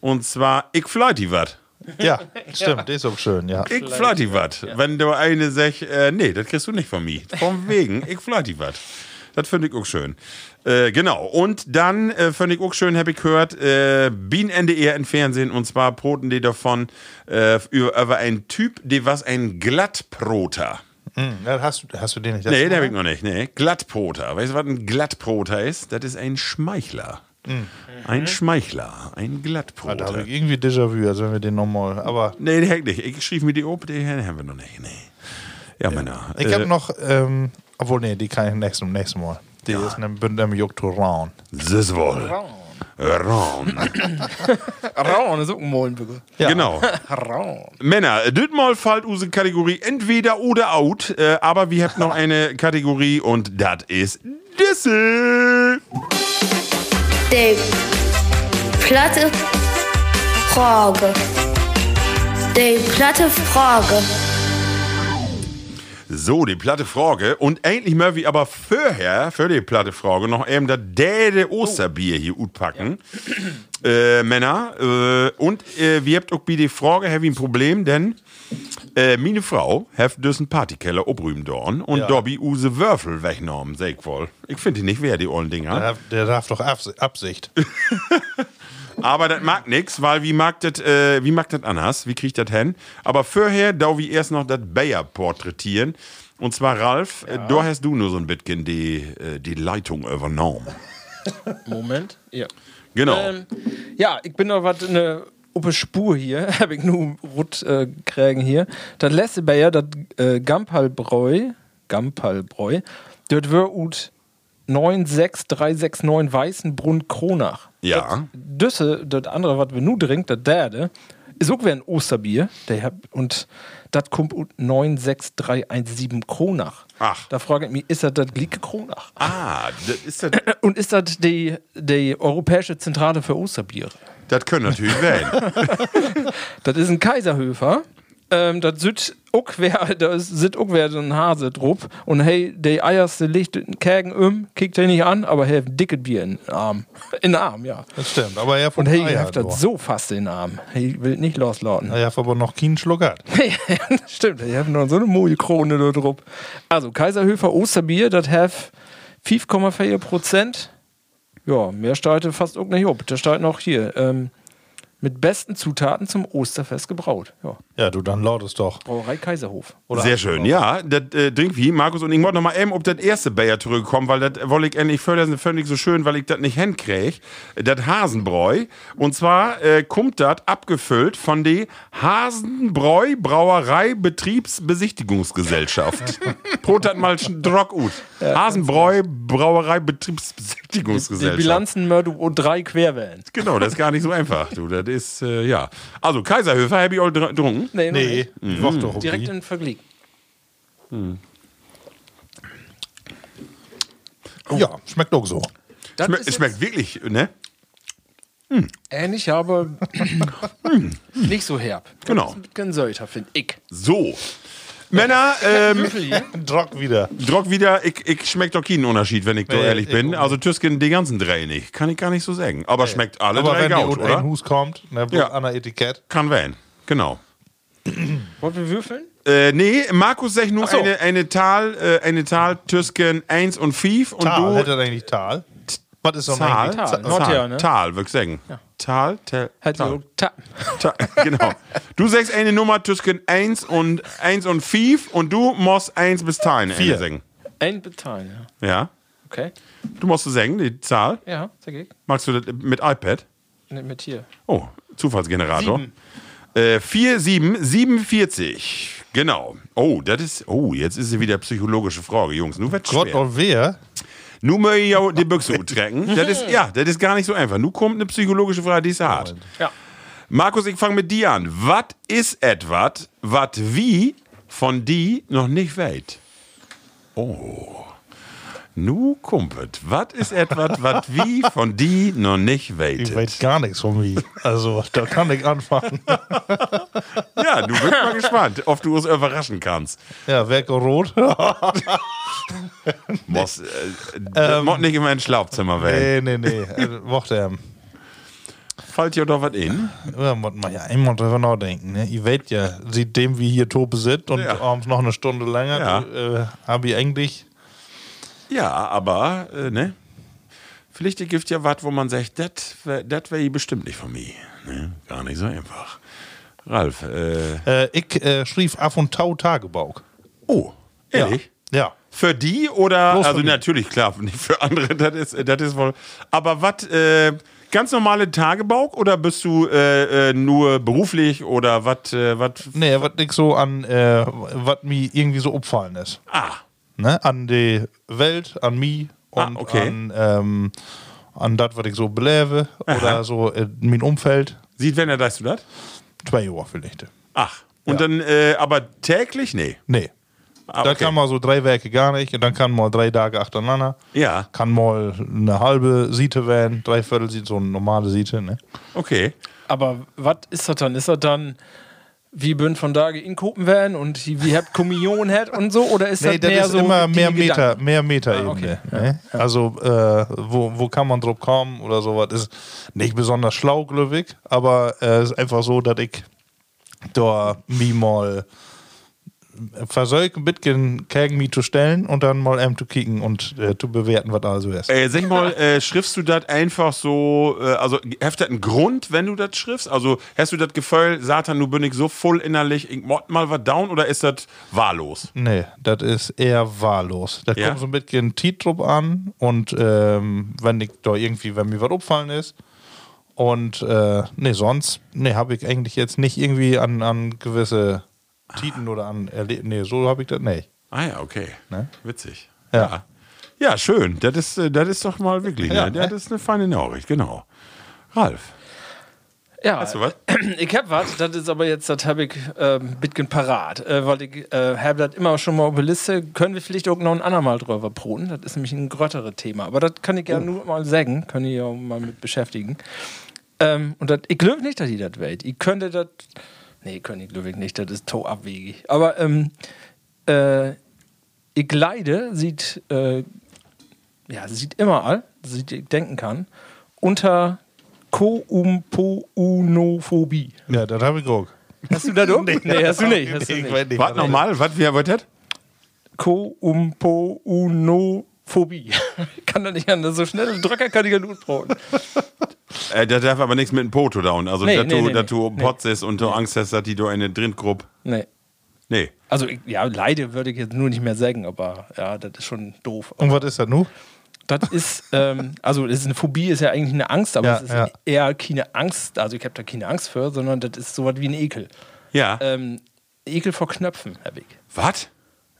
Speaker 2: und zwar, ich flight die wat.
Speaker 3: ja, stimmt, die ist auch schön, ja.
Speaker 2: Ich flight die wat. Wenn du eine sagst, äh, nee, das kriegst du nicht von mir. Von wegen, ich flight die wat. Das finde ich auch schön. Äh, genau. Und dann äh, finde ich auch schön, habe ich gehört, äh, Bien NDR im Fernsehen. Und zwar broten die davon äh, über, über einen Typ, die was ein Glattbroter.
Speaker 3: Hm, ja, hast, du- hast du den nicht?
Speaker 2: Nee, den habe ich noch nicht. Nee. Glattbroter. Weißt du, was ein Glattbroter ist? Das ist ein Schmeichler. Ein Schmeichler. Ein
Speaker 3: Mhm. Ah, Da habe
Speaker 2: Glattbroter.
Speaker 3: ich irgendwie Déjà-vu, als wenn wir den nochmal. Aber
Speaker 2: nee, den hab ich nicht. Ich schrieb mir die Op, den haben wir noch nicht. Nee. Ja, Männer.
Speaker 3: Ich habe noch, ähm, obwohl, nee, die kann ich nächsten, nächsten Mal. Die ist ne, eine Bündner Joktoran.
Speaker 2: Das wohl. Raun.
Speaker 4: Raun ist auch ein Molenbügel.
Speaker 3: Ja.
Speaker 2: Genau.
Speaker 4: Raun.
Speaker 2: Männer, dit mal fällt unsere Kategorie entweder oder out, äh, aber wir haben noch eine Kategorie und das ist Dissel.
Speaker 11: Die platte Frage. Die platte Frage.
Speaker 2: So, die platte Frage. Und endlich Murphy, aber vorher, für die platte Frage, noch eben das däde Osterbier hier utpacken. Äh, Männer. Äh, und äh, wir habt auch bei der Frage, habe ich ein Problem, denn äh, meine Frau hat düssen Partykeller obrühmdorn und
Speaker 3: Ja.
Speaker 2: Dobby use Würfel weggenommen, sag ich wohl. Ich finde die nicht wer, die ollen Dinger.
Speaker 3: Der, hat- der darf doch Abs- Absicht.
Speaker 2: Aber das mag nix, weil wie mag das, äh, wie mag das anders? Wie kriegt das hin? Aber vorher darf ich erst noch das Bayer porträtieren. Und zwar, Ralf, äh, da hast du nur so ein bisschen die, äh, die Leitung übernommen.
Speaker 4: Moment. Ja.
Speaker 2: Genau.
Speaker 4: Ähm, ja, ich bin noch was in der Uppe Spur hier. Habe ich nur rot äh, Krägen hier. Das letzte Bayer, das äh, Gampalbräu, Gampalbräu, das wird ut 96369 Weißenbrunn Kronach.
Speaker 2: ja.
Speaker 4: Düsse, das andere, was wir nu trinken, das derde, ist auch wie ein Osterbier. Der hab, und das kommt ut 96317 Kronach.
Speaker 2: Ach.
Speaker 4: Da frage ich mich, ist das das gleiche Kronach?
Speaker 2: Ah, das ist das.
Speaker 4: Und ist das die, die Europäische Zentrale für Osterbiere?
Speaker 2: Das können natürlich sein.
Speaker 4: Das ist ein Kaiserhöfer. Ähm, das sind auch wer, da ist- sind auch wer so ein Hase drup. Und hey, die eierste Licht in Kägen um, kickt er nicht an, aber hey, dicket Bier in den Arm. In den Arm, ja.
Speaker 3: Das stimmt. Aber er hat
Speaker 4: Und
Speaker 3: von
Speaker 4: hey, ihr
Speaker 3: Eier
Speaker 4: habt das
Speaker 3: nur.
Speaker 4: so fast in den Arm. Hey, will nicht loslauten.
Speaker 3: Er hat aber noch keinen Schluck gehabt.
Speaker 4: Stimmt, die haben noch so eine Mogelkrone da drauf. Also, Kaiserhöfer Osterbier, das hat 5,4 Prozent. Ja, mehr steigt fast auch nicht ob. Da steigt noch hier. Ähm, mit besten Zutaten zum Osterfest gebraut. Ja,
Speaker 3: Ja, du, dann lautest doch.
Speaker 4: Brauerei Kaiserhof.
Speaker 2: Sehr schön. Ja, das äh, trinkt wie Markus und ich wollte noch mal eben, ob das erste Bayer zurückkommt, weil das wollte ich endlich fördern, fand ich so schön, weil ich das nicht hinkriege. Das Hasenbräu. Und zwar äh, kommt das abgefüllt von der Hasenbräu Brauerei Betriebsbesichtigungsgesellschaft. Brot hat mal schon Drock ut. Hasenbräu Brauerei
Speaker 4: Die
Speaker 2: Betriebsbesichtigungsgesellschaft.
Speaker 4: Bilanzen mördu und drei Querwellen.
Speaker 2: Genau, das ist gar nicht so einfach, du. Das ist, äh, ja. Also, Kaiserhöfer habe ich all dr- getrunken.
Speaker 4: Nee, noch
Speaker 3: Nee,
Speaker 4: nicht.
Speaker 3: mhm. doch doch.
Speaker 4: Direkt
Speaker 3: Okay.
Speaker 4: in Vergleich.
Speaker 3: Ja, schmeckt doch so.
Speaker 4: Das
Speaker 2: Schme
Speaker 4: ist jetzt
Speaker 2: schmeckt wirklich, ne?
Speaker 4: ähnlich, aber Hm. nicht so herb.
Speaker 2: Genau.
Speaker 4: Das ist ein bisschen Sölter, finde ich.
Speaker 2: So. Männer, ähm,
Speaker 3: Drock wieder.
Speaker 2: Drock wieder, ich, ich schmeckt doch keinen Unterschied, wenn ich so
Speaker 3: Nee,
Speaker 2: ehrlich
Speaker 3: ich
Speaker 2: bin.
Speaker 3: auch
Speaker 2: Also Tüsken die ganzen drei nicht. Kann ich gar nicht so sagen. Aber schmeckt alle
Speaker 3: Aber
Speaker 2: drei
Speaker 3: wenn
Speaker 2: gaut,
Speaker 3: die unter den
Speaker 2: oder?
Speaker 3: Hus kommt, ne,
Speaker 2: Ja.
Speaker 3: ja. an der Etikett.
Speaker 2: Kann werden. Genau.
Speaker 4: Wollen wir würfeln?
Speaker 2: Äh, nee, Markus sagt nur
Speaker 4: so.
Speaker 2: eine, eine Tal, äh, eine Tal Tüsken 1 und 5 und
Speaker 3: Tal, hätte
Speaker 2: du
Speaker 3: er eigentlich Tal? Was ist so
Speaker 2: Tal,
Speaker 3: ein
Speaker 4: Tal,
Speaker 2: Tal,
Speaker 4: Nordjahr, ne?
Speaker 2: Tal, würde ich sagen. Tal, Tal,
Speaker 4: Halt
Speaker 2: Tal.
Speaker 4: so. Ta
Speaker 2: Ta- genau. Du sagst eine Nummer zwischen 1 und 1 und 5 und du musst 1 bis 10
Speaker 3: Vier.
Speaker 2: sagen.
Speaker 4: ein Betal, ja.
Speaker 2: Ja.
Speaker 4: Okay.
Speaker 2: Du musst sagen, die Zahl.
Speaker 4: Ja, sag ich.
Speaker 2: Magst du das mit iPad?
Speaker 4: Ne, mit hier.
Speaker 2: Oh, Zufallsgenerator. Äh, 4, 7, 47. Genau. Oh, das ist. Oh, jetzt ist sie wieder psychologische Frage, Jungs. Nur wird's
Speaker 3: Gott
Speaker 2: schwer.
Speaker 3: und wer?
Speaker 2: Nur möge ich ja die Büchse utrecken. Das ist, ja, das ist gar nicht so einfach. Nur kommt eine psychologische Frage, die ist hart.
Speaker 4: Ja.
Speaker 2: Markus, ich fange mit dir an. Was ist etwas, was wie von die noch nicht weit? Oh. Nu kumpet. Was ist etwas, was wie von die noch nicht
Speaker 3: Ich
Speaker 2: weit?
Speaker 3: weiß gar nichts von wie. Also, da kann ich anfangen.
Speaker 2: Ja, du bist mal gespannt, ob du uns überraschen kannst.
Speaker 3: Ja, Werk und Rot.
Speaker 2: Muss, äh, ähm, nicht in mein Schlafzimmer werden.
Speaker 3: nee, nee, nee. Äh, Mochte er.
Speaker 2: Fällt dir doch was in?
Speaker 3: Ja, muss man ja einmal drüber nachdenken. Ne? Ihr wisst ja, sieht dem, wie hier Tope sitzt und
Speaker 2: Ja.
Speaker 3: abends noch eine Stunde länger,
Speaker 2: Ja.
Speaker 3: äh, habe ich eigentlich.
Speaker 2: Ja, aber, äh, ne? Vielleicht gibt ja was, wo man sagt, das wäre wär bestimmt nicht von mir. Ne? Gar nicht so einfach. Ralf, äh,
Speaker 3: Äh, ich äh, schrieb Af und Tau Tagebauk.
Speaker 2: oh, ehrlich?
Speaker 3: Ja.
Speaker 2: Für die oder?
Speaker 3: Bloß für
Speaker 2: also
Speaker 3: die.
Speaker 2: natürlich, klar, nicht für andere, das ist, das ist wohl. Aber was, äh, ganz normale Tagebauk oder bist du äh, äh, nur beruflich oder was? Äh, wat-
Speaker 3: Nee, was nix so an, äh, was mir irgendwie so opfallen ist.
Speaker 2: Ah.
Speaker 3: Ne? An die Welt, an mich und
Speaker 2: Ah, okay.
Speaker 3: an, ähm, an das, was ich so belebe
Speaker 2: Aha.
Speaker 3: oder so äh, mein Umfeld.
Speaker 2: Sieht wenn er das du das?
Speaker 3: Zwei Jahre vielleicht.
Speaker 2: Ach. Und dann, äh, aber täglich? Nee.
Speaker 3: Nee.
Speaker 2: Ah,
Speaker 3: Da
Speaker 2: okay.
Speaker 3: kann man so drei Werke gar nicht und dann kann man drei Tage achteinander.
Speaker 2: Ja.
Speaker 3: Kann mal eine halbe Siete werden, drei Viertel Siete, so eine normale Siete. Ne?
Speaker 2: Okay.
Speaker 4: Aber was ist das dann? Ist das dann, wie bin von da inkopen werden und wie habt Kommunion hat und so? Oder ist
Speaker 3: Nee,
Speaker 4: das
Speaker 3: das
Speaker 4: mehr
Speaker 3: ist
Speaker 4: so?
Speaker 3: immer
Speaker 4: die
Speaker 3: mehr Meter,
Speaker 4: Gedanken? Ah,
Speaker 3: mehr Meter Ebene. ne? Also äh, wo, wo kann man drauf kommen oder sowas ist nicht besonders schlau, glücklich, aber es äh, ist einfach so, dass ich da mir mal versuche, ein bisschen gegen mich zu stellen und dann mal ähm, zu kicken und äh, zu bewerten, was da so ist.
Speaker 2: Äh, sag mal, äh, schriftst du das einfach so, äh, also hast das einen Grund, wenn du das schriftst? Also hast du das Gefühl, Satan, du bin ich so voll innerlich, ich mod mal was down oder ist das wahllos?
Speaker 3: Nee, das ist eher wahllos. Das
Speaker 2: Ja?
Speaker 3: kommt so ein bisschen Titrup an und ähm, wenn ich da irgendwie, wenn mir was abfallen ist. Und äh, nee, sonst, nee, habe ich eigentlich jetzt nicht irgendwie an, an gewisse Titen oder an Erlebnisse. Nee, so habe ich das nicht.
Speaker 2: Ah ja, okay.
Speaker 3: Ne?
Speaker 2: Witzig.
Speaker 3: Ja.
Speaker 2: Ja, schön. Das ist, äh, das ist doch mal wirklich,
Speaker 4: Ja,
Speaker 2: ne?
Speaker 4: ne?
Speaker 2: das ist eine feine Nachricht, genau. Ralf.
Speaker 4: Ja,
Speaker 2: Hast du was?
Speaker 4: ich hab was, das ist aber jetzt, das habe ich ähm, bisschen parat, äh, weil ich äh, habe das immer schon mal auf der Liste. Können wir vielleicht auch noch ein andermal drüber proben? Das ist nämlich ein grötteres Thema, aber das kann
Speaker 2: Oh.
Speaker 4: ich ja nur mal sagen, könnt ihr ja mal mit beschäftigen. Ähm, und das, ich glaube nicht, dass ihr das wählt. Ihr könntet das, nee, könnt ihr glaube ich nicht, das ist to abwegig. Aber ähm, äh, ich leide, sieht, äh, ja, sieht immer all, sieht ich denken kann, unter Koumponophobie.
Speaker 3: Ja, das habe ich auch.
Speaker 4: Hast du da doch? nee, hast du nicht.
Speaker 3: Nee,
Speaker 4: Hast du
Speaker 3: ich
Speaker 4: nicht.
Speaker 3: weiß nicht.
Speaker 2: Was nochmal? Was, wie wollt das?
Speaker 4: Koumponophobie. Ich kann da nicht anders. So schnell Drücker kann ich ja nur brauchen.
Speaker 2: Äh, das darf aber nichts mit dem Poto down. Also,
Speaker 4: Nee,
Speaker 2: dass
Speaker 4: nee,
Speaker 2: du,
Speaker 4: nee,
Speaker 2: dass du
Speaker 4: nee.
Speaker 2: oben Potz ist und du Angst hast, dass die da in eine Drindgruppe.
Speaker 4: Nee.
Speaker 2: Nee.
Speaker 4: Also, ich, ja, leide würde ich jetzt nur nicht mehr sagen, aber ja, das ist schon doof.
Speaker 3: Und was ist das nun?
Speaker 4: Das ist, ähm, also das ist eine Phobie, ist ja eigentlich eine Angst, aber
Speaker 3: Ja,
Speaker 4: es ist
Speaker 3: ja.
Speaker 4: eher keine Angst, also ich habe da keine Angst für, sondern das ist sowas wie ein Ekel.
Speaker 2: Ja.
Speaker 4: Ähm, Ekel vor Knöpfen, Herr Weg.
Speaker 2: Was?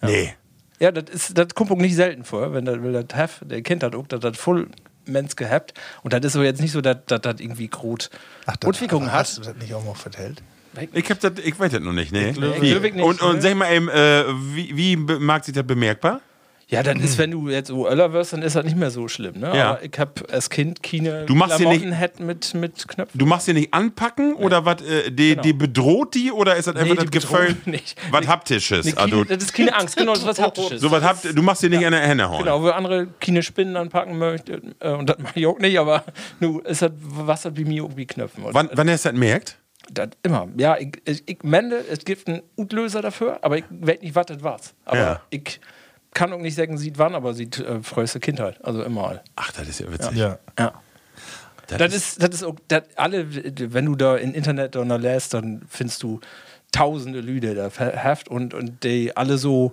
Speaker 2: Nee.
Speaker 4: Ja, das ist, das kommt auch nicht selten vor, wenn das, will das Hef, der Kind hat auch, das hat voll Mens gehabt und das ist aber jetzt nicht so, dass dass das irgendwie Grot Rotwicklungen hat.
Speaker 3: du das nicht auch mal vertellt?
Speaker 2: Ich, hab das, ich weiß das noch nicht, nee.
Speaker 4: glaub-
Speaker 2: Wie?
Speaker 4: ich glaub ich nicht,
Speaker 2: und, und
Speaker 4: ne?
Speaker 2: sag mal eben, äh, wie, wie be- mag sich das bemerkbar?
Speaker 4: Ja, dann ist, wenn du jetzt so Öller wirst, dann ist das nicht mehr so schlimm, ne?
Speaker 2: Ja.
Speaker 4: Aber ich habe als Kind keine
Speaker 2: Du machst dir nicht-
Speaker 4: Klamottenhett mit, mit Knöpfen.
Speaker 2: Du machst dir nicht anpacken oder was, äh, die, die bedroht die oder ist das einfach das
Speaker 4: Genau. die bedroht
Speaker 2: Gefühl,
Speaker 4: nicht.
Speaker 2: was haptisches?
Speaker 4: Nee, keine-
Speaker 2: also,
Speaker 4: das ist keine Angst, genau, das ist was Haptisches.
Speaker 2: so was habt, du machst dir nicht an der Henne hauen.
Speaker 4: Genau, wo andere keine Spinnen anpacken möchten. Äh, und das mache ich auch nicht, aber nu ist das Wasser bei mir irgendwie knöpfen. Und
Speaker 2: Wann, wann hast du das merkt?
Speaker 4: das immer. Ja, ich, ich, ich mende, es gibt einen Utlöser dafür, aber ich weiß nicht, was das war. Aber
Speaker 2: Ja.
Speaker 4: ich kann auch nicht sagen, sieht wann, aber sieht äh, früheste Kindheit. Also immer.
Speaker 2: Ach, das ist ja witzig.
Speaker 3: Ja.
Speaker 4: Ja. Das, ist, das ist auch, das alle, wenn du da im Internet da noch lässt, dann findest du tausende Lüde da verheft und, und die alle so,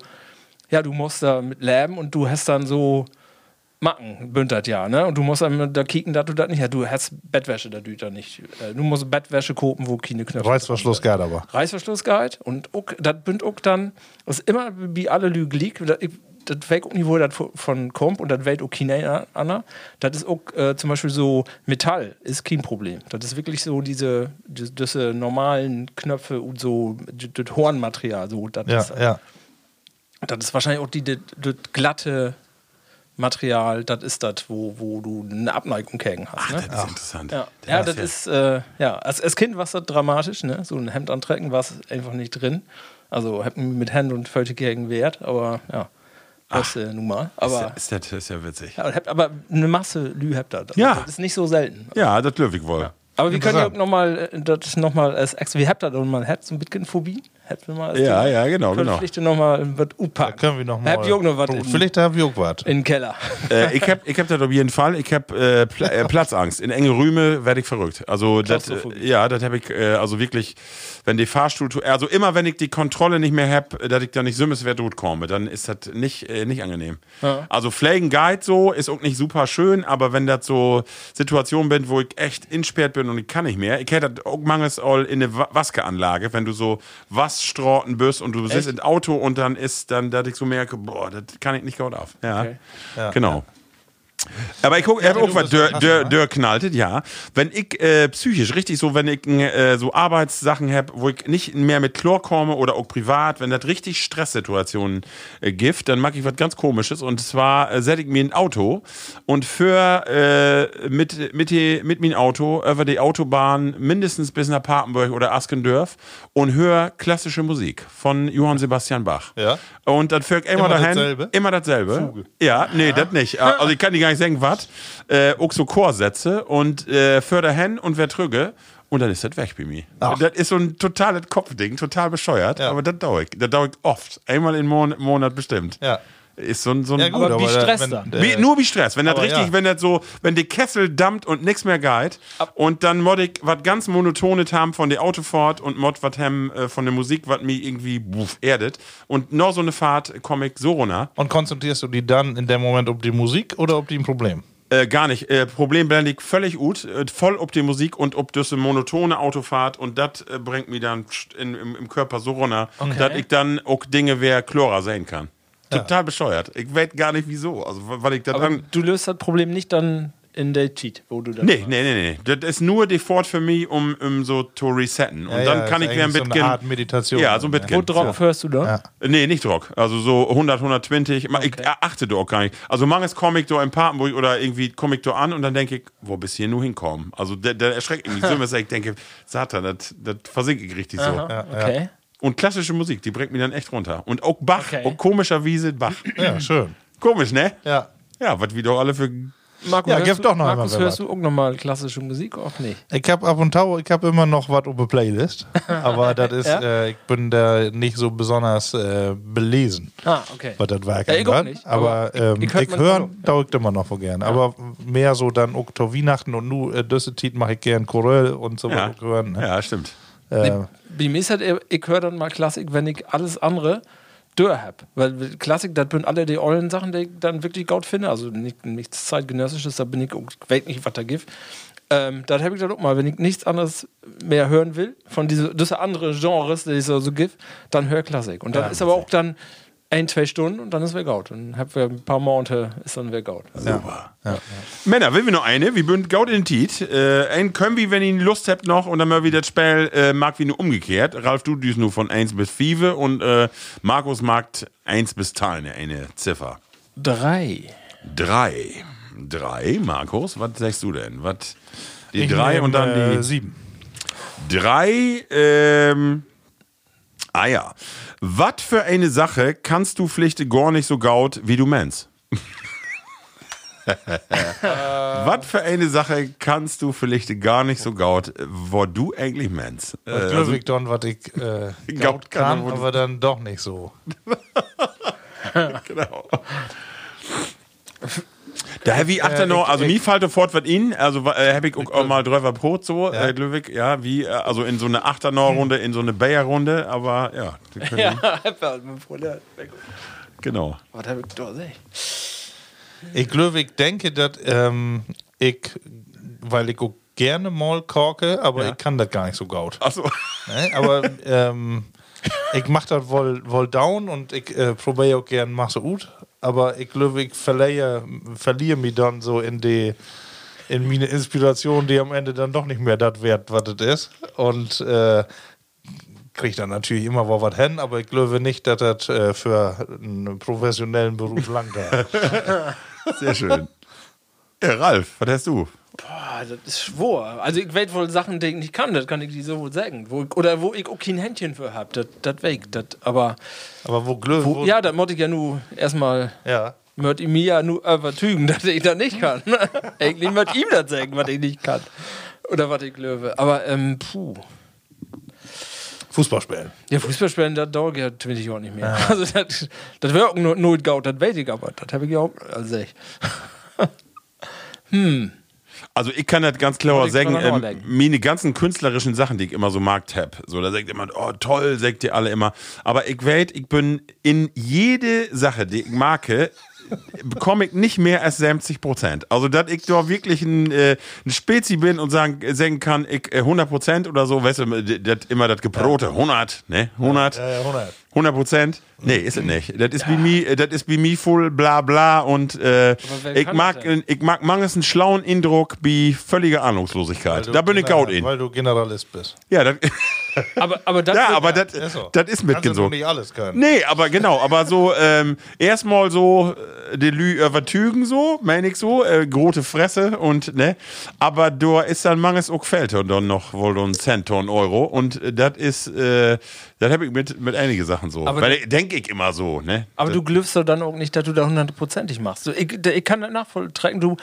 Speaker 4: ja, du musst da mit leben und du hast dann so Macken, bündert ja, ne? Und du musst dann da kicken, dass du das nicht hast. Du hast Bettwäsche, da du da nicht. Äh, Du musst Bettwäsche kopen, wo keine Knöpfe
Speaker 3: Reißverschluss geil aber.
Speaker 4: Reißverschlussgehalt und uck, das bünd uck dann, das ist immer wie alle Lüge liegt, das weg uck Niveau das vo- von kommt und das welt uck China Anna, das ist uck äh, zum Beispiel so Metall ist kein Problem. Das ist wirklich so diese, dis- diese normalen Knöpfe und so d- das Hornmaterial, so das
Speaker 3: Ja,
Speaker 4: ist,
Speaker 3: ja.
Speaker 4: das ist wahrscheinlich auch die das das glatte Material, das ist das, wo, wo du eine Abneigung gegen hast. ne?
Speaker 2: Das ist interessant.
Speaker 4: Ja, ja das ist, äh, ja, als, als Kind war es das dramatisch, ne? So ein Hemd antrecken war es einfach nicht drin. Also hab mich mit Hand und Föte gegen wehrt, aber ja, das äh, nun mal. Aber,
Speaker 2: ist, das, ist ja witzig.
Speaker 4: ja, hab, aber eine Masse Lü habt ihr. Das,
Speaker 2: Ja.
Speaker 4: das ist nicht so selten.
Speaker 2: Ja, das löw ich wohl.
Speaker 4: Aber wir können ja auch äh,
Speaker 3: Interessant.
Speaker 4: nochmal, das nochmal als Ex, wie habt ihr da nochmal Herz und Bitcoin-Phobie? hätten wir mal.
Speaker 2: Ja, ja, genau, genau.
Speaker 4: Vielleicht nochmal was upacken.
Speaker 3: Können wir nochmal.
Speaker 4: Ah. Habt ihr auch noch was? in-
Speaker 3: Vielleicht habt ihr auch was.
Speaker 4: In den Keller.
Speaker 2: äh, ich hab, ich hab das auf jeden Fall. Ich hab äh, Pla äh, Platzangst. In enge Rüme werde ich verrückt. Also das, äh,
Speaker 4: Klaustrophobie.
Speaker 2: ja, das habe ich äh, also wirklich, wenn die Fahrstuhl, also immer wenn ich die Kontrolle nicht mehr hab, äh, dass ich da nicht sümmes wer tot komme, dann ist das nicht äh, nicht angenehm.
Speaker 4: Ja.
Speaker 2: Also Flagen Guide so ist auch nicht super schön, aber wenn das so Situationen bin, wo ich echt insperrt bin und ich kann nicht mehr, ich hätte das auch mangels all in eine Wa- Waskeanlage, wenn du so Wassstrauten bist und du sitzt im Auto und dann ist dann, dass ich so merke, boah, das kann ich nicht gut auf. Ja. Genau. Aber ich gucke, er hat auch was Dörr Dörr- Dörr knalltet, ja. Wenn ich äh, psychisch richtig so, wenn ich äh, so Arbeitssachen habe, wo ich nicht mehr mit Chlor komme oder auch privat, wenn das richtig Stresssituationen äh, gibt, dann mag ich was ganz Komisches. Und zwar äh, setze ich mir ein Auto und für äh, mit, mit, die, mit mein Auto über die Autobahn mindestens bis nach Papenburg oder Askendörf und höre klassische Musik von Johann Sebastian Bach.
Speaker 3: Ja.
Speaker 2: Und dann führt ich immer,
Speaker 3: Immer
Speaker 2: dahin.
Speaker 3: dasselbe?
Speaker 2: Immer dasselbe. Ja, nee, das nicht. Also ich kann dir gar nicht sagen, was. Äh, auch so Chorsätze und äh, förder hin und wer trüge. Und dann ist das weg bei mir. Das ist so ein totales Kopfding, total bescheuert. Aber das dauert. Das dauert oft. Einmal im Mon Monat bestimmt.
Speaker 3: Ja.
Speaker 2: Ist so ein. So ein
Speaker 3: Ja, gut,
Speaker 4: Aber wie
Speaker 3: da-
Speaker 4: Stress
Speaker 3: wenn-
Speaker 4: dann?
Speaker 3: äh,
Speaker 2: wie, nur wie Stress. Wenn das
Speaker 3: aber
Speaker 2: richtig,
Speaker 3: ja.
Speaker 2: wenn das so, wenn der Kessel dampft und nichts mehr geht und dann mod ich was ganz Monotones haben von der Autofahrt und mod was hem äh, von der Musik, was mich irgendwie buff, erdet. Und noch so eine Fahrt komme ich so runter.
Speaker 3: Und konzentrierst du die dann in dem Moment ob die Musik oder ob die ein Problem?
Speaker 2: Äh, gar nicht. Äh, Problem liegt völlig gut. Äh, voll ob die Musik und ob das eine monotone Autofahrt und das äh, bringt mich dann pst- in, im, im Körper so runter, dass ich dann auch Dinge wer Chlora sehen kann. Total bescheuert. Ich weiß gar nicht wieso. Also, wa- weil ich das
Speaker 4: Aber
Speaker 2: dann.
Speaker 4: du löst das Problem nicht dann in der Cheat, wo du dann.
Speaker 2: Nee, nee, nee, nee. Das ist nur die Fort für mich, um, um so zu resetten. Und
Speaker 3: Ja,
Speaker 2: dann
Speaker 3: ja,
Speaker 2: kann
Speaker 3: ist
Speaker 2: ich wieder ein
Speaker 3: eigentlich so
Speaker 2: bisschen.
Speaker 3: eine Art Meditation.
Speaker 2: Ja, so ein
Speaker 3: Ja.
Speaker 2: bisschen.
Speaker 4: Wo drauf hörst du da?
Speaker 2: Nee, nicht Rock. Also so 100, 120. Ma- Ich achte da auch gar nicht. Also manches Comic da in Papenburg oder irgendwie Comic da an und dann denke ich, wo bist du hier nur hinkommen? Also der, der erschreckt mich so, dass ich denke, Satan, das, das versinke ich richtig so.
Speaker 4: Okay.
Speaker 2: Und klassische Musik, die bringt mich dann echt runter. Und auch Bach,
Speaker 4: Okay.
Speaker 2: auch komischerweise Bach.
Speaker 3: Ja, schön.
Speaker 2: Komisch, ne?
Speaker 3: Ja.
Speaker 2: Ja, was wir doch alle für...
Speaker 4: Markus,
Speaker 3: Ja,
Speaker 4: hörst
Speaker 3: gib
Speaker 4: du,
Speaker 3: doch noch einmal
Speaker 4: Markus
Speaker 3: wer
Speaker 4: hörst du auch nochmal klassische Musik? Auch nicht.
Speaker 3: Ich habe ab und tau, ich habe immer noch was auf der Playlist, aber das ist,
Speaker 4: Ja?
Speaker 3: äh, ich bin da nicht so besonders äh, belesen,
Speaker 4: Ah, okay.
Speaker 3: was das Werk
Speaker 4: Ja, ich auch
Speaker 3: angeht.
Speaker 4: nicht,
Speaker 3: Aber,
Speaker 4: aber ich-
Speaker 3: ähm,
Speaker 4: ich
Speaker 3: ich,
Speaker 4: hört manchmal
Speaker 3: höre, taugt immer noch gern. Aber mehr so dann auch zur Weihnachten und nu äh, düsse Tiet mache ich gern Choral und so
Speaker 2: Ja,
Speaker 3: was auch hören. Ne?
Speaker 2: ja stimmt.
Speaker 3: Äh,
Speaker 4: Bei mir ist halt, eher, ich höre dann mal Klassik, wenn ich alles andere dörr hab. Weil Klassik, das sind alle die ollen Sachen, die ich dann wirklich gut finde. Also nicht, nichts zeitgenössisches, da bin ich, auch- ich weiß nicht, was da gibt. Ähm, das habe ich dann auch mal, wenn ich nichts anderes mehr hören will, von diese, diese anderen Genres, die es so so gibt, dann höre Klassik. Und dann ist aber auch dann ein, zwei Stunden und dann ist weg out. Dann haben wir ein paar Monate, ist dann weg out.
Speaker 2: Super. Männer, will wir noch eine? Wir bünden Gaut in Tiet. Äh, ein können wir, wenn ihr Lust habt, noch und dann mal wieder das Spiel äh, mag wie nur umgekehrt. Ralf, du düst nur von 1 bis 5 und äh, Markus mag 1 bis 10, eine, eine Ziffer.
Speaker 4: Drei.
Speaker 2: 3. 3, Markus, was sagst du denn? Was? Die
Speaker 3: ich
Speaker 2: 3
Speaker 3: nehm,
Speaker 2: und dann die
Speaker 3: äh, sieben.
Speaker 2: drei. Ähm, ah ja. Was für eine Sache kannst du Pflichte gar nicht so gaut, wie du meinst? Was für eine Sache kannst du Pflichte gar nicht so gaut, wo du eigentlich meinst? Äh,
Speaker 3: Das
Speaker 2: also,
Speaker 3: also, ich dann, was ich äh,
Speaker 2: Gaut
Speaker 3: gaut
Speaker 2: kann,
Speaker 3: kann,
Speaker 2: wo du-
Speaker 3: aber dann doch nicht so.
Speaker 2: genau. Da habe ich achter noch, also mir fällt fort, was ihn, also äh, habe ich auch, auch mal Dröver Brot so, ja. äh, Glöwig, ja, wie, äh, also in so eine achter noch Runde, in so eine Bayer Runde, aber ja, die können- genau.
Speaker 4: halt Was habe ich da sehen?
Speaker 3: Ich glaube, ich denke, dass ähm, ich, weil ich auch gerne mal korke, aber ich kann das gar nicht so gut.
Speaker 2: Achso.
Speaker 3: Ne? Aber ähm, ich mache das wohl, wohl down und ich äh, probiere auch gern, mach so gut. Aber ich glaube, ich verliere, verliere mich dann so in die in meine Inspiration, die am Ende dann doch nicht mehr das wert, was es ist. Und äh, kriege dann natürlich immer mal was hin, aber ich glaube nicht, dass das äh, für einen professionellen Beruf lang dauert.
Speaker 2: Sehr schön. Ja, Ralf, was hast du?
Speaker 4: Boah, Ah, das ist schwor. Also ich weiß wohl Sachen, die ich nicht kann, das kann ich dir so wohl sagen. Wo ich, oder wo ich auch kein Händchen für hab, das, das weg. Das, aber
Speaker 3: Aber wo Glöwe.
Speaker 4: wo,
Speaker 3: Wo,
Speaker 4: ja, das muss ich ja nur erstmal
Speaker 3: ja.
Speaker 4: mit ihm ja nur übertügen, dass ich das nicht kann. Eigentlich mit ihm das sagen, was ich nicht kann. Oder was ich löwe. Aber ähm, puh.
Speaker 3: Fußball spielen.
Speaker 4: Ja, Fußball spielen, das dauert ja 20 Jahre nicht mehr. Also, das, das wäre auch nur Notgaut, das weiß ich aber. Das habe ich ja auch also, als ich. hm.
Speaker 2: Also ich kann das ganz klar
Speaker 4: Ja, das
Speaker 2: sagen,
Speaker 4: kann man auch
Speaker 2: ähm,
Speaker 4: lecken.
Speaker 2: meine ganzen künstlerischen Sachen, die ich immer so mag, hab, so da sagt jemand, oh toll, sagt ihr alle immer. Aber ich weiß, ich bin in jede Sache, die ich marke, bekomme ich nicht mehr als 70 Prozent. Also, dass ich da wirklich ein, äh, ein Spezi bin und sagen, sagen kann, ich äh, 100 Prozent oder so, weißt du, d- das immer das Gebrote, 100, ne, 100.
Speaker 3: Ja, ja, 100.
Speaker 2: 100 Prozent? Nee, ist es nicht. Das ist wie mir, das ist wie mir voll bla bla und äh,
Speaker 4: wer
Speaker 2: ich
Speaker 4: kann
Speaker 2: mag,
Speaker 4: das denn?
Speaker 2: ich mag manches einen schlauen Indruck wie völlige Ahnungslosigkeit.
Speaker 3: Also,
Speaker 2: Da bin ich gaut in.
Speaker 3: Weil du Generalist bist.
Speaker 2: Ja, das,
Speaker 4: Aber, aber das
Speaker 2: ja,
Speaker 4: wird
Speaker 2: aber das,
Speaker 3: Ist so.
Speaker 2: das ist
Speaker 3: Kannst du doch
Speaker 2: mitgesogen.
Speaker 3: nicht alles können.
Speaker 2: Nee, aber genau, aber so ähm, erstmal so äh, Delü übertügen so, meine ich so, äh, grote Fresse und ne, aber da ist dann manches auch fehlt und dann noch wohl so ein Cent und Euro und äh, das ist, äh, das habe ich mit mit einigen Sachen so,
Speaker 4: Aber
Speaker 2: weil denke ich immer so, ne.
Speaker 4: Aber
Speaker 2: Das-
Speaker 4: du glüffst doch dann auch nicht, dass du da hundertprozentig machst. So, ich, da- ich kann das nachvollstrecken. Du,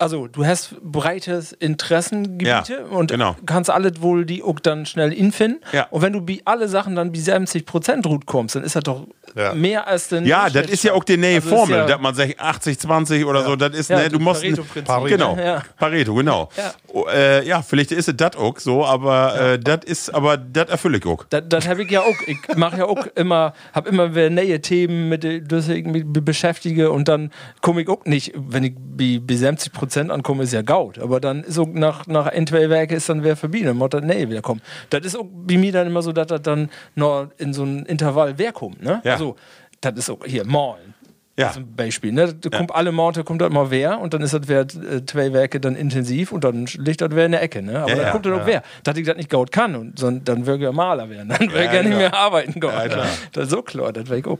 Speaker 4: also, du hast breites Interessengebiete
Speaker 2: Ja,
Speaker 4: und
Speaker 2: genau.
Speaker 4: kannst alle wohl die auch dann schnell infinden.
Speaker 2: Ja.
Speaker 4: Und wenn du bi alle Sachen dann bis 70 Prozent Route kommst, dann ist das doch
Speaker 3: Ja.
Speaker 4: mehr als den.
Speaker 2: Ja, das ist ja auch die neue
Speaker 4: Also ist
Speaker 2: Formel,
Speaker 4: ja-
Speaker 2: dass man sagt 80, 20 oder so, das ist,
Speaker 4: Ja,
Speaker 2: ne, du
Speaker 4: das
Speaker 2: musst.
Speaker 4: Pareto-Prinzip,
Speaker 2: Pareto. Genau,
Speaker 4: ne? Ja.
Speaker 2: Pareto, genau.
Speaker 4: Ja.
Speaker 2: Oh, äh, ja, vielleicht ist es das auch so, aber äh, das ist, aber das erfülle ich auch.
Speaker 4: Das, das habe ich ja auch. Ich mache ja auch immer, habe immer wieder neue Themen, mit denen ich mich be- beschäftige und dann komme ich auch nicht, wenn ich bei bei 70 Prozent ankomme, ist ja gaut. Aber dann so nach, nach ein, zwei Werke ist dann wer verbieten, dann muss das nee wieder kommen. Das ist auch bei mir dann immer so, dass das dann noch in so ein Intervall wer kommt. Ne?
Speaker 2: Ja.
Speaker 4: Also, das ist auch hier, malen.
Speaker 2: Ja.
Speaker 4: Zum Beispiel, ne? Da kommt alle Monate kommt das mal wer und dann ist das wer äh, zwei Werke dann intensiv und dann liegt das wer in der Ecke, ne? Aber
Speaker 2: Ja,
Speaker 4: dann
Speaker 2: ja,
Speaker 4: kommt das auch wer. Dass ich das nicht gaut kann und so, dann würde ich ja Maler werden. Dann würde ich ja
Speaker 2: klar.
Speaker 4: nicht mehr arbeiten gaut.
Speaker 2: genau. Ja, klar.
Speaker 4: das ist so klar, das wäre ich auch.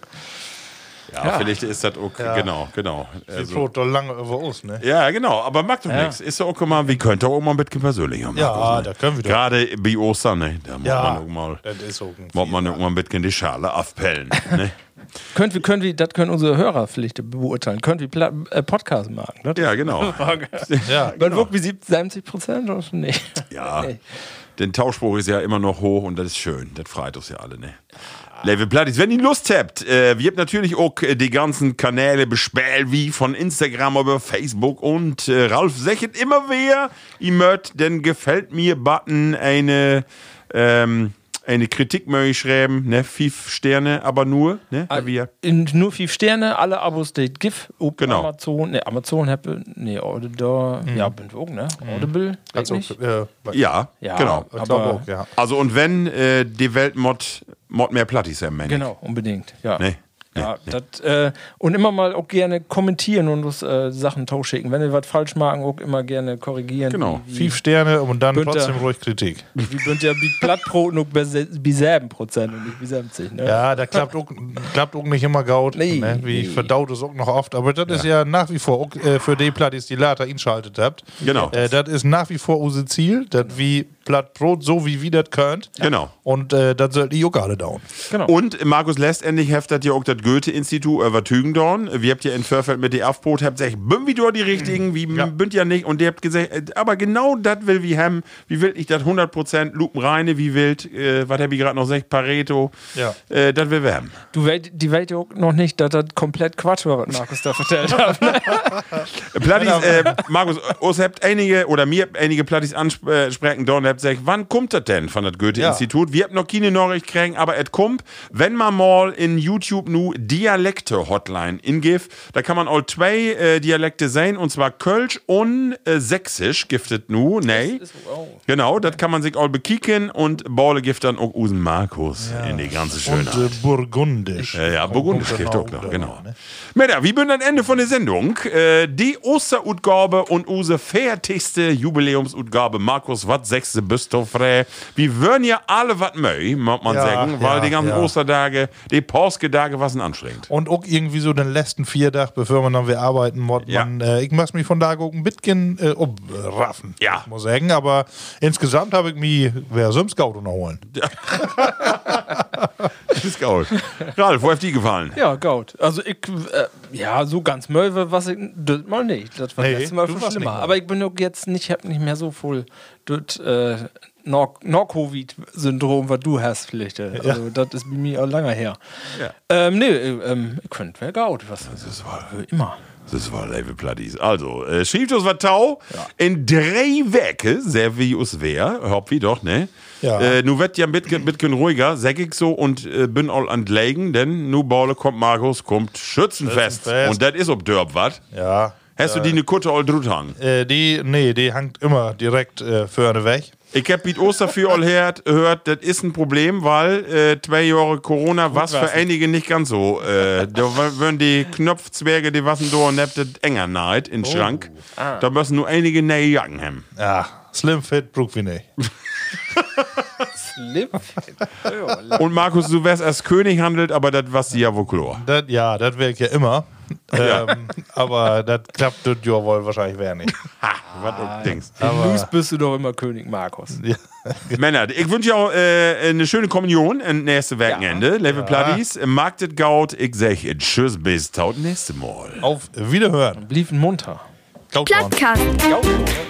Speaker 2: Ja, vielleicht ist das auch, genau, genau.
Speaker 3: Die
Speaker 2: Also,
Speaker 3: floht doch lange über uns, ne?
Speaker 2: ja, genau, aber macht doch nichts. Ist doch auch mal, wir könnten auch mal ein bisschen persönlicher machen.
Speaker 3: Ja, da können wir doch.
Speaker 2: Gerade bei Ostern, ne? Da muss man auch mal,
Speaker 3: das ist so.
Speaker 2: muss man auch mal ein bisschen die Schale abpellen, ne?
Speaker 4: Könnt wir, können wir, das können unsere Hörerpflichten beurteilen. Könnt wir Pla äh, Podcast machen, ne?
Speaker 2: Ja, genau.
Speaker 3: Ja,
Speaker 4: Dann wirklich 70 Prozent oder nicht?
Speaker 2: Ja. Den Tauschspruch ist ja immer noch hoch und das ist schön. Das freut uns ja alle, ne? Level Plattis, wenn ihr Lust habt, äh, wir habt natürlich auch äh, die ganzen Kanäle bespielt, wie von Instagram über Facebook und äh, Ralf Sechet immer wer, ihr mögt den Gefällt mir Button eine, ähm, eine Kritik möge ich schreiben, ne? Fünf Sterne, aber nur, ne?
Speaker 4: Ah.
Speaker 2: Da wir.
Speaker 4: In nur fünf Sterne, alle Abos, Date, GIF, ob
Speaker 2: Genau. Mhm.
Speaker 4: Amazon, ne, Amazon, Apple, ne, Audible, ja, bin auch, ne? Audible, weiß nicht.
Speaker 3: äh,
Speaker 2: Ja,
Speaker 4: Ja,
Speaker 2: genau.
Speaker 4: aber,
Speaker 3: auch, ja.
Speaker 2: Also und wenn, äh, die Welt mod, mod mehr Plattis haben, Mensch.
Speaker 4: Genau, unbedingt. Ja.
Speaker 2: Nee, nee,
Speaker 4: ja, Dat, äh, und immer mal auch gerne kommentieren und uns äh, Sachen tauschschicken. Wenn wir was falsch machen, auch immer gerne korrigieren.
Speaker 2: Genau.
Speaker 4: Wie,
Speaker 3: Fünf Sterne und dann
Speaker 4: Günther.
Speaker 3: trotzdem ruhig Kritik.
Speaker 4: wie, wie bünd ja wie Blattbrot nur bei se- bei 7 Prozent und nicht bei 70. Ne?
Speaker 3: Ja, da klappt auch, klappt auch nicht immer gaut.
Speaker 4: Nee.
Speaker 3: Ne? Wie ich verdaut es auch noch oft. Aber das ist ja nach wie vor auch, äh, für die Plattis, die later inschaltet habt.
Speaker 2: Genau.
Speaker 3: Äh, das ist nach wie vor unser Ziel. Das
Speaker 4: Genau.
Speaker 3: wie Platt Brot, so wie wir das könnt.
Speaker 2: Genau.
Speaker 3: Und äh, das sollt ihr auch alle down.
Speaker 4: Genau.
Speaker 2: Und Markus letztendlich heftet ja auch das Goethe-Institut über Tügendorn. Wir habt ja in Förfeld mit der Afbrot, habt gesagt, bin wir doch die Richtigen, wie bünd ja nicht. Und ihr habt gesagt, äh, aber genau das will wir haben. Wie will ich das 100% Lupenreine, wie wild, äh, was hab ich gerade noch gesagt, Pareto.
Speaker 3: Ja.
Speaker 2: Äh, das will wir haben.
Speaker 4: Du weit, die Welt ja auch noch nicht, dass das komplett Quatsch war, was Markus da vertellt hat. Ne?
Speaker 2: Plattis,
Speaker 3: Genau.
Speaker 2: äh, Markus, uns habt einige, oder mir habt einige Plattis ansprechen dort und habt gesagt, wann kommt das denn von das Goethe-Institut? Wir habt noch keine Nachricht kriegen, aber et kommt, wenn man mal in YouTube nu Dialekte-Hotline ingif, da kann man all zwei äh, Dialekte sehen, und zwar Kölsch und äh, Sächsisch giftet nu, nee.
Speaker 3: oh.
Speaker 2: Genau, das kann man sich all bekicken und Borle gift dann auch Usen Markus in die ganze Schönheit.
Speaker 3: Und äh, burgundisch.
Speaker 2: Ja, ja, Burgundisch
Speaker 3: Genau,
Speaker 2: gibt auch noch,
Speaker 3: genau,
Speaker 2: genau.
Speaker 3: ne?
Speaker 2: Männer, wir sind am Ende von der Sendung. Äh, die Osterutgabe und unsere fertigste Jubiläumsutgabe. Markus, was sechste bist du frei? Wir würden ja alle was möi, muss man
Speaker 3: Ja,
Speaker 2: sagen, weil
Speaker 3: ja,
Speaker 2: die ganzen
Speaker 3: ja.
Speaker 2: Ostertage, die Påsketage, was sind anstrengend.
Speaker 3: Und auch irgendwie so den letzten vier Tag, bevor man dann wieder arbeiten muss.
Speaker 2: Ja.
Speaker 3: Man, äh, ich muss mich von da gucken, Bitkin äh, umraffen.
Speaker 2: Ja.
Speaker 3: Muss ich sagen, aber insgesamt habe ich mich, wer soll Scout holen?
Speaker 2: Das ist geil. Ralf, wo hat die gefallen?
Speaker 4: Ja, gut. Also ich, äh, ja, so ganz Möwe, was ich, das mal nicht. Das war
Speaker 3: Nee,
Speaker 4: letztes Mal
Speaker 3: du
Speaker 4: schon
Speaker 3: warst
Speaker 4: schlimmer.
Speaker 3: nicht Möwe.
Speaker 4: Aber ich bin auch jetzt nicht, ich hab nicht mehr so voll das, äh, Nor-Covid-Syndrom, was du hast, vielleicht. äh.
Speaker 2: Ja.
Speaker 4: Also, das ist bei mir auch lange her.
Speaker 2: Ja.
Speaker 4: Ähm, nee, äh, ähm, ich könnte mir gaut. Was, das
Speaker 2: ist wahr.
Speaker 4: Immer.
Speaker 2: Das war Level Platties. Also, äh, schiebt uns was Tau. In drei Wecke, Servius wer, hopp wie doch, ne?
Speaker 3: Ja.
Speaker 2: Äh, nu wird ja ein bisschen ruhiger, sag ich so, und äh, bin all an Lägen, denn nu Baule kommt Markus, kommt Schützenfest.
Speaker 3: Schützenfest.
Speaker 2: Und das ist ob Dörp wat.
Speaker 3: Ja.
Speaker 2: Hast du die ne Kutte all drut hangen?
Speaker 3: Äh, die, nee, die hangt immer direkt äh, vorne weg.
Speaker 2: Ich hab mit Osterfür all hört, hört, das ist ein Problem, weil äh, zwei Jahre Corona was für
Speaker 3: war's nicht.
Speaker 2: einige nicht ganz so. Äh, da wa- würden die Knopfzwerge, die wassen do und habt das enger neid in den Schrank. Da müssen nur einige neue Jacken haben.
Speaker 3: Ja, slim fit, braucht wie nicht.
Speaker 4: Slim.
Speaker 2: Und Markus, du wärst als König handelt, aber das was die ja wohl klar.
Speaker 3: Dat, ja, das wäre ich ja immer.
Speaker 2: Ja.
Speaker 3: ähm, aber das klappt das ja wohl wahrscheinlich wer nicht.
Speaker 2: Was du denkst.
Speaker 4: Aber Luz bist du doch immer König Markus.
Speaker 2: Männer, ich wünsche euch äh, eine schöne Kommunion am nächsten Wochenende. Level Platties, Markt it gaut. Ich sag it. tschüss, bis taut nächste Mal.
Speaker 3: Auf Wiederhören.
Speaker 4: Blieben munter.
Speaker 3: Glaubt dran.
Speaker 1: Plattkast.
Speaker 4: Gaut.